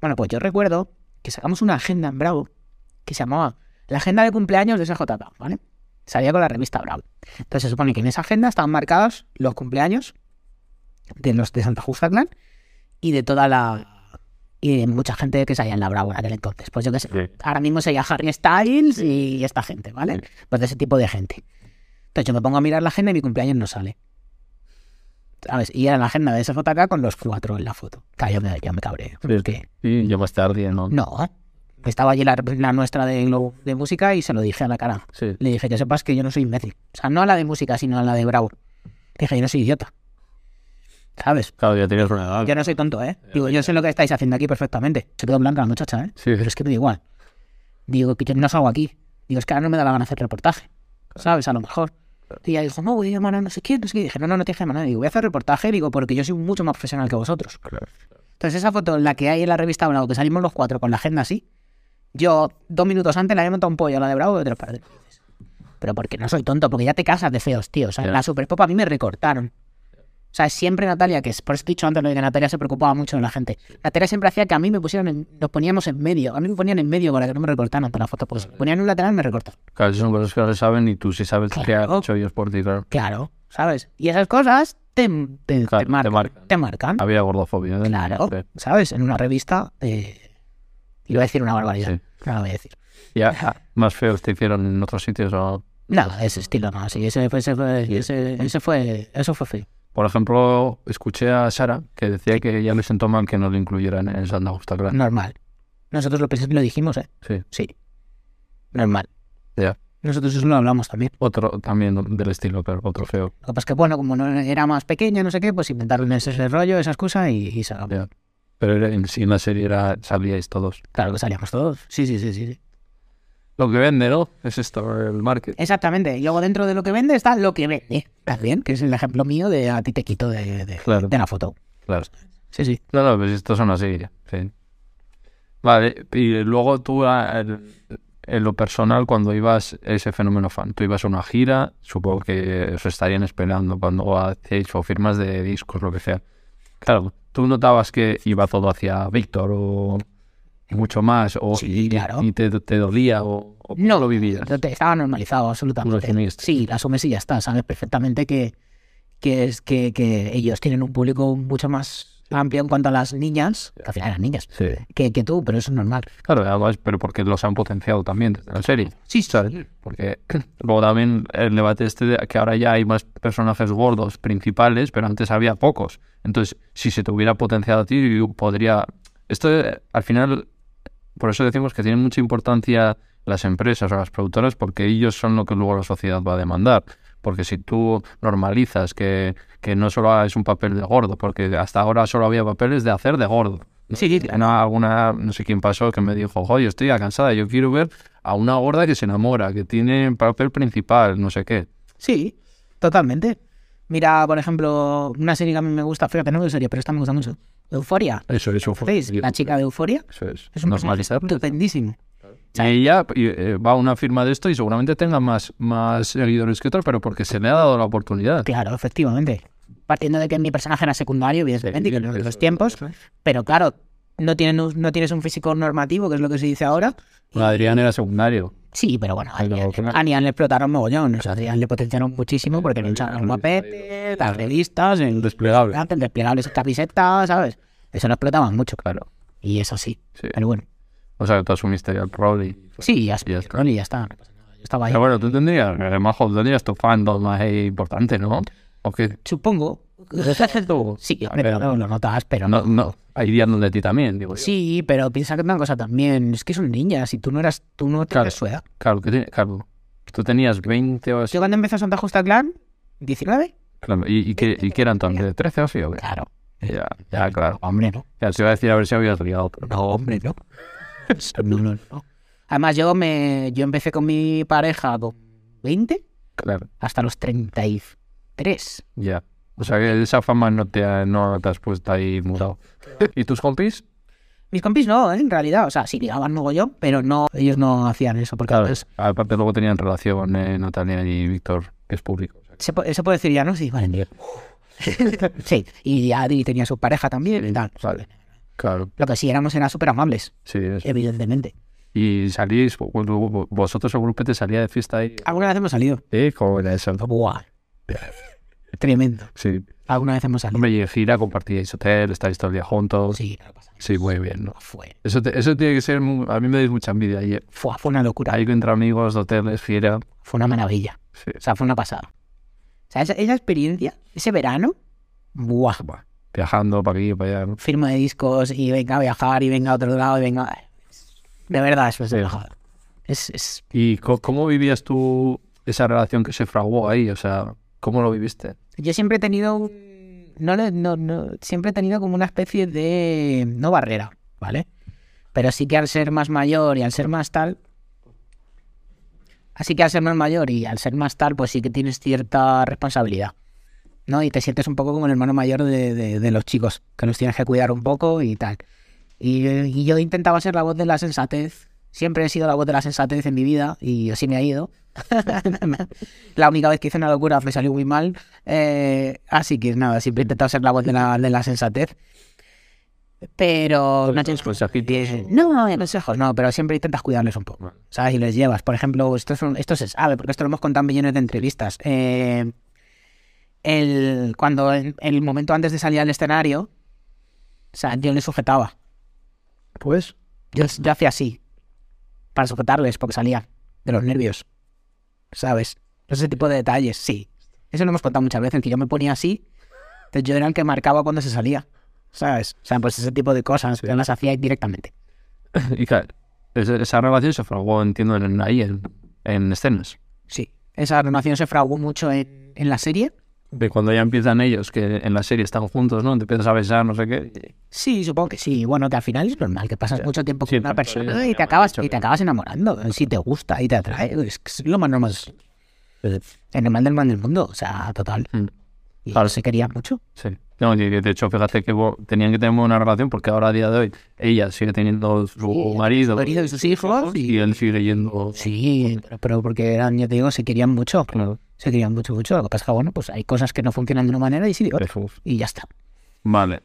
S2: Bueno, pues yo recuerdo que sacamos una agenda en Bravo que se llamaba la agenda de cumpleaños de SJK, ¿vale? Salía con la revista Bravo. Entonces se supone que en esa agenda estaban marcados los cumpleaños de los de Santa Justa Clan y de toda la. y de mucha gente que salía en la Bravo en aquel entonces. Pues yo qué sé. Ahora mismo sería Harry Styles y esta gente, ¿vale? Pues de ese tipo de gente. Entonces yo me pongo a mirar la agenda y mi cumpleaños no sale. ¿Sabes? Y era la agenda de SJK con los cuatro en la foto. Claro, yo me, yo me cabré.
S3: Sí.
S2: ¿Qué?
S3: Y yo más tarde, ¿no?
S2: No. Estaba allí la, la nuestra de, Globo- de música y se lo dije a la cara.
S3: Sí.
S2: Le dije que sepas que yo no soy imbécil. O sea, no a la de música, sino a la de Bravo. Le dije, yo no soy idiota. ¿Sabes?
S3: Claro, ya tenías una edad.
S2: Yo no soy tonto, ¿eh? Digo, yo sé lo que estáis haciendo aquí perfectamente. Se quedó blanca la muchacha, ¿eh?
S3: Sí.
S2: Pero es que me da igual. Digo, que yo no salgo aquí. Digo, es que ahora no me da la gana hacer reportaje. ¿Sabes? A lo mejor. Y ella dijo, no, voy a llamar a no sé quién, no sé qué. Y dije, no, no, no te llamas nada. Digo, voy a hacer reportaje, digo, porque yo soy mucho más profesional que vosotros.
S3: Claro.
S2: Entonces, esa foto, la que hay en la revista Bravo, que salimos los cuatro con la agenda así, yo dos minutos antes la había montado un pollo, la de Bravo, de tres pares de narices. Pero porque no soy tonto, porque ya te casas de feos, tío. O sea,
S3: Ya.
S2: la Superpop a mí me recortaron. O sea, siempre Natalia, que es, por eso he dicho antes lo de que Natalia se preocupaba mucho de la gente. Natalia siempre hacía que a mí me pusieran, en- nos poníamos en medio. A mí me ponían en medio para que no me recortaran por la foto, porque si me ponían en un lateral me recortaron.
S3: Claro, esas son cosas que no se saben y tú sí sabes que qué han
S2: Claro.
S3: hecho ellos por ti, claro.
S2: Claro, ¿sabes? Y esas cosas te, te,
S3: Claro,
S2: te marcan,
S3: te marcan.
S2: te marcan.
S3: Había gordofobia. ¿eh?
S2: Claro,
S3: Sí.
S2: ¿sabes? En una revista. Eh, iba a decir una barbaridad.
S3: Sí.
S2: No lo voy a decir.
S3: ¿Y a- a- más feos te hicieron en otros sitios o
S2: Nada de ese estilo, no. Sí, ese fue. Ese fue, ese- ese fue eso fue feo.
S3: Por ejemplo, escuché a Sara que decía que ya le sentó mal que no lo incluyeran en Santa Justa Clan.
S2: Normal. Nosotros lo, pens- lo dijimos, ¿eh?
S3: Sí.
S2: Sí. Normal.
S3: Ya.
S2: Nosotros eso lo hablamos también.
S3: Otro también del estilo, pero otro feo.
S2: Lo que pasa es que, bueno, como no era más pequeña, no sé qué, pues inventaron ese, ese rollo, esa excusa y, y se acabó.
S3: Ya. Pero era- en sí en la serie era, sabíais todos.
S2: Claro que salíamos todos. Sí, sí, sí, sí. sí.
S7: Lo que vende, ¿no? Es esto, el market.
S2: Exactamente. Y luego dentro de lo que vende está lo que vende. También, que es el ejemplo mío de a ti te quito de, de-
S3: Claro.
S2: de la foto.
S3: Claro.
S2: Sí, sí.
S3: No, no, pues estos son así. Sí. Vale, y luego tú, ah, el- en lo personal, cuando ibas ese fenómeno fan, tú ibas a una gira, supongo que os estarían esperando cuando hacéis o firmas de discos, lo que sea. Claro, tú notabas que iba todo hacia Víctor o mucho más, o
S2: Sí, claro.
S3: Pues y te, te dolía, o, o
S2: No.
S3: lo vivías.
S2: Pero te- Estaba normalizado,
S3: Lo
S2: absolutamente.
S3: asumiste.
S2: Sí, la asumes y ya está. Sabes perfectamente que, que, es, que, que ellos tienen un público mucho más amplio en cuanto a las niñas, que al final eran niñas,
S3: Sí.
S2: que, que tú, pero eso es normal.
S3: Claro, además, pero porque los han potenciado también desde la serie.
S2: Sí, sí.
S3: ¿sabes? Porque luego también el debate este de que ahora ya hay más personajes gordos principales, pero antes había pocos. Entonces, si se te hubiera potenciado a ti, yo podría... Esto eh, al final, por eso decimos que tienen mucha importancia las empresas o las productoras porque ellos son lo que luego la sociedad va a demandar. Porque si tú normalizas que, que no solo es un papel de gordo, porque hasta ahora solo había papeles de hacer de gordo.
S2: Sí,
S3: No, alguna, no sé quién pasó que me dijo, joder, estoy ya cansada, yo quiero ver a una gorda que se enamora, que tiene papel principal, no sé qué.
S2: Sí, totalmente. Mira, por ejemplo, una serie que a mí me gusta, fíjate, no es serie, pero esta me gusta mucho. Euforia.
S3: Eso, eso
S2: ¿Sabéis? La chica de Euforia
S3: Eso es.
S2: es un personaje
S3: Normalizarlo.
S2: estupendísimo.
S3: Y ella y, eh, va a una firma de esto y seguramente tenga más, más seguidores que otra, pero porque se le ha dado la oportunidad.
S2: Claro, efectivamente. Partiendo de que mi personaje era secundario, evidentemente, y que no de los tiempos, pero claro, no, tienen, un- no tienes un físico normativo, que es lo que se dice ahora.
S3: Adrián era secundario.
S2: Sí, pero bueno, a
S3: Pero
S2: Adrián,
S3: que no-
S2: a Adrián le explotaron mogollón, o sea, a Adrián le potenciaron muchísimo porque le echaron guapete, las revistas, el
S3: Desplegable.
S2: el desplegable, sus camisetas, ¿sabes? Eso lo explotaban mucho.
S3: Claro.
S2: Y eso sí.
S3: Sí.
S2: Pero bueno.
S3: O sea, que tú asumiste el rol y...
S2: Sí, ya,
S3: Ya está.
S2: ya está. Y ya está. no pasa nada, Yo estaba ahí.
S3: Pero bueno, tú tendrías, eh, Majo, tendrías tu fandom ahí importante, ¿no? ¿O qué?
S2: Supongo. sí, hombre,
S3: Pero-
S2: no lo notas, pero
S3: No, no, hay días donde ti también, digo yo.
S2: Sí, pero piensa que una cosa también. Es que son niñas y tú no eras, tú no
S3: Claro.
S2: tenías su edad.
S3: Claro, que tiene- claro. Tú tenías 20 o así.
S2: Yo cuando empezó Santa Justa Clan, 19.
S3: claro, ¿Y, y, qué, ¿Y qué eran entonces? ¿De 13 o así? o qué?
S2: Claro.
S3: Ya, ya, claro.
S2: Hombre, no.
S3: Ya, te iba a decir a ver si habías ligado. pero
S2: No, hombre, no. No, no, no. Además, yo me yo empecé con mi pareja con 20
S3: Claro,
S2: hasta los 33.
S3: ya. O sea, que esa fama no te, ha- no te has puesto ahí mudado. ¿Y tus compis?
S2: Mis compis no, ¿eh? en realidad. O sea, sí ligaban mogollón, pero no, ellos no hacían eso. Porque pues,
S3: Aparte, luego tenían relación eh, Natalia y Víctor, que es público.
S2: se, po- se puede decir ya, ¿no? Sí, vale. sí, y Adri tenía su pareja también. y tal.
S3: Vale. Claro,
S2: Lo que sí éramos eran súper amables,
S3: sí. es-
S2: evidentemente.
S3: Y salís, vo- vo- vosotros el grupete salía de fiesta ahí.
S2: Alguna vez hemos salido.
S3: Sí, como era eso.
S2: Buah. Tremendo.
S3: Sí.
S2: Alguna vez hemos salido.
S3: Hombre, y en gira, compartíais hotel, estáis todo el día juntos.
S2: Sí, no lo pasa.
S3: Sí, muy bien, ¿no?
S2: Fue,
S3: Eso, te- eso tiene que ser. mu- A mí me dais mucha envidia. Y
S2: fue, fue una locura.
S3: ahí entre amigos, de hoteles, fiera.
S2: Fue una maravilla.
S3: Sí.
S2: O sea, fue una pasada. O sea, esa, esa experiencia, ese verano, buah.
S3: Viajando para aquí, para allá. ¿no?
S2: Firma de discos y venga a viajar y venga a otro lado y venga. De verdad, eso es
S3: Sí.
S2: relajado. Es, es
S3: ¿Y co- cómo vivías tú esa relación que se fraguó ahí? O sea, ¿cómo lo viviste?
S2: Yo siempre he tenido un... No, le- no, no, siempre he tenido como una especie de... No barrera, ¿vale? Pero sí que al ser más mayor y al ser más tal... Así que al ser más mayor y al ser más tal, pues sí que tienes cierta responsabilidad, ¿no? Y te sientes un poco como el hermano mayor de, de- de los chicos, que los tienes que cuidar un poco y tal. Y, y yo intentaba ser la voz de la sensatez. Siempre he sido la voz de la sensatez en mi vida y así me ha ido. la única vez que hice una locura me salió muy mal. Eh, así que nada, siempre he intentado ser la voz de la, de la sensatez. Pero... No, tienes-
S3: Consejitos.
S2: no, no, consejos no, pero siempre intentas cuidarles un poco. ¿Sabes? Y les llevas. Por ejemplo, esto, es un- esto se sabe, porque esto lo hemos contado en millones de entrevistas. Eh, el, cuando en en el momento antes de salir al escenario, o sea, yo les sujetaba.
S3: Pues.
S2: Yo, yo hacía así, para sujetarles, porque salía de los nervios. ¿Sabes? Ese tipo de detalles, sí. Eso lo hemos contado muchas veces, que yo me ponía así, entonces yo era el que marcaba cuando se salía. ¿Sabes? O sea, pues ese tipo de cosas, yo las hacía directamente.
S3: Y claro, esa, esa relación se fraguó, entiendo, en, ahí, en, en escenas.
S2: Mm. Sí, esa relación se fraguó mucho en, en la serie,
S3: de cuando ya empiezan ellos, que en la serie están juntos, ¿no? Te empiezas a besar, no sé qué.
S2: Sí, supongo que sí. Bueno, que al final es normal que pasas
S3: Ya.
S2: mucho tiempo con
S3: Sí,
S2: una
S3: tanto ya
S2: persona
S3: se
S2: y
S3: llama
S2: te acabas
S3: dicho
S2: y te
S3: que-
S2: acabas enamorando. eh, Si te gusta y te atrae, es, que es lo más normal. El normal del man del mundo, o sea, total.
S3: Mm,
S2: Y
S3: Claro.
S2: se quería mucho.
S3: Sí. No, y de hecho, fíjate que bo, tenían que tener una relación porque ahora a día de hoy ella sigue teniendo su
S2: Sí,
S3: marido
S2: marido y sus hijos.
S3: y
S2: Y,
S3: él sigue yendo.
S2: sí, pero, pero porque eran, ya te digo, se querían mucho.
S3: Claro.
S2: Se querían mucho, mucho. Lo que pasa es que, bueno, pues hay cosas que no funcionan de una manera y sí de otra.
S3: Eso.
S2: Y ya está.
S3: Vale.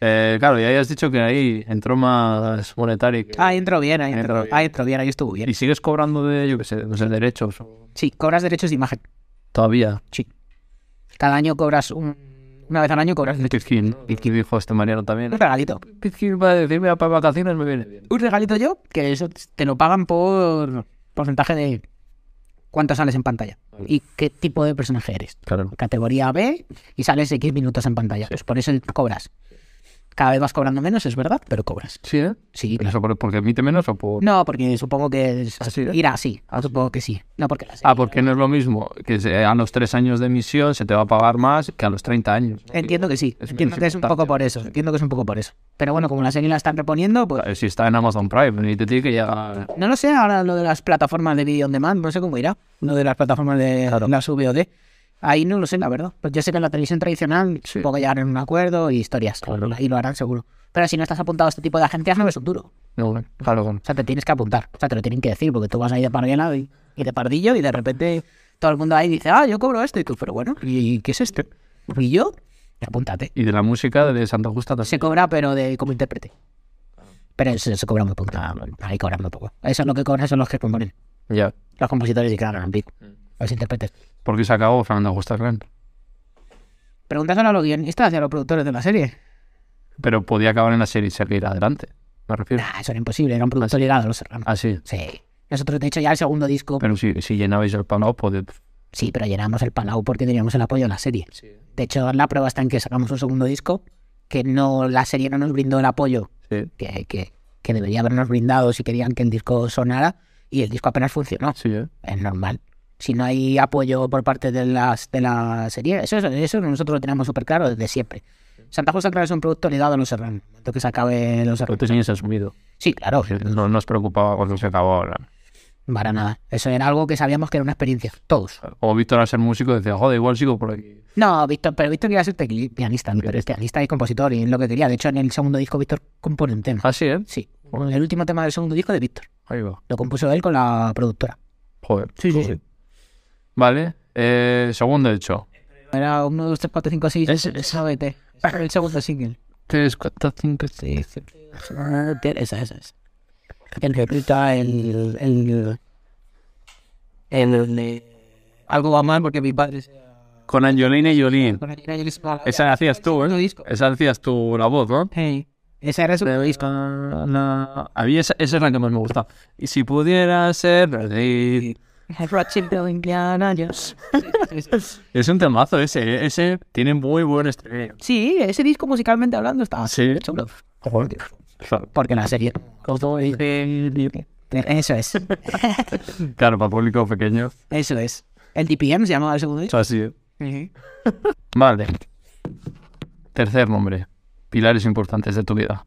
S3: Eh, claro, ya has dicho que ahí entró más monetario.
S2: Ah, entró bien, ahí
S3: Entró
S2: entró,
S3: bien.
S2: ahí entró bien, ahí estuvo bien.
S3: ¿Y sigues cobrando de, yo qué sé, no sé, derechos
S2: Sí, cobras derechos de imagen.
S3: todavía?
S2: Sí. Cada año cobras un... Una vez al año cobras derechos.
S3: Pizkin, ¿no? Pizkin dijo este Mariano también.
S2: Un regalito.
S3: Pizkin va a decirme para vacaciones me viene bien.
S2: Un regalito yo, que eso te lo pagan por porcentaje de cuánto sales en pantalla y qué tipo de personaje eres.
S3: Claro.
S2: Categoría B y sales X minutos en pantalla. Pues por eso cobras. Cada vez vas cobrando menos, es verdad, pero cobras.
S3: Sí, ¿eh?
S2: Sí.
S3: ¿Pero eso por- porque emite menos o por...?
S2: No, porque supongo que es-
S3: Así, ¿eh?
S2: irá así. Supongo que sí. No, porque la serie-
S3: Ah, porque no es lo mismo que se- a los tres años de emisión se te va a pagar más que a los 30 años. ¿no?
S2: Entiendo que sí.
S3: pues, Es
S2: Entiendo
S3: menos
S2: que es un poco
S3: importante,
S2: por eso. Entiendo que es un poco por eso. Pero bueno, como la serie la están reponiendo, pues
S3: Eh, Si está en Amazon Prime y te tiene que llegar...
S2: No lo sé, ahora lo de las plataformas de video on demand, no sé cómo irá. Lo de las plataformas de las VOD. Ahí no lo sé, la verdad. Pues yo sé que en la televisión tradicional
S3: Sí.
S2: supongo que llegarán a un acuerdo y historias.
S3: Claro.
S2: Ahí lo harán seguro. Pero si no estás apuntado a este tipo de agencias, no ves un duro.
S3: No, eh, claro, con-
S2: O sea, te tienes que apuntar. O sea, te lo tienen que decir porque tú vas ahí de parguela y, y de pardillo y de repente todo el mundo ahí dice, ah, yo cobro esto. Y tú, pero bueno, ¿y qué es esto? Y yo, apúntate.
S3: Y de la música de Santa Justa también.
S2: Se cobra, pero de como intérprete. Pero se, se cobra muy poco.
S3: Ah,
S2: Ahí cobra muy poco. Eso es lo que cobran son los que componen.
S3: Ya.
S2: Los compositores y claro, en fin, los intérpretes.
S3: ¿Por qué se acabó Fernando Augusta Clan?
S2: Pregúntaselo a los guionistas y a los productores de la serie.
S3: Pero podía acabar en la serie y seguir adelante, me refiero.
S2: Nah, eso era imposible, era un productor ligado a los serranos.
S3: Ah, sí.
S2: Sí. Nosotros, de hecho, ya el segundo disco,
S3: Pero si, si llenabais el palau, podéis...
S2: sí, pero llenamos el palau porque teníamos el apoyo de la serie. De hecho, la prueba está en que sacamos un segundo disco, que no la serie no nos brindó el apoyo
S3: Sí,
S2: que, que, que debería habernos brindado si querían que el disco sonara, y el disco apenas funcionó.
S3: sí, ¿eh?
S2: Es normal. Si no hay apoyo por parte de, las, de la serie, eso, eso nosotros lo tenemos súper claro desde siempre. Santa Justa Clara es un producto ligado a Los Serranos. En el momento que se acabe Los
S3: Lo
S2: Serranos.
S3: teníais asumido.
S2: Sí, claro,
S3: No, no os preocupaba cuando se acabó ahora.
S2: para nada. Eso era algo que sabíamos que era una experiencia, todos.
S3: O Víctor al ser músico decía, joder, igual sigo por aquí.
S2: No, Víctor, pero Víctor quería ser tecli- pianista, ¿no? pero es pianista y compositor, y es lo que quería. De hecho, en el segundo disco Víctor compone un tema.
S3: Ah, sí, ¿eh?
S2: Sí, el último tema del segundo disco de Víctor.
S3: Ahí va.
S2: Lo compuso él con la productora.
S3: Joder. Sí, sí, sí. Vale. Eh, segundo hecho.
S2: Era 1, 2, 3, 4, 5, 6,
S3: Es-
S2: 7, 8, El segundo single.
S3: Tres, cuatro, cinco, seis.
S2: Esa, esa, esa. El que grita el. el. el. algo va mal porque mi padre se.
S3: Con Angelina y Jolín. Esa hacías tú,
S2: Segundo
S3: ¿eh?
S2: disco.
S3: Esa hacías tú la voz, ¿no?
S2: Hey. Esa era su.
S3: A mí esa, esa es la que más me gusta. Y si pudiera ser feliz. Es un temazo ese. ¿eh? Ese tiene muy buen estreno.
S2: Sí, ese disco musicalmente hablando estaba
S3: Sí.
S2: chulo. Porque la serie. Eso es.
S3: Claro, para público pequeño.
S2: Eso es. El DPM se llamaba el segundo
S3: Es
S2: disco.
S3: así. ¿eh? Vale. Tercer nombre. Pilares importantes de tu vida.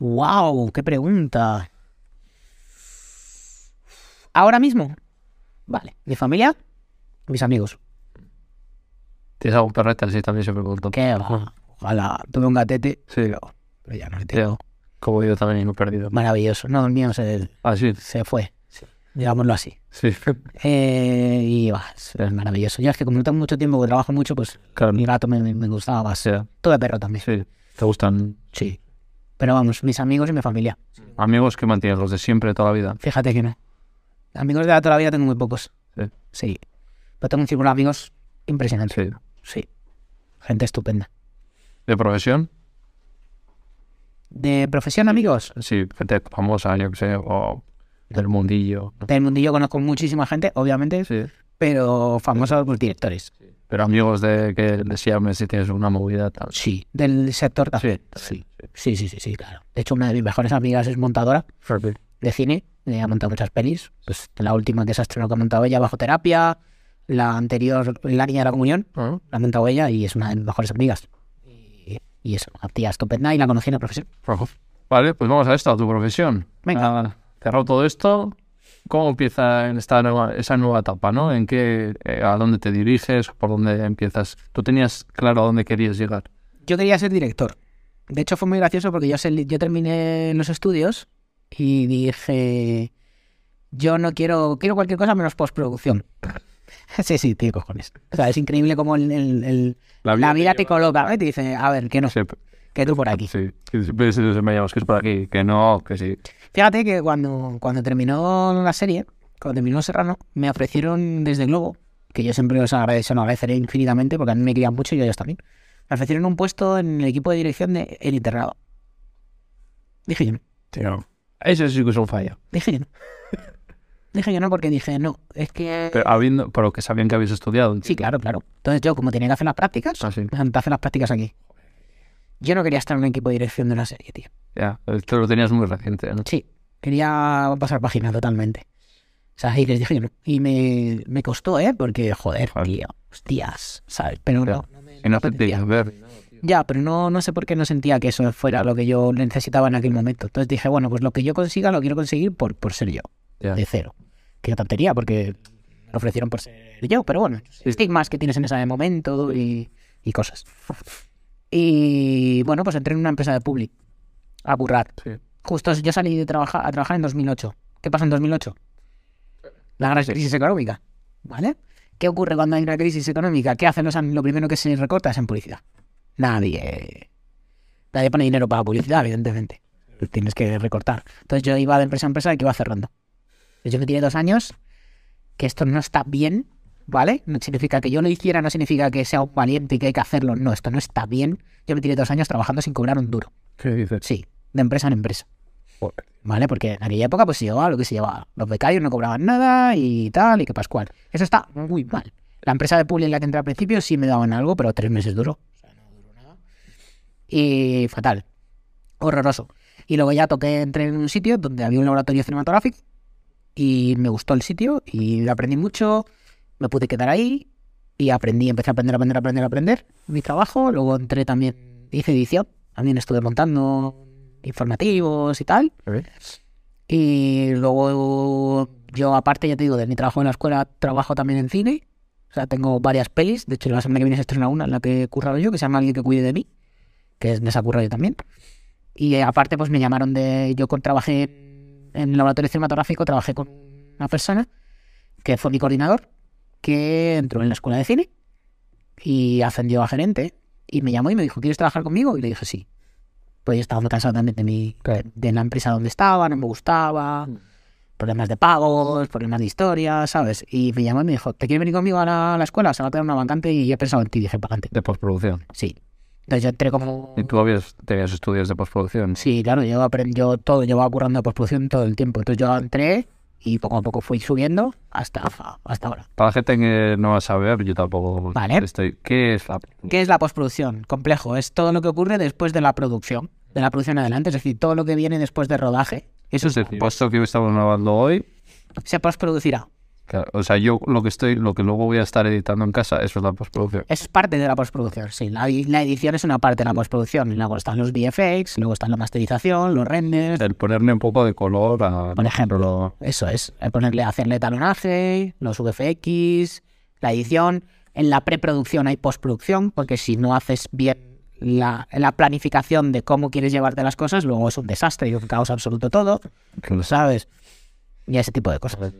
S2: ¡Wow! ¡Qué pregunta! Ahora mismo. Vale. Mi familia, mis amigos.
S3: ¿Tienes algún perrete así? También se preguntó.
S2: Que va. Ojalá tuve un gatete,
S3: Sí,
S2: pero ya no le tengo.
S3: tío. Como yo también lo he perdido.
S2: Maravilloso. No, el mío se,
S3: Ah, sí.
S2: se fue. Digámoslo así.
S3: Sí.
S2: Eh, y va, es es maravilloso. Yo es que como no tengo mucho tiempo, que trabajo mucho, pues
S3: Claro.
S2: mi gato me, me- me gustaba más.
S3: Sí.
S2: Tuve perro también.
S3: Sí. ¿Te gustan
S2: Sí. Pero vamos, mis amigos y mi familia.
S3: amigos que mantienes? Los de siempre, de toda la vida.
S2: Fíjate que no. Amigos de la toda la vida tengo muy pocos.
S3: Sí.
S2: Sí. Pero tengo un círculo de amigos impresionante.
S3: Sí.
S2: Sí. Gente estupenda.
S3: ¿De profesión?
S2: De profesión, amigos.
S3: Sí, gente famosa, yo que sé, o del mundillo.
S2: Del mundillo conozco muchísima gente, obviamente,
S3: Sí.
S2: pero famosos pues, directores.
S3: Pero amigos de que les llames si tienes una movida tal.
S2: Sí. Del sector también. Sí. Sí, sí, sí, sí, claro. De hecho, una de mis mejores amigas es montadora eh, de cine. Ella ha montado muchas pelis. Pues la última que se ha estrenado que ha montado ella, Bajo Terapia. la anterior, la niña de la comunión,
S3: Ah.
S2: la ha montado ella y es una de mis mejores amigas. Y, y es una tía estupenda y la conocí en la profesión.
S3: Vale, pues vamos a esto, a tu profesión.
S2: Venga.
S3: Ah, cerrado todo esto, ¿cómo empieza en esta nueva- esa nueva etapa, no? ¿En qué, eh, a dónde te diriges, por dónde empiezas? ¿Tú tenías claro a dónde querías llegar?
S2: Yo quería ser director. De hecho, fue muy gracioso porque yo, se- yo terminé los estudios y dije, yo no quiero, quiero cualquier cosa menos postproducción. sí, sí, tío, cojones. O sea, es increíble cómo el, el- el- la vida, te coloca ¿eh? y te dice, a ver, que no,
S3: Siempre-
S2: que tú por aquí.
S3: Sí, que siempre se me llamas que es por aquí, que no, que sí.
S2: Fíjate que cuando, cuando terminó la serie, cuando terminó Serrano, me ofrecieron desde Globo, que yo siempre os agradezco, se lo agradeceré infinitamente porque a mí me querían mucho y a ellos también. Me ofrecieron un puesto en el equipo de dirección de El Internado. Dije yo no.
S3: Eso sí que es un fallo.
S2: Dije yo no. dije yo no porque dije, no, es que...
S3: Pero, habiendo, pero que sabían que habías estudiado.
S2: Sí, claro, claro. Entonces yo, como tenía que hacer las prácticas,
S3: Ah, sí.
S2: me senté a hacer las prácticas aquí. Yo no quería estar en un equipo de dirección de una serie, tío.
S3: Ya, esto lo tenías muy reciente, ¿no?
S2: Sí, quería pasar página totalmente. O sea, y les dije, no. y me, me costó, ¿eh? Porque, joder,
S3: Joder.
S2: tío, hostias, ¿sabes? Pero no.
S3: Y no sentías ver.
S2: Ya, pero no, no sé por qué no sentía que eso fuera lo que yo necesitaba en aquel momento. Entonces dije, bueno, pues lo que yo consiga lo quiero conseguir por, por ser yo,
S3: Ya.
S2: de cero. Qué tontería, porque me ofrecieron por ser yo, pero bueno, estigmas que tienes en ese momento y, y cosas. Y bueno, pues entré en una empresa de public a burrar.
S3: Sí.
S2: Justo yo salí de trabajar, a trabajar en 2008. ¿Qué pasó en 2008? La gran crisis económica. ¿Vale? ¿Qué ocurre cuando hay una crisis económica? ¿Qué hacen los am- Lo primero que se recorta es en publicidad. Nadie. Nadie pone dinero para publicidad, evidentemente. Tienes que recortar. Entonces yo iba de empresa a empresa y que iba cerrando. Yo me tiré dos años, que esto no está bien, ¿vale? No significa que yo lo hiciera, no significa que sea un valiente y que hay que hacerlo. No, esto no está bien. Yo me tiré dos años trabajando sin cobrar un duro.
S3: ¿Qué dices?
S2: Sí, de empresa en empresa. ¿Vale? Porque en aquella época pues se llevaba lo que se llevaba. Los becarios no cobraban nada y tal, y que Pascual. Eso está muy mal. La empresa de Publi en la que entré al principio sí me daban algo, pero tres meses duró. O sea, no duró nada. Y fatal. Horroroso. Y luego ya toqué, entré en un sitio donde había un laboratorio cinematográfico y me gustó el sitio y aprendí mucho. Me pude quedar ahí y aprendí, empecé a aprender, aprender, aprender, aprender mi trabajo. Luego entré también, hice edición, también estuve montando informativos y tal. Y luego yo aparte, ya te digo, de mi trabajo en la escuela, trabajo también en cine. O sea, tengo varias pelis. De hecho, la semana que viene se estrena una en la que he currado yo, que se llama Alguien que cuide de mí, que es de esa currado yo también. Y eh, aparte, pues me llamaron de... Yo con- trabajé en el laboratorio cinematográfico, trabajé con una persona que fue mi coordinador, que entró en la escuela de cine y ascendió a gerente. Y me llamó y me dijo, ¿quieres trabajar conmigo? Y le dije, sí. Pues yo estaba muy cansado también de, mi, de la empresa donde estaba, no me gustaba, problemas de pagos, problemas de historia, ¿sabes? Y me llamó y me dijo, ¿te quieres venir conmigo a la, a la escuela? Se va a tener una vacante y he pensado en ti, dije, para adelante.
S3: De postproducción.
S2: Sí. Entonces yo entré como...
S3: ¿Y tú habías, tenías estudios de postproducción?
S2: Sí, claro, yo aprendí yo todo, llevaba currando postproducción todo el tiempo. Entonces yo entré y poco a poco fui subiendo hasta, hasta ahora.
S3: Para la gente que no va a saber, yo tampoco
S2: Vale.
S3: estoy... ¿Qué es la...
S2: ¿Qué es la postproducción? Complejo. Es todo lo que ocurre después de la producción, de la producción adelante, es decir, todo lo que viene después del rodaje,
S3: Eso es el puesto que estamos grabando hoy.
S2: se postproducirá.
S3: Claro, o sea, yo lo que estoy, lo que luego voy a estar editando en casa, eso es la postproducción.
S2: Es parte de la postproducción, sí. La, la edición es una parte de la postproducción. Luego están los VFX, luego están la masterización, los renders.
S3: El ponerle un poco de color a...
S2: Por ejemplo.
S3: lo-
S2: Eso es. el Ponerle, hacerle talonaje, los VFX, la edición. En la preproducción hay postproducción, porque si no haces bien la, la planificación de cómo quieres llevarte las cosas, luego es un desastre y un caos absoluto todo. Lo sabes. Y ese tipo de cosas.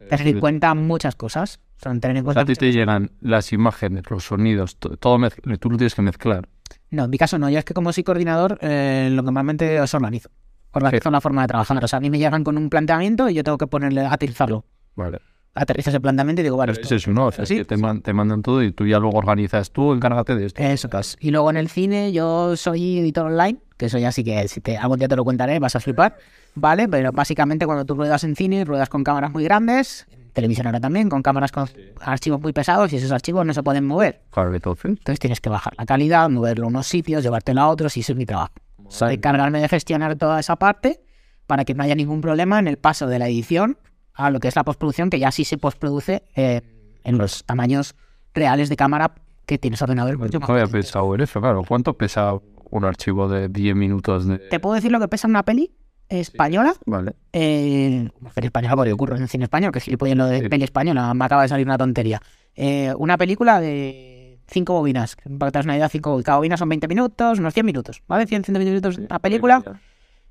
S2: Es decir, cuenta muchas cosas. Son tener en
S3: O sea,
S2: cuenta
S3: a ti te llegan las imágenes, los sonidos, to- todo mez- tú lo tienes que mezclar.
S2: No, en mi caso no. Yo es que como soy coordinador, eh, lo que normalmente os organizo. Organizo la forma de trabajar. O sea, a mí me llegan con un planteamiento y yo tengo que ponerle, aterrizarlo.
S3: Vale.
S2: Aterrizo ese planteamiento y digo, vale,
S3: Pero
S2: esto-
S3: ese es uno, o sea,
S2: Sí.
S3: que te, man- te mandan todo y tú ya luego organizas, tú encárgate de esto.
S2: Eso es. Y luego en el cine yo soy editor online, que eso ya sí que si te, algún día te lo contaré, vas a flipar, ¿vale? Pero básicamente cuando tú ruedas en cine, ruedas con cámaras muy grandes, en televisión ahora también, con cámaras con archivos muy pesados y esos archivos no se pueden mover.
S3: Claro, entonces.
S2: Entonces tienes que bajar la calidad, moverlo a unos sitios, llevártelo a otros y eso es mi trabajo. O sea, encargarme de gestionar toda esa parte para que no haya ningún problema en el paso de la edición a lo que es la postproducción, que ya sí se postproduce eh, en los tamaños reales de cámara que tienes ordenador. mucho
S3: No
S2: más
S3: había
S2: potente.
S3: pensado en eso, claro. ¿Cuánto pesa un archivo de 10 minutos de...?
S2: ¿Te puedo decir lo que pesa una peli española?
S3: Vale.
S2: Eh, peli española porque ocurre en cine español, que gilipollas lo de
S3: Sí.
S2: peli española, me acaba de salir una tontería. Eh, una película de cinco bobinas, para que te hagas una idea, cinco bo- cada bobina son 20 minutos, unos 100 minutos, ¿vale? 100, 120 minutos la película,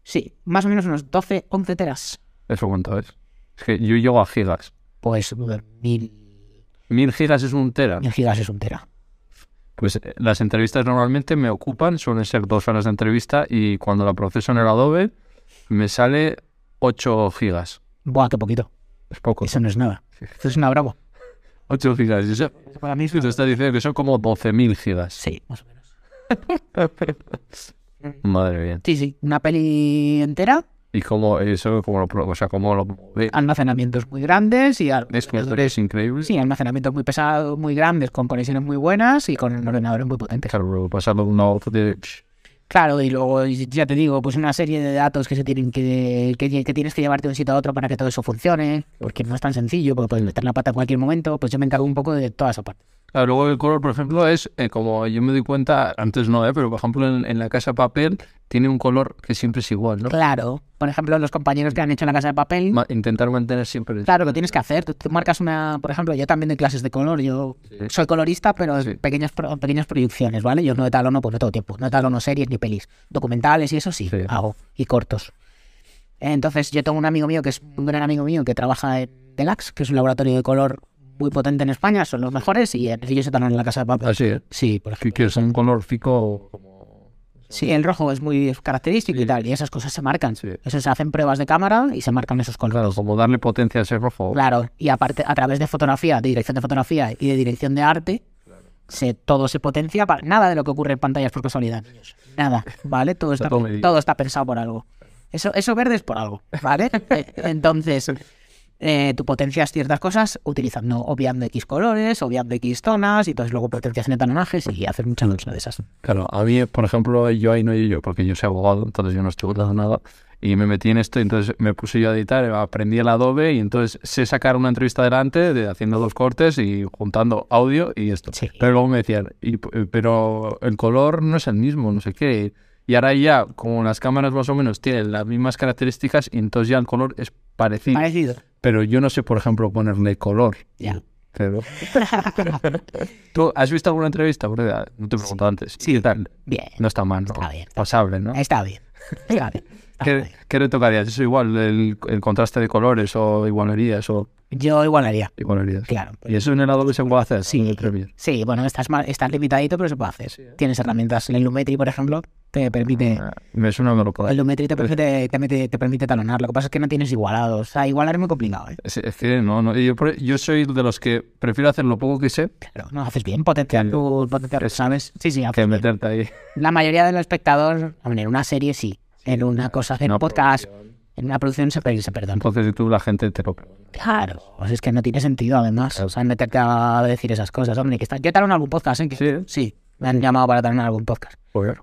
S2: sí, más o menos unos 12, 11 teras.
S3: ¿Eso cuánto es? Es que yo llego a gigas.
S2: Pues eh, mil,
S3: Mil gigas es un tera.
S2: mil gigas es un tera.
S3: Pues eh, las entrevistas normalmente me ocupan, suelen ser dos horas de entrevista y cuando la proceso en el Adobe me sale 8 gigas.
S2: Buah, qué poquito.
S3: Es poco.
S2: Eso no es nada. Eso es una bravo.
S3: 8 gigas. Y eso-
S2: Para mí es
S3: tú estás diciendo que son como 12.000 gigas.
S2: Sí, más o menos.
S3: Madre mía.
S2: Sí, sí, una peli entera,
S3: Y como eso, como lo, pro- o sea, como lo ve.
S2: almacenamientos muy grandes y algo.
S3: Es que es increíble.
S2: Ah, Sí, almacenamientos muy pesados, muy grandes, con conexiones muy buenas y con ordenadores muy potentes.
S3: Claro, luego pasarlo de una voz de...
S2: Claro, y luego, y ya te digo, pues una serie de datos que se tienen que, que, que tienes que llevarte de un sitio a otro para que todo eso funcione, porque no es tan sencillo, porque puedes meter la pata en cualquier momento, pues yo me encargo un poco de toda esa parte.
S3: Claro, Ah, luego el color, por ejemplo, es eh, como yo me doy cuenta, antes no, ¿eh? pero por ejemplo en, en la casa papel tiene un color que siempre es igual, ¿no?
S2: Claro, por ejemplo, los compañeros que han hecho en la casa de papel,
S3: Ma- intentar mantener siempre el...
S2: claro, lo tienes que hacer. Tú, tú marcas una, por ejemplo, yo también doy clases de color, yo soy colorista, pero
S3: Sí.
S2: pequeñas, pro- pequeñas proyecciones, ¿vale? Yo no etalono, pues no todo tiempo, no etalono series ni pelis, documentales y eso sí,
S3: Sí.
S2: hago, y cortos. Entonces, yo tengo un amigo mío que es un gran amigo mío que trabaja en Delax, que es un laboratorio de color muy potente en España, son los mejores y ellos están en la casa de papel.
S3: Así, ¿eh?
S2: Sí, por
S3: Que,
S2: ejemplo.
S3: que es un color fico como...
S2: Sí, el rojo es muy característico y tal, y esas cosas se marcan.
S3: Sí.
S2: Eso se hacen pruebas de cámara y se marcan esos colores.
S3: Claro, como darle potencia a ese rojo.
S2: Claro, y aparte a través de fotografía, de dirección de fotografía y de dirección de arte, se, todo se potencia para nada de lo que ocurre en pantallas por casualidad, niños. Nada, ¿vale? Todo está,
S3: todo medido.
S2: todo está pensado por algo. Eso, eso verde es por algo, ¿vale? Eh, Entonces, eh, tú potencias ciertas cosas utilizando, obviando X colores, obviando X zonas, y entonces luego potencias en etanonajes y haces muchas cosas de esas.
S3: Claro, a mí, por ejemplo, yo ahí no he yo, porque yo soy abogado, entonces yo no estoy burlando nada. Y me metí en esto, y entonces me puse yo a editar, aprendí el Adobe y entonces sé sacar una entrevista delante de haciendo dos cortes y juntando audio y esto.
S2: Sí.
S3: Pero luego me decían, "Y p- pero el color no es el mismo, no sé qué. Y ahora ya, como las cámaras más o menos tienen las mismas características, y entonces ya el color es parecido.
S2: Parecido.
S3: Pero yo no sé, por ejemplo, ponerle color.
S2: Ya.
S3: Pero- ¿Tú has visto alguna entrevista? Porque, ah, No te he preguntado antes. Sí, tal?
S2: Bien.
S3: No está mal, ¿no?
S2: Está bien, está
S3: Pasable, ¿no?
S2: Está bien. Está bien. Está
S3: ¿Qué,
S2: bien.
S3: qué retocarías? Eso igual, el, el contraste de colores o igualerías o
S2: Yo igualaría,
S3: igualerías.
S2: claro.
S3: ¿Y eso en el Adobe se puede hacer? Sí.
S2: Sí, bueno, estás, ma- estás limitadito, pero se puede hacer. Tienes herramientas. El Illumetri, por ejemplo, te
S3: Ah.
S2: permite.
S3: Me suena una locura.
S2: El Illumetri te permite, te, mete- te permite talonar. Lo que pasa es que no tienes igualados. O sea, igualar es muy complicado, ¿eh?
S3: Es, es que no, no, yo, pre- yo soy de los que prefiero hacer lo poco que sé
S2: Claro, no haces bien. Potenciar tu. Potenciar, ¿sabes? Sí, sí, haces
S3: que
S2: bien.
S3: meterte ahí.
S2: La mayoría del espectador, a ver, en una serie sí. En una cosa, en
S3: una
S2: un podcast, en una producción se, per- se perdona.
S3: Entonces si tú la gente te lo...
S2: Claro, pues es que no tiene sentido, además. O sea, meterte a decir esas cosas, hombre. Que está... Yo he talonado algún podcast, ¿eh? Que-
S3: Sí.
S2: Sí, me han llamado para talonar algún podcast.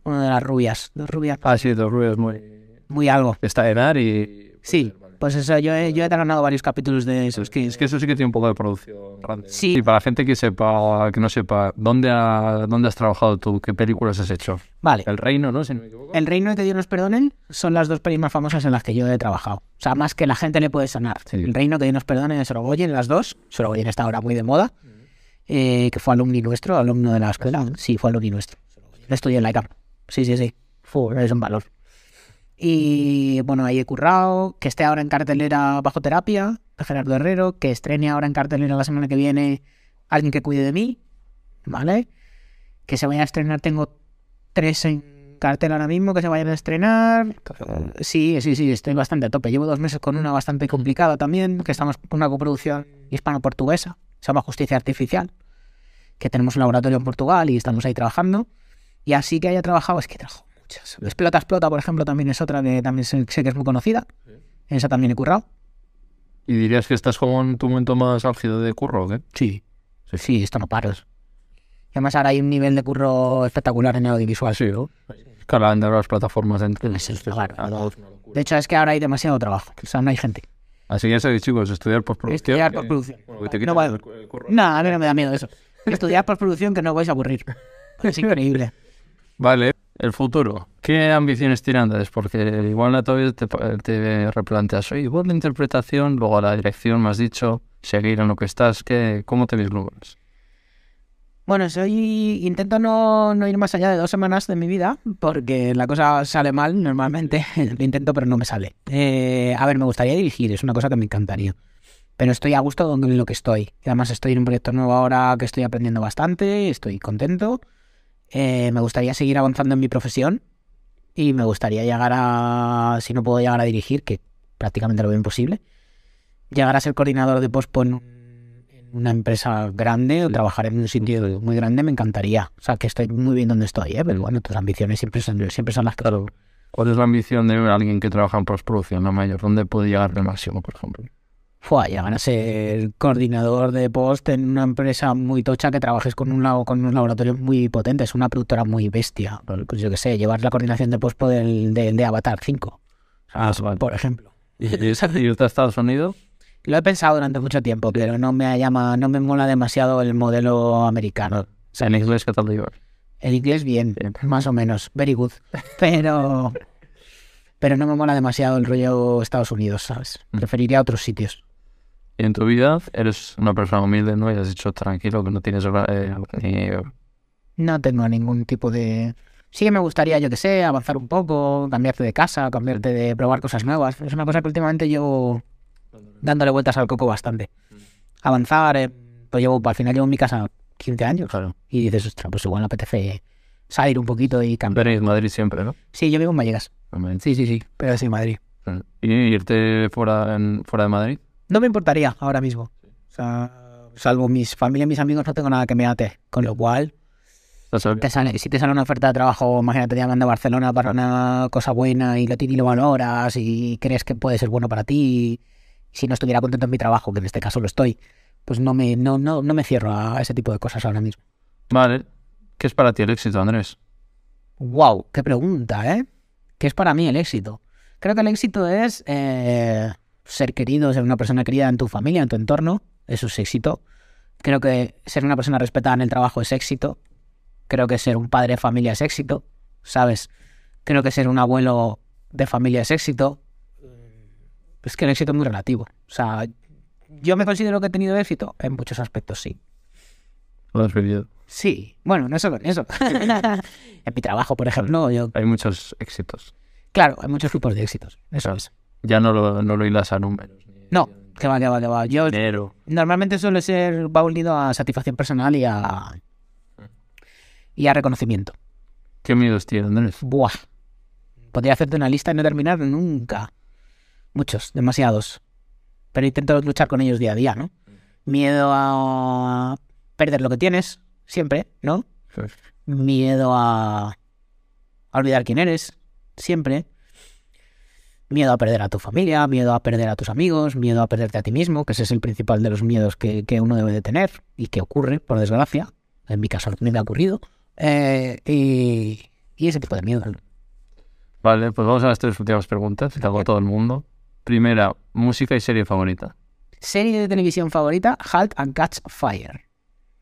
S2: Una de las rubias, dos rubias,
S3: Ah, sí, dos ruidos muy...
S2: muy algo.
S3: Está Enar y...
S2: Sí, pues eso, yo he, yo he ganado varios capítulos de esos que...
S3: Es que eso sí que tiene un poco de producción grande.
S2: Sí.
S3: Y para la gente que sepa, que no sepa, ¿dónde, ha- ¿dónde has trabajado tú? ¿Qué películas has hecho?
S2: Vale,
S3: El Reino, ¿no? Si no me equivoco.
S2: El Reino de Dios nos perdonen son las dos pelis más famosas en las que yo he trabajado. O sea, más que la gente le puede sonar.
S3: Sí.
S2: El Reino que Dios nos perdone de Sorogoyen, las dos. Sorogoyen está ahora muy de moda, eh, que fue alumni nuestro, alumno de la escuela. Sí, fue alumni nuestro. Lo estudié en la ICAM. Sí, sí, sí. Fue, es un valor. Y bueno, ahí he currado, que esté ahora en cartelera Bajo Terapia, de Gerardo Herrero, que estrene ahora en cartelera la semana que viene Alguien que cuide de mí, ¿vale? Que se vaya a estrenar, tengo tres en cartel ahora mismo que se vayan a estrenar. Eh, Sí, sí, sí, estoy bastante a tope. Llevo dos meses con una bastante complicada también, que estamos con una coproducción hispano-portuguesa, se llama Justicia Artificial, que tenemos un laboratorio en Portugal y estamos ahí trabajando. Y así que haya trabajado, es que trajo muchas. Explota, explota, por ejemplo, también es otra que también sé sé que es muy conocida. En esa también he currado.
S3: ¿Y dirías que estás como en tu momento más álgido de curro o qué?
S2: Sí. Sí, esto no paros. Y además ahora hay un nivel de curro espectacular en audiovisual. Sí, ¿no?
S3: Claro, han dado las plataformas de
S2: Ah, Es el- claro. De hecho, es que ahora hay demasiado trabajo. O sea, no hay gente.
S3: Así que ya sabéis, chicos, estudiar postproducción.
S2: Estudiar
S3: que-
S2: postproducción.
S3: bueno, que te
S2: No,
S3: quitan
S2: vale.
S3: el- el curro.
S2: No, a mí no me da miedo eso. Estudiar postproducción que no os vais a aburrir. Es increíble.
S3: Vale, el futuro. ¿Qué ambiciones tiene Andrés? Porque igual la todavía te, te replanteas, oye, igual la interpretación, luego a la dirección, me has dicho, seguir en lo que estás, ¿qué, ¿cómo te vislumbras?
S2: Bueno, soy intento no, no ir más allá de dos semanas de mi vida porque la cosa sale mal normalmente. Lo intento, pero no me sale. Eh, a ver, me gustaría dirigir, es una cosa que me encantaría. Pero estoy a gusto donde en lo que estoy. Y además estoy en un proyecto nuevo ahora que estoy aprendiendo bastante, estoy contento. Eh, me gustaría seguir avanzando en mi profesión y me gustaría llegar a, si no puedo llegar a dirigir, que prácticamente lo veo imposible, llegar a ser coordinador de pospo en un- en una empresa grande o trabajar en un sitio muy grande me encantaría. O sea, que estoy muy bien donde estoy, ¿eh? pero bueno, tus ambiciones siempre son, siempre son las que...
S3: ¿Cuál es la ambición de alguien que trabaja en postproducción, la mayor? ¿Dónde puede llegar el máximo, por ejemplo?
S2: Fua, llegar a ser coordinador de post en una empresa muy tocha que trabajes con un, labo- con un laboratorio muy potente, es una productora muy bestia. Pues yo qué sé, llevar la coordinación de post del, de, de Avatar 5,
S3: Ah,
S2: por ejemplo.
S3: ¿Y irte a Estados Unidos?
S2: Lo he pensado durante mucho tiempo, pero no me llama, no me mola demasiado el modelo americano.
S3: O sea, en inglés, ¿qué tal lo llevas?
S2: El inglés bien,
S3: Bien.
S2: más o menos, very good, pero pero no me mola demasiado el rollo Estados Unidos, ¿sabes?
S3: Mm.
S2: Preferiría otros sitios.
S3: Y en tu vida eres una persona humilde, ¿no? Y has dicho tranquilo que no tienes eh, ni-
S2: No tengo ningún tipo de sí que me gustaría, yo que sé, avanzar un poco, cambiarte de casa, cambiarte de probar cosas nuevas. Es una cosa que últimamente llevo dándole vueltas al coco bastante. Avanzar, eh, pues llevo al final llevo en mi casa 15 años y dices, ostras, pues igual me apetece salir un poquito y cambiar.
S3: Venís Madrid siempre, ¿no?
S2: Sí, yo vivo en Vallegas.
S3: También.
S2: Sí, sí, sí, pero sí, Madrid.
S3: ¿Y irte fuera, en- fuera de Madrid?
S2: No me importaría ahora mismo. O sea, salvo mis familia y mis amigos, no tengo nada que me ate. Con lo cual,
S3: ¿Estás abierto?
S2: te sale- si te sale una oferta de trabajo, imagínate te llaman de Barcelona para una cosa buena y lo, ti- y lo valoras y crees que puede ser bueno para ti. Si no estuviera contento en mi trabajo, que en este caso lo estoy, pues no me, no, no, no me cierro a ese tipo de cosas ahora mismo.
S3: Vale. ¿Qué es para ti el éxito, Andrés?
S2: ¡Wow! ¡Qué pregunta, eh! ¿Qué es para mí el éxito? Creo que el éxito es eh, ser querido, ser una persona querida en tu familia, en tu entorno. Eso es éxito. Creo que ser una persona respetada en el trabajo es éxito. Creo que ser un padre de familia es éxito, ¿sabes? Creo que ser un abuelo de familia es éxito. Es que el éxito es muy relativo. O sea, yo me considero que he tenido éxito en muchos aspectos, sí.
S3: Lo has vivido.
S2: Sí, bueno, no solo en eso. en mi trabajo, por ejemplo, yo
S3: Hay muchos éxitos.
S2: Claro, hay muchos grupos de éxitos. Eso
S3: Claro.
S2: es.
S3: Ya no lo, no lo hilas a números. ni
S2: No, que va, que va, que va. Yo
S3: Dinero.
S2: normalmente suelo ser, va unido a satisfacción personal y a. y a reconocimiento.
S3: ¿Qué miedos tiene, Andrés?
S2: Buah. Podría hacerte una lista y no terminar nunca. Muchos, demasiados. Pero intento luchar con ellos día a día, ¿no? Miedo a perder lo que tienes, siempre, ¿no? miedo a, a olvidar quién eres, siempre. Miedo a perder a tu familia, miedo a perder a tus amigos, miedo a perderte a ti mismo, que ese es el principal de los miedos que, que uno debe de tener y que ocurre, por desgracia. En mi caso a mí me ha ocurrido. Eh, y, y ese tipo de miedo.
S3: Vale, pues vamos a las tres últimas preguntas que hago a todo el mundo. Primera, música y serie favorita.
S2: Serie de televisión favorita, Halt and Catch Fire.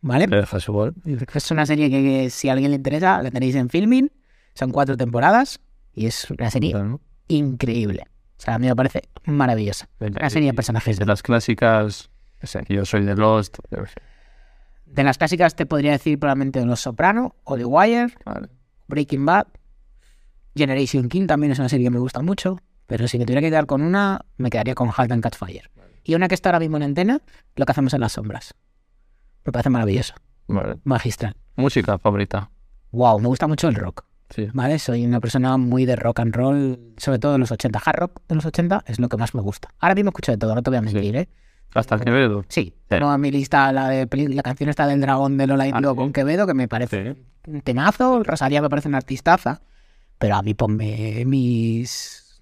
S2: ¿Vale?
S3: dejas igual?
S2: Es una serie que, que si a alguien le interesa, la tenéis en filming. Son cuatro temporadas y es una serie
S3: ¿no?
S2: increíble. O sea, a mí me parece maravillosa. Una serie de personajes.
S3: De las clásicas, no sé, yo soy de Lost. yo qué sé.
S2: De las clásicas te podría decir probablemente Los Soprano, o The Wire,
S3: Vale.
S2: Breaking Bad, Generation King también es una serie que me gusta mucho. Pero si me tuviera que quedar con una, me quedaría con Halt and Catch Fire. Y una que está ahora mismo en antena, Lo que hacemos en las sombras. Me parece maravillosa,
S3: Vale.
S2: magistral.
S3: Música favorita.
S2: Wow, me gusta mucho el rock.
S3: Sí.
S2: ¿Vale? Soy una persona muy de rock and roll, sobre todo de los 80. Hard rock de los 80 es lo que más me gusta. Ahora mismo escucho de todo, no te voy a mentir, ¿eh?
S3: Hasta Quevedo.
S2: Sí,
S3: Sí.
S2: tengo a mi lista la, de, peli- la canción está del dragón de Lola y
S3: Ah, sí.
S2: con Quevedo, que me parece
S3: Sí.
S2: un temazo. Rosalía me parece una artistaza. Pero a mí ponme mis...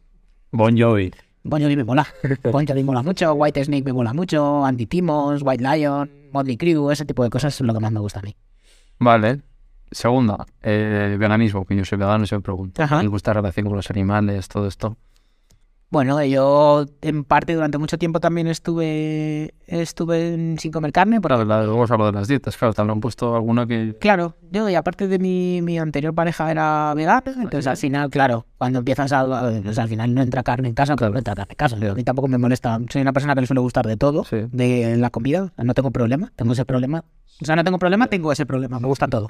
S3: Bon Jovi.
S2: Bon Jovi me mola. Bon Jovi mola mucho, White Snake me mola mucho, Andy Timos, White Lion, Motley Crue, ese tipo de cosas es lo que más me gusta a mí.
S3: Vale. Segunda, eh, veganismo, que yo soy vegano y se me pregunta.
S2: Ajá.
S3: Me gusta la relación con los animales, todo esto.
S2: Bueno, yo en parte durante mucho tiempo también estuve estuve en- sin comer carne. Por...
S3: Claro, la- luego os hablo de las dietas, claro, te habrán puesto alguna que...
S2: Claro, yo y aparte de mi, mi anterior pareja era vegana, entonces al final, claro, cuando empiezas a... pues, al final no entra carne en casa, claro, no entra carne en casa. A mí tampoco me molesta, soy una persona que le suele gustar de todo,
S3: Sí.
S2: de la comida, no tengo problema, tengo ese problema. O sea, no tengo problema, tengo ese problema, me gusta todo.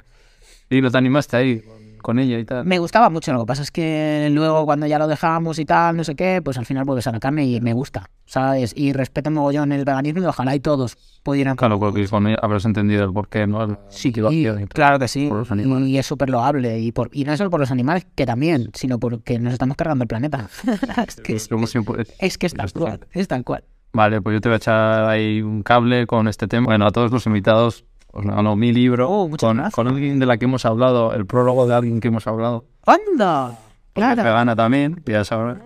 S3: Y lo te animaste ahí con ella y tal.
S2: Me gustaba mucho, lo que pasa es que luego cuando ya lo dejamos y tal, no sé qué, pues al final vuelves a la carne y me gusta, ¿sabes? Y respeto mogollón el veganismo y ojalá y todos pudieran...
S3: Claro, creo que con ella habrás entendido el porqué, ¿no? La
S2: Y,
S3: motivación y tal.
S2: claro que sí,
S3: Por los animales.
S2: y es súper loable, y, por, y no solo por los animales, que también, sino porque nos estamos cargando el planeta. es que es,
S3: Lo más importante.
S2: es que es tal cual, es tal cual.
S3: Vale, pues yo te voy a echar ahí un cable con este tema. Bueno, a todos los invitados, os regalo mi libro
S2: Oh, muchas
S3: con,
S2: gracias.
S3: con alguien de la que hemos hablado, el prólogo de alguien que hemos hablado.
S2: ¡Anda!
S3: que es
S2: Claro.
S3: vegana también, que ya sabrás.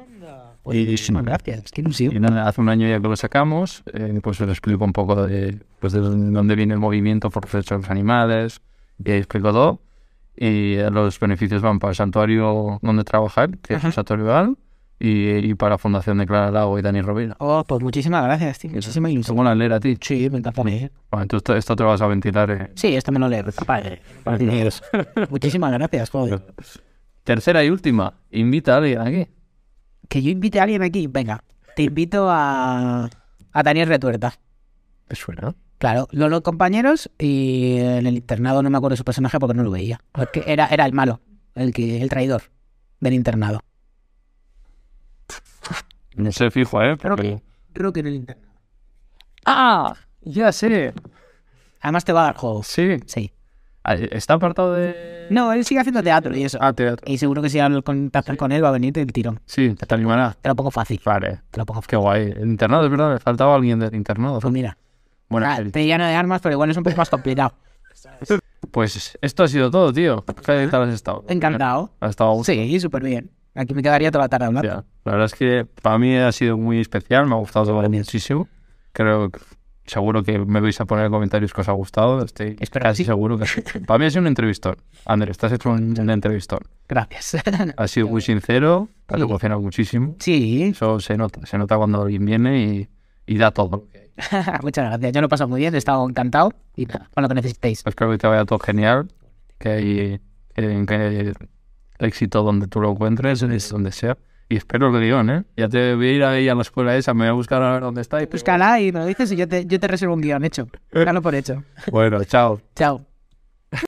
S2: Pues,
S3: Y-
S2: muchísimas gracias, qué
S3: Y
S2: ilusión.
S3: nada, hace un año ya que lo sacamos, eh, pues os explico un poco de, pues de dónde viene el movimiento por los derechos de los animales, y ahí explico todo. Y eh, los beneficios van para el santuario donde trabajar, que es un santuario legal, y, y para la Fundación de Clara Lago y Dani Rovira.
S2: Oh, pues muchísimas gracias, tío, muchísima ilusión.
S3: Según la leer a ti.
S2: Sí, me encanta.
S3: Bueno, entonces esto, esto te lo vas a ventilar. eh.
S2: Sí, esto me lo leo. Muchísimas gracias, joder.
S3: Tercera y última, invita a alguien aquí.
S2: Que yo invite a alguien aquí, venga. Te invito a, a Daniel Retuerta.
S3: ¿Te suena?
S2: Claro, los, los compañeros y en el internado no me acuerdo su personaje porque no lo veía. Porque era, era el malo, el que el traidor del internado.
S3: No sé fijo, ¿eh? Pero
S2: Creo que en el internado.
S3: ¡Ah! Ya sé.
S2: Además te va a dar juegos.
S3: Sí.
S2: Sí.
S3: Ah, Está apartado de...
S2: No, él sigue haciendo teatro y eso.
S3: Ah, teatro.
S2: Y seguro que si hablo con, te hablas con él va a venir el tirón.
S3: Sí, te animará.
S2: Te lo pongo fácil.
S3: Vale.
S2: Te lo pongo fácil.
S3: Qué guay. El internado, es verdad, me faltaba alguien del internado.
S2: Pues mira.
S3: Bueno,
S2: Ah, te lleno de armas, pero igual es un poco más complicado.
S3: pues esto ha sido todo, tío. ¿Qué tal has estado?
S2: Encantado.
S3: Ha estado...
S2: Sí, súper bien. Aquí me quedaría toda la tarde hablando.
S3: hostia. La verdad es que para mí ha sido muy especial, me ha gustado muchísimo. Creo que seguro que me vais a poner en comentarios que os ha gustado. Estoy
S2: Espero que
S3: casi
S2: sí.
S3: seguro que sí. Para mí ha sido un entrevistón. Andrés, te has hecho un, un entrevistón.
S2: Gracias.
S3: Has sido muy sincero, te has emocionado muchísimo.
S2: sí,
S3: Eso se nota, se nota cuando alguien viene y, y da todo. lo que hay.
S2: muchas gracias. Yo lo he pasado muy bien, he estado encantado y nada, con lo que necesitéis.
S3: Pues creo que te vaya todo genial, que hay eh, que- que éxito donde tú lo encuentres, es donde sea. Y espero el guión, ¿eh? Ya te voy a ir ahí a la escuela esa, me voy a buscar a ver dónde está. Y...
S2: Búscala y me lo dices y yo te, yo te reservo un guión hecho. Dalo por hecho.
S3: Bueno, chao.
S2: Chao.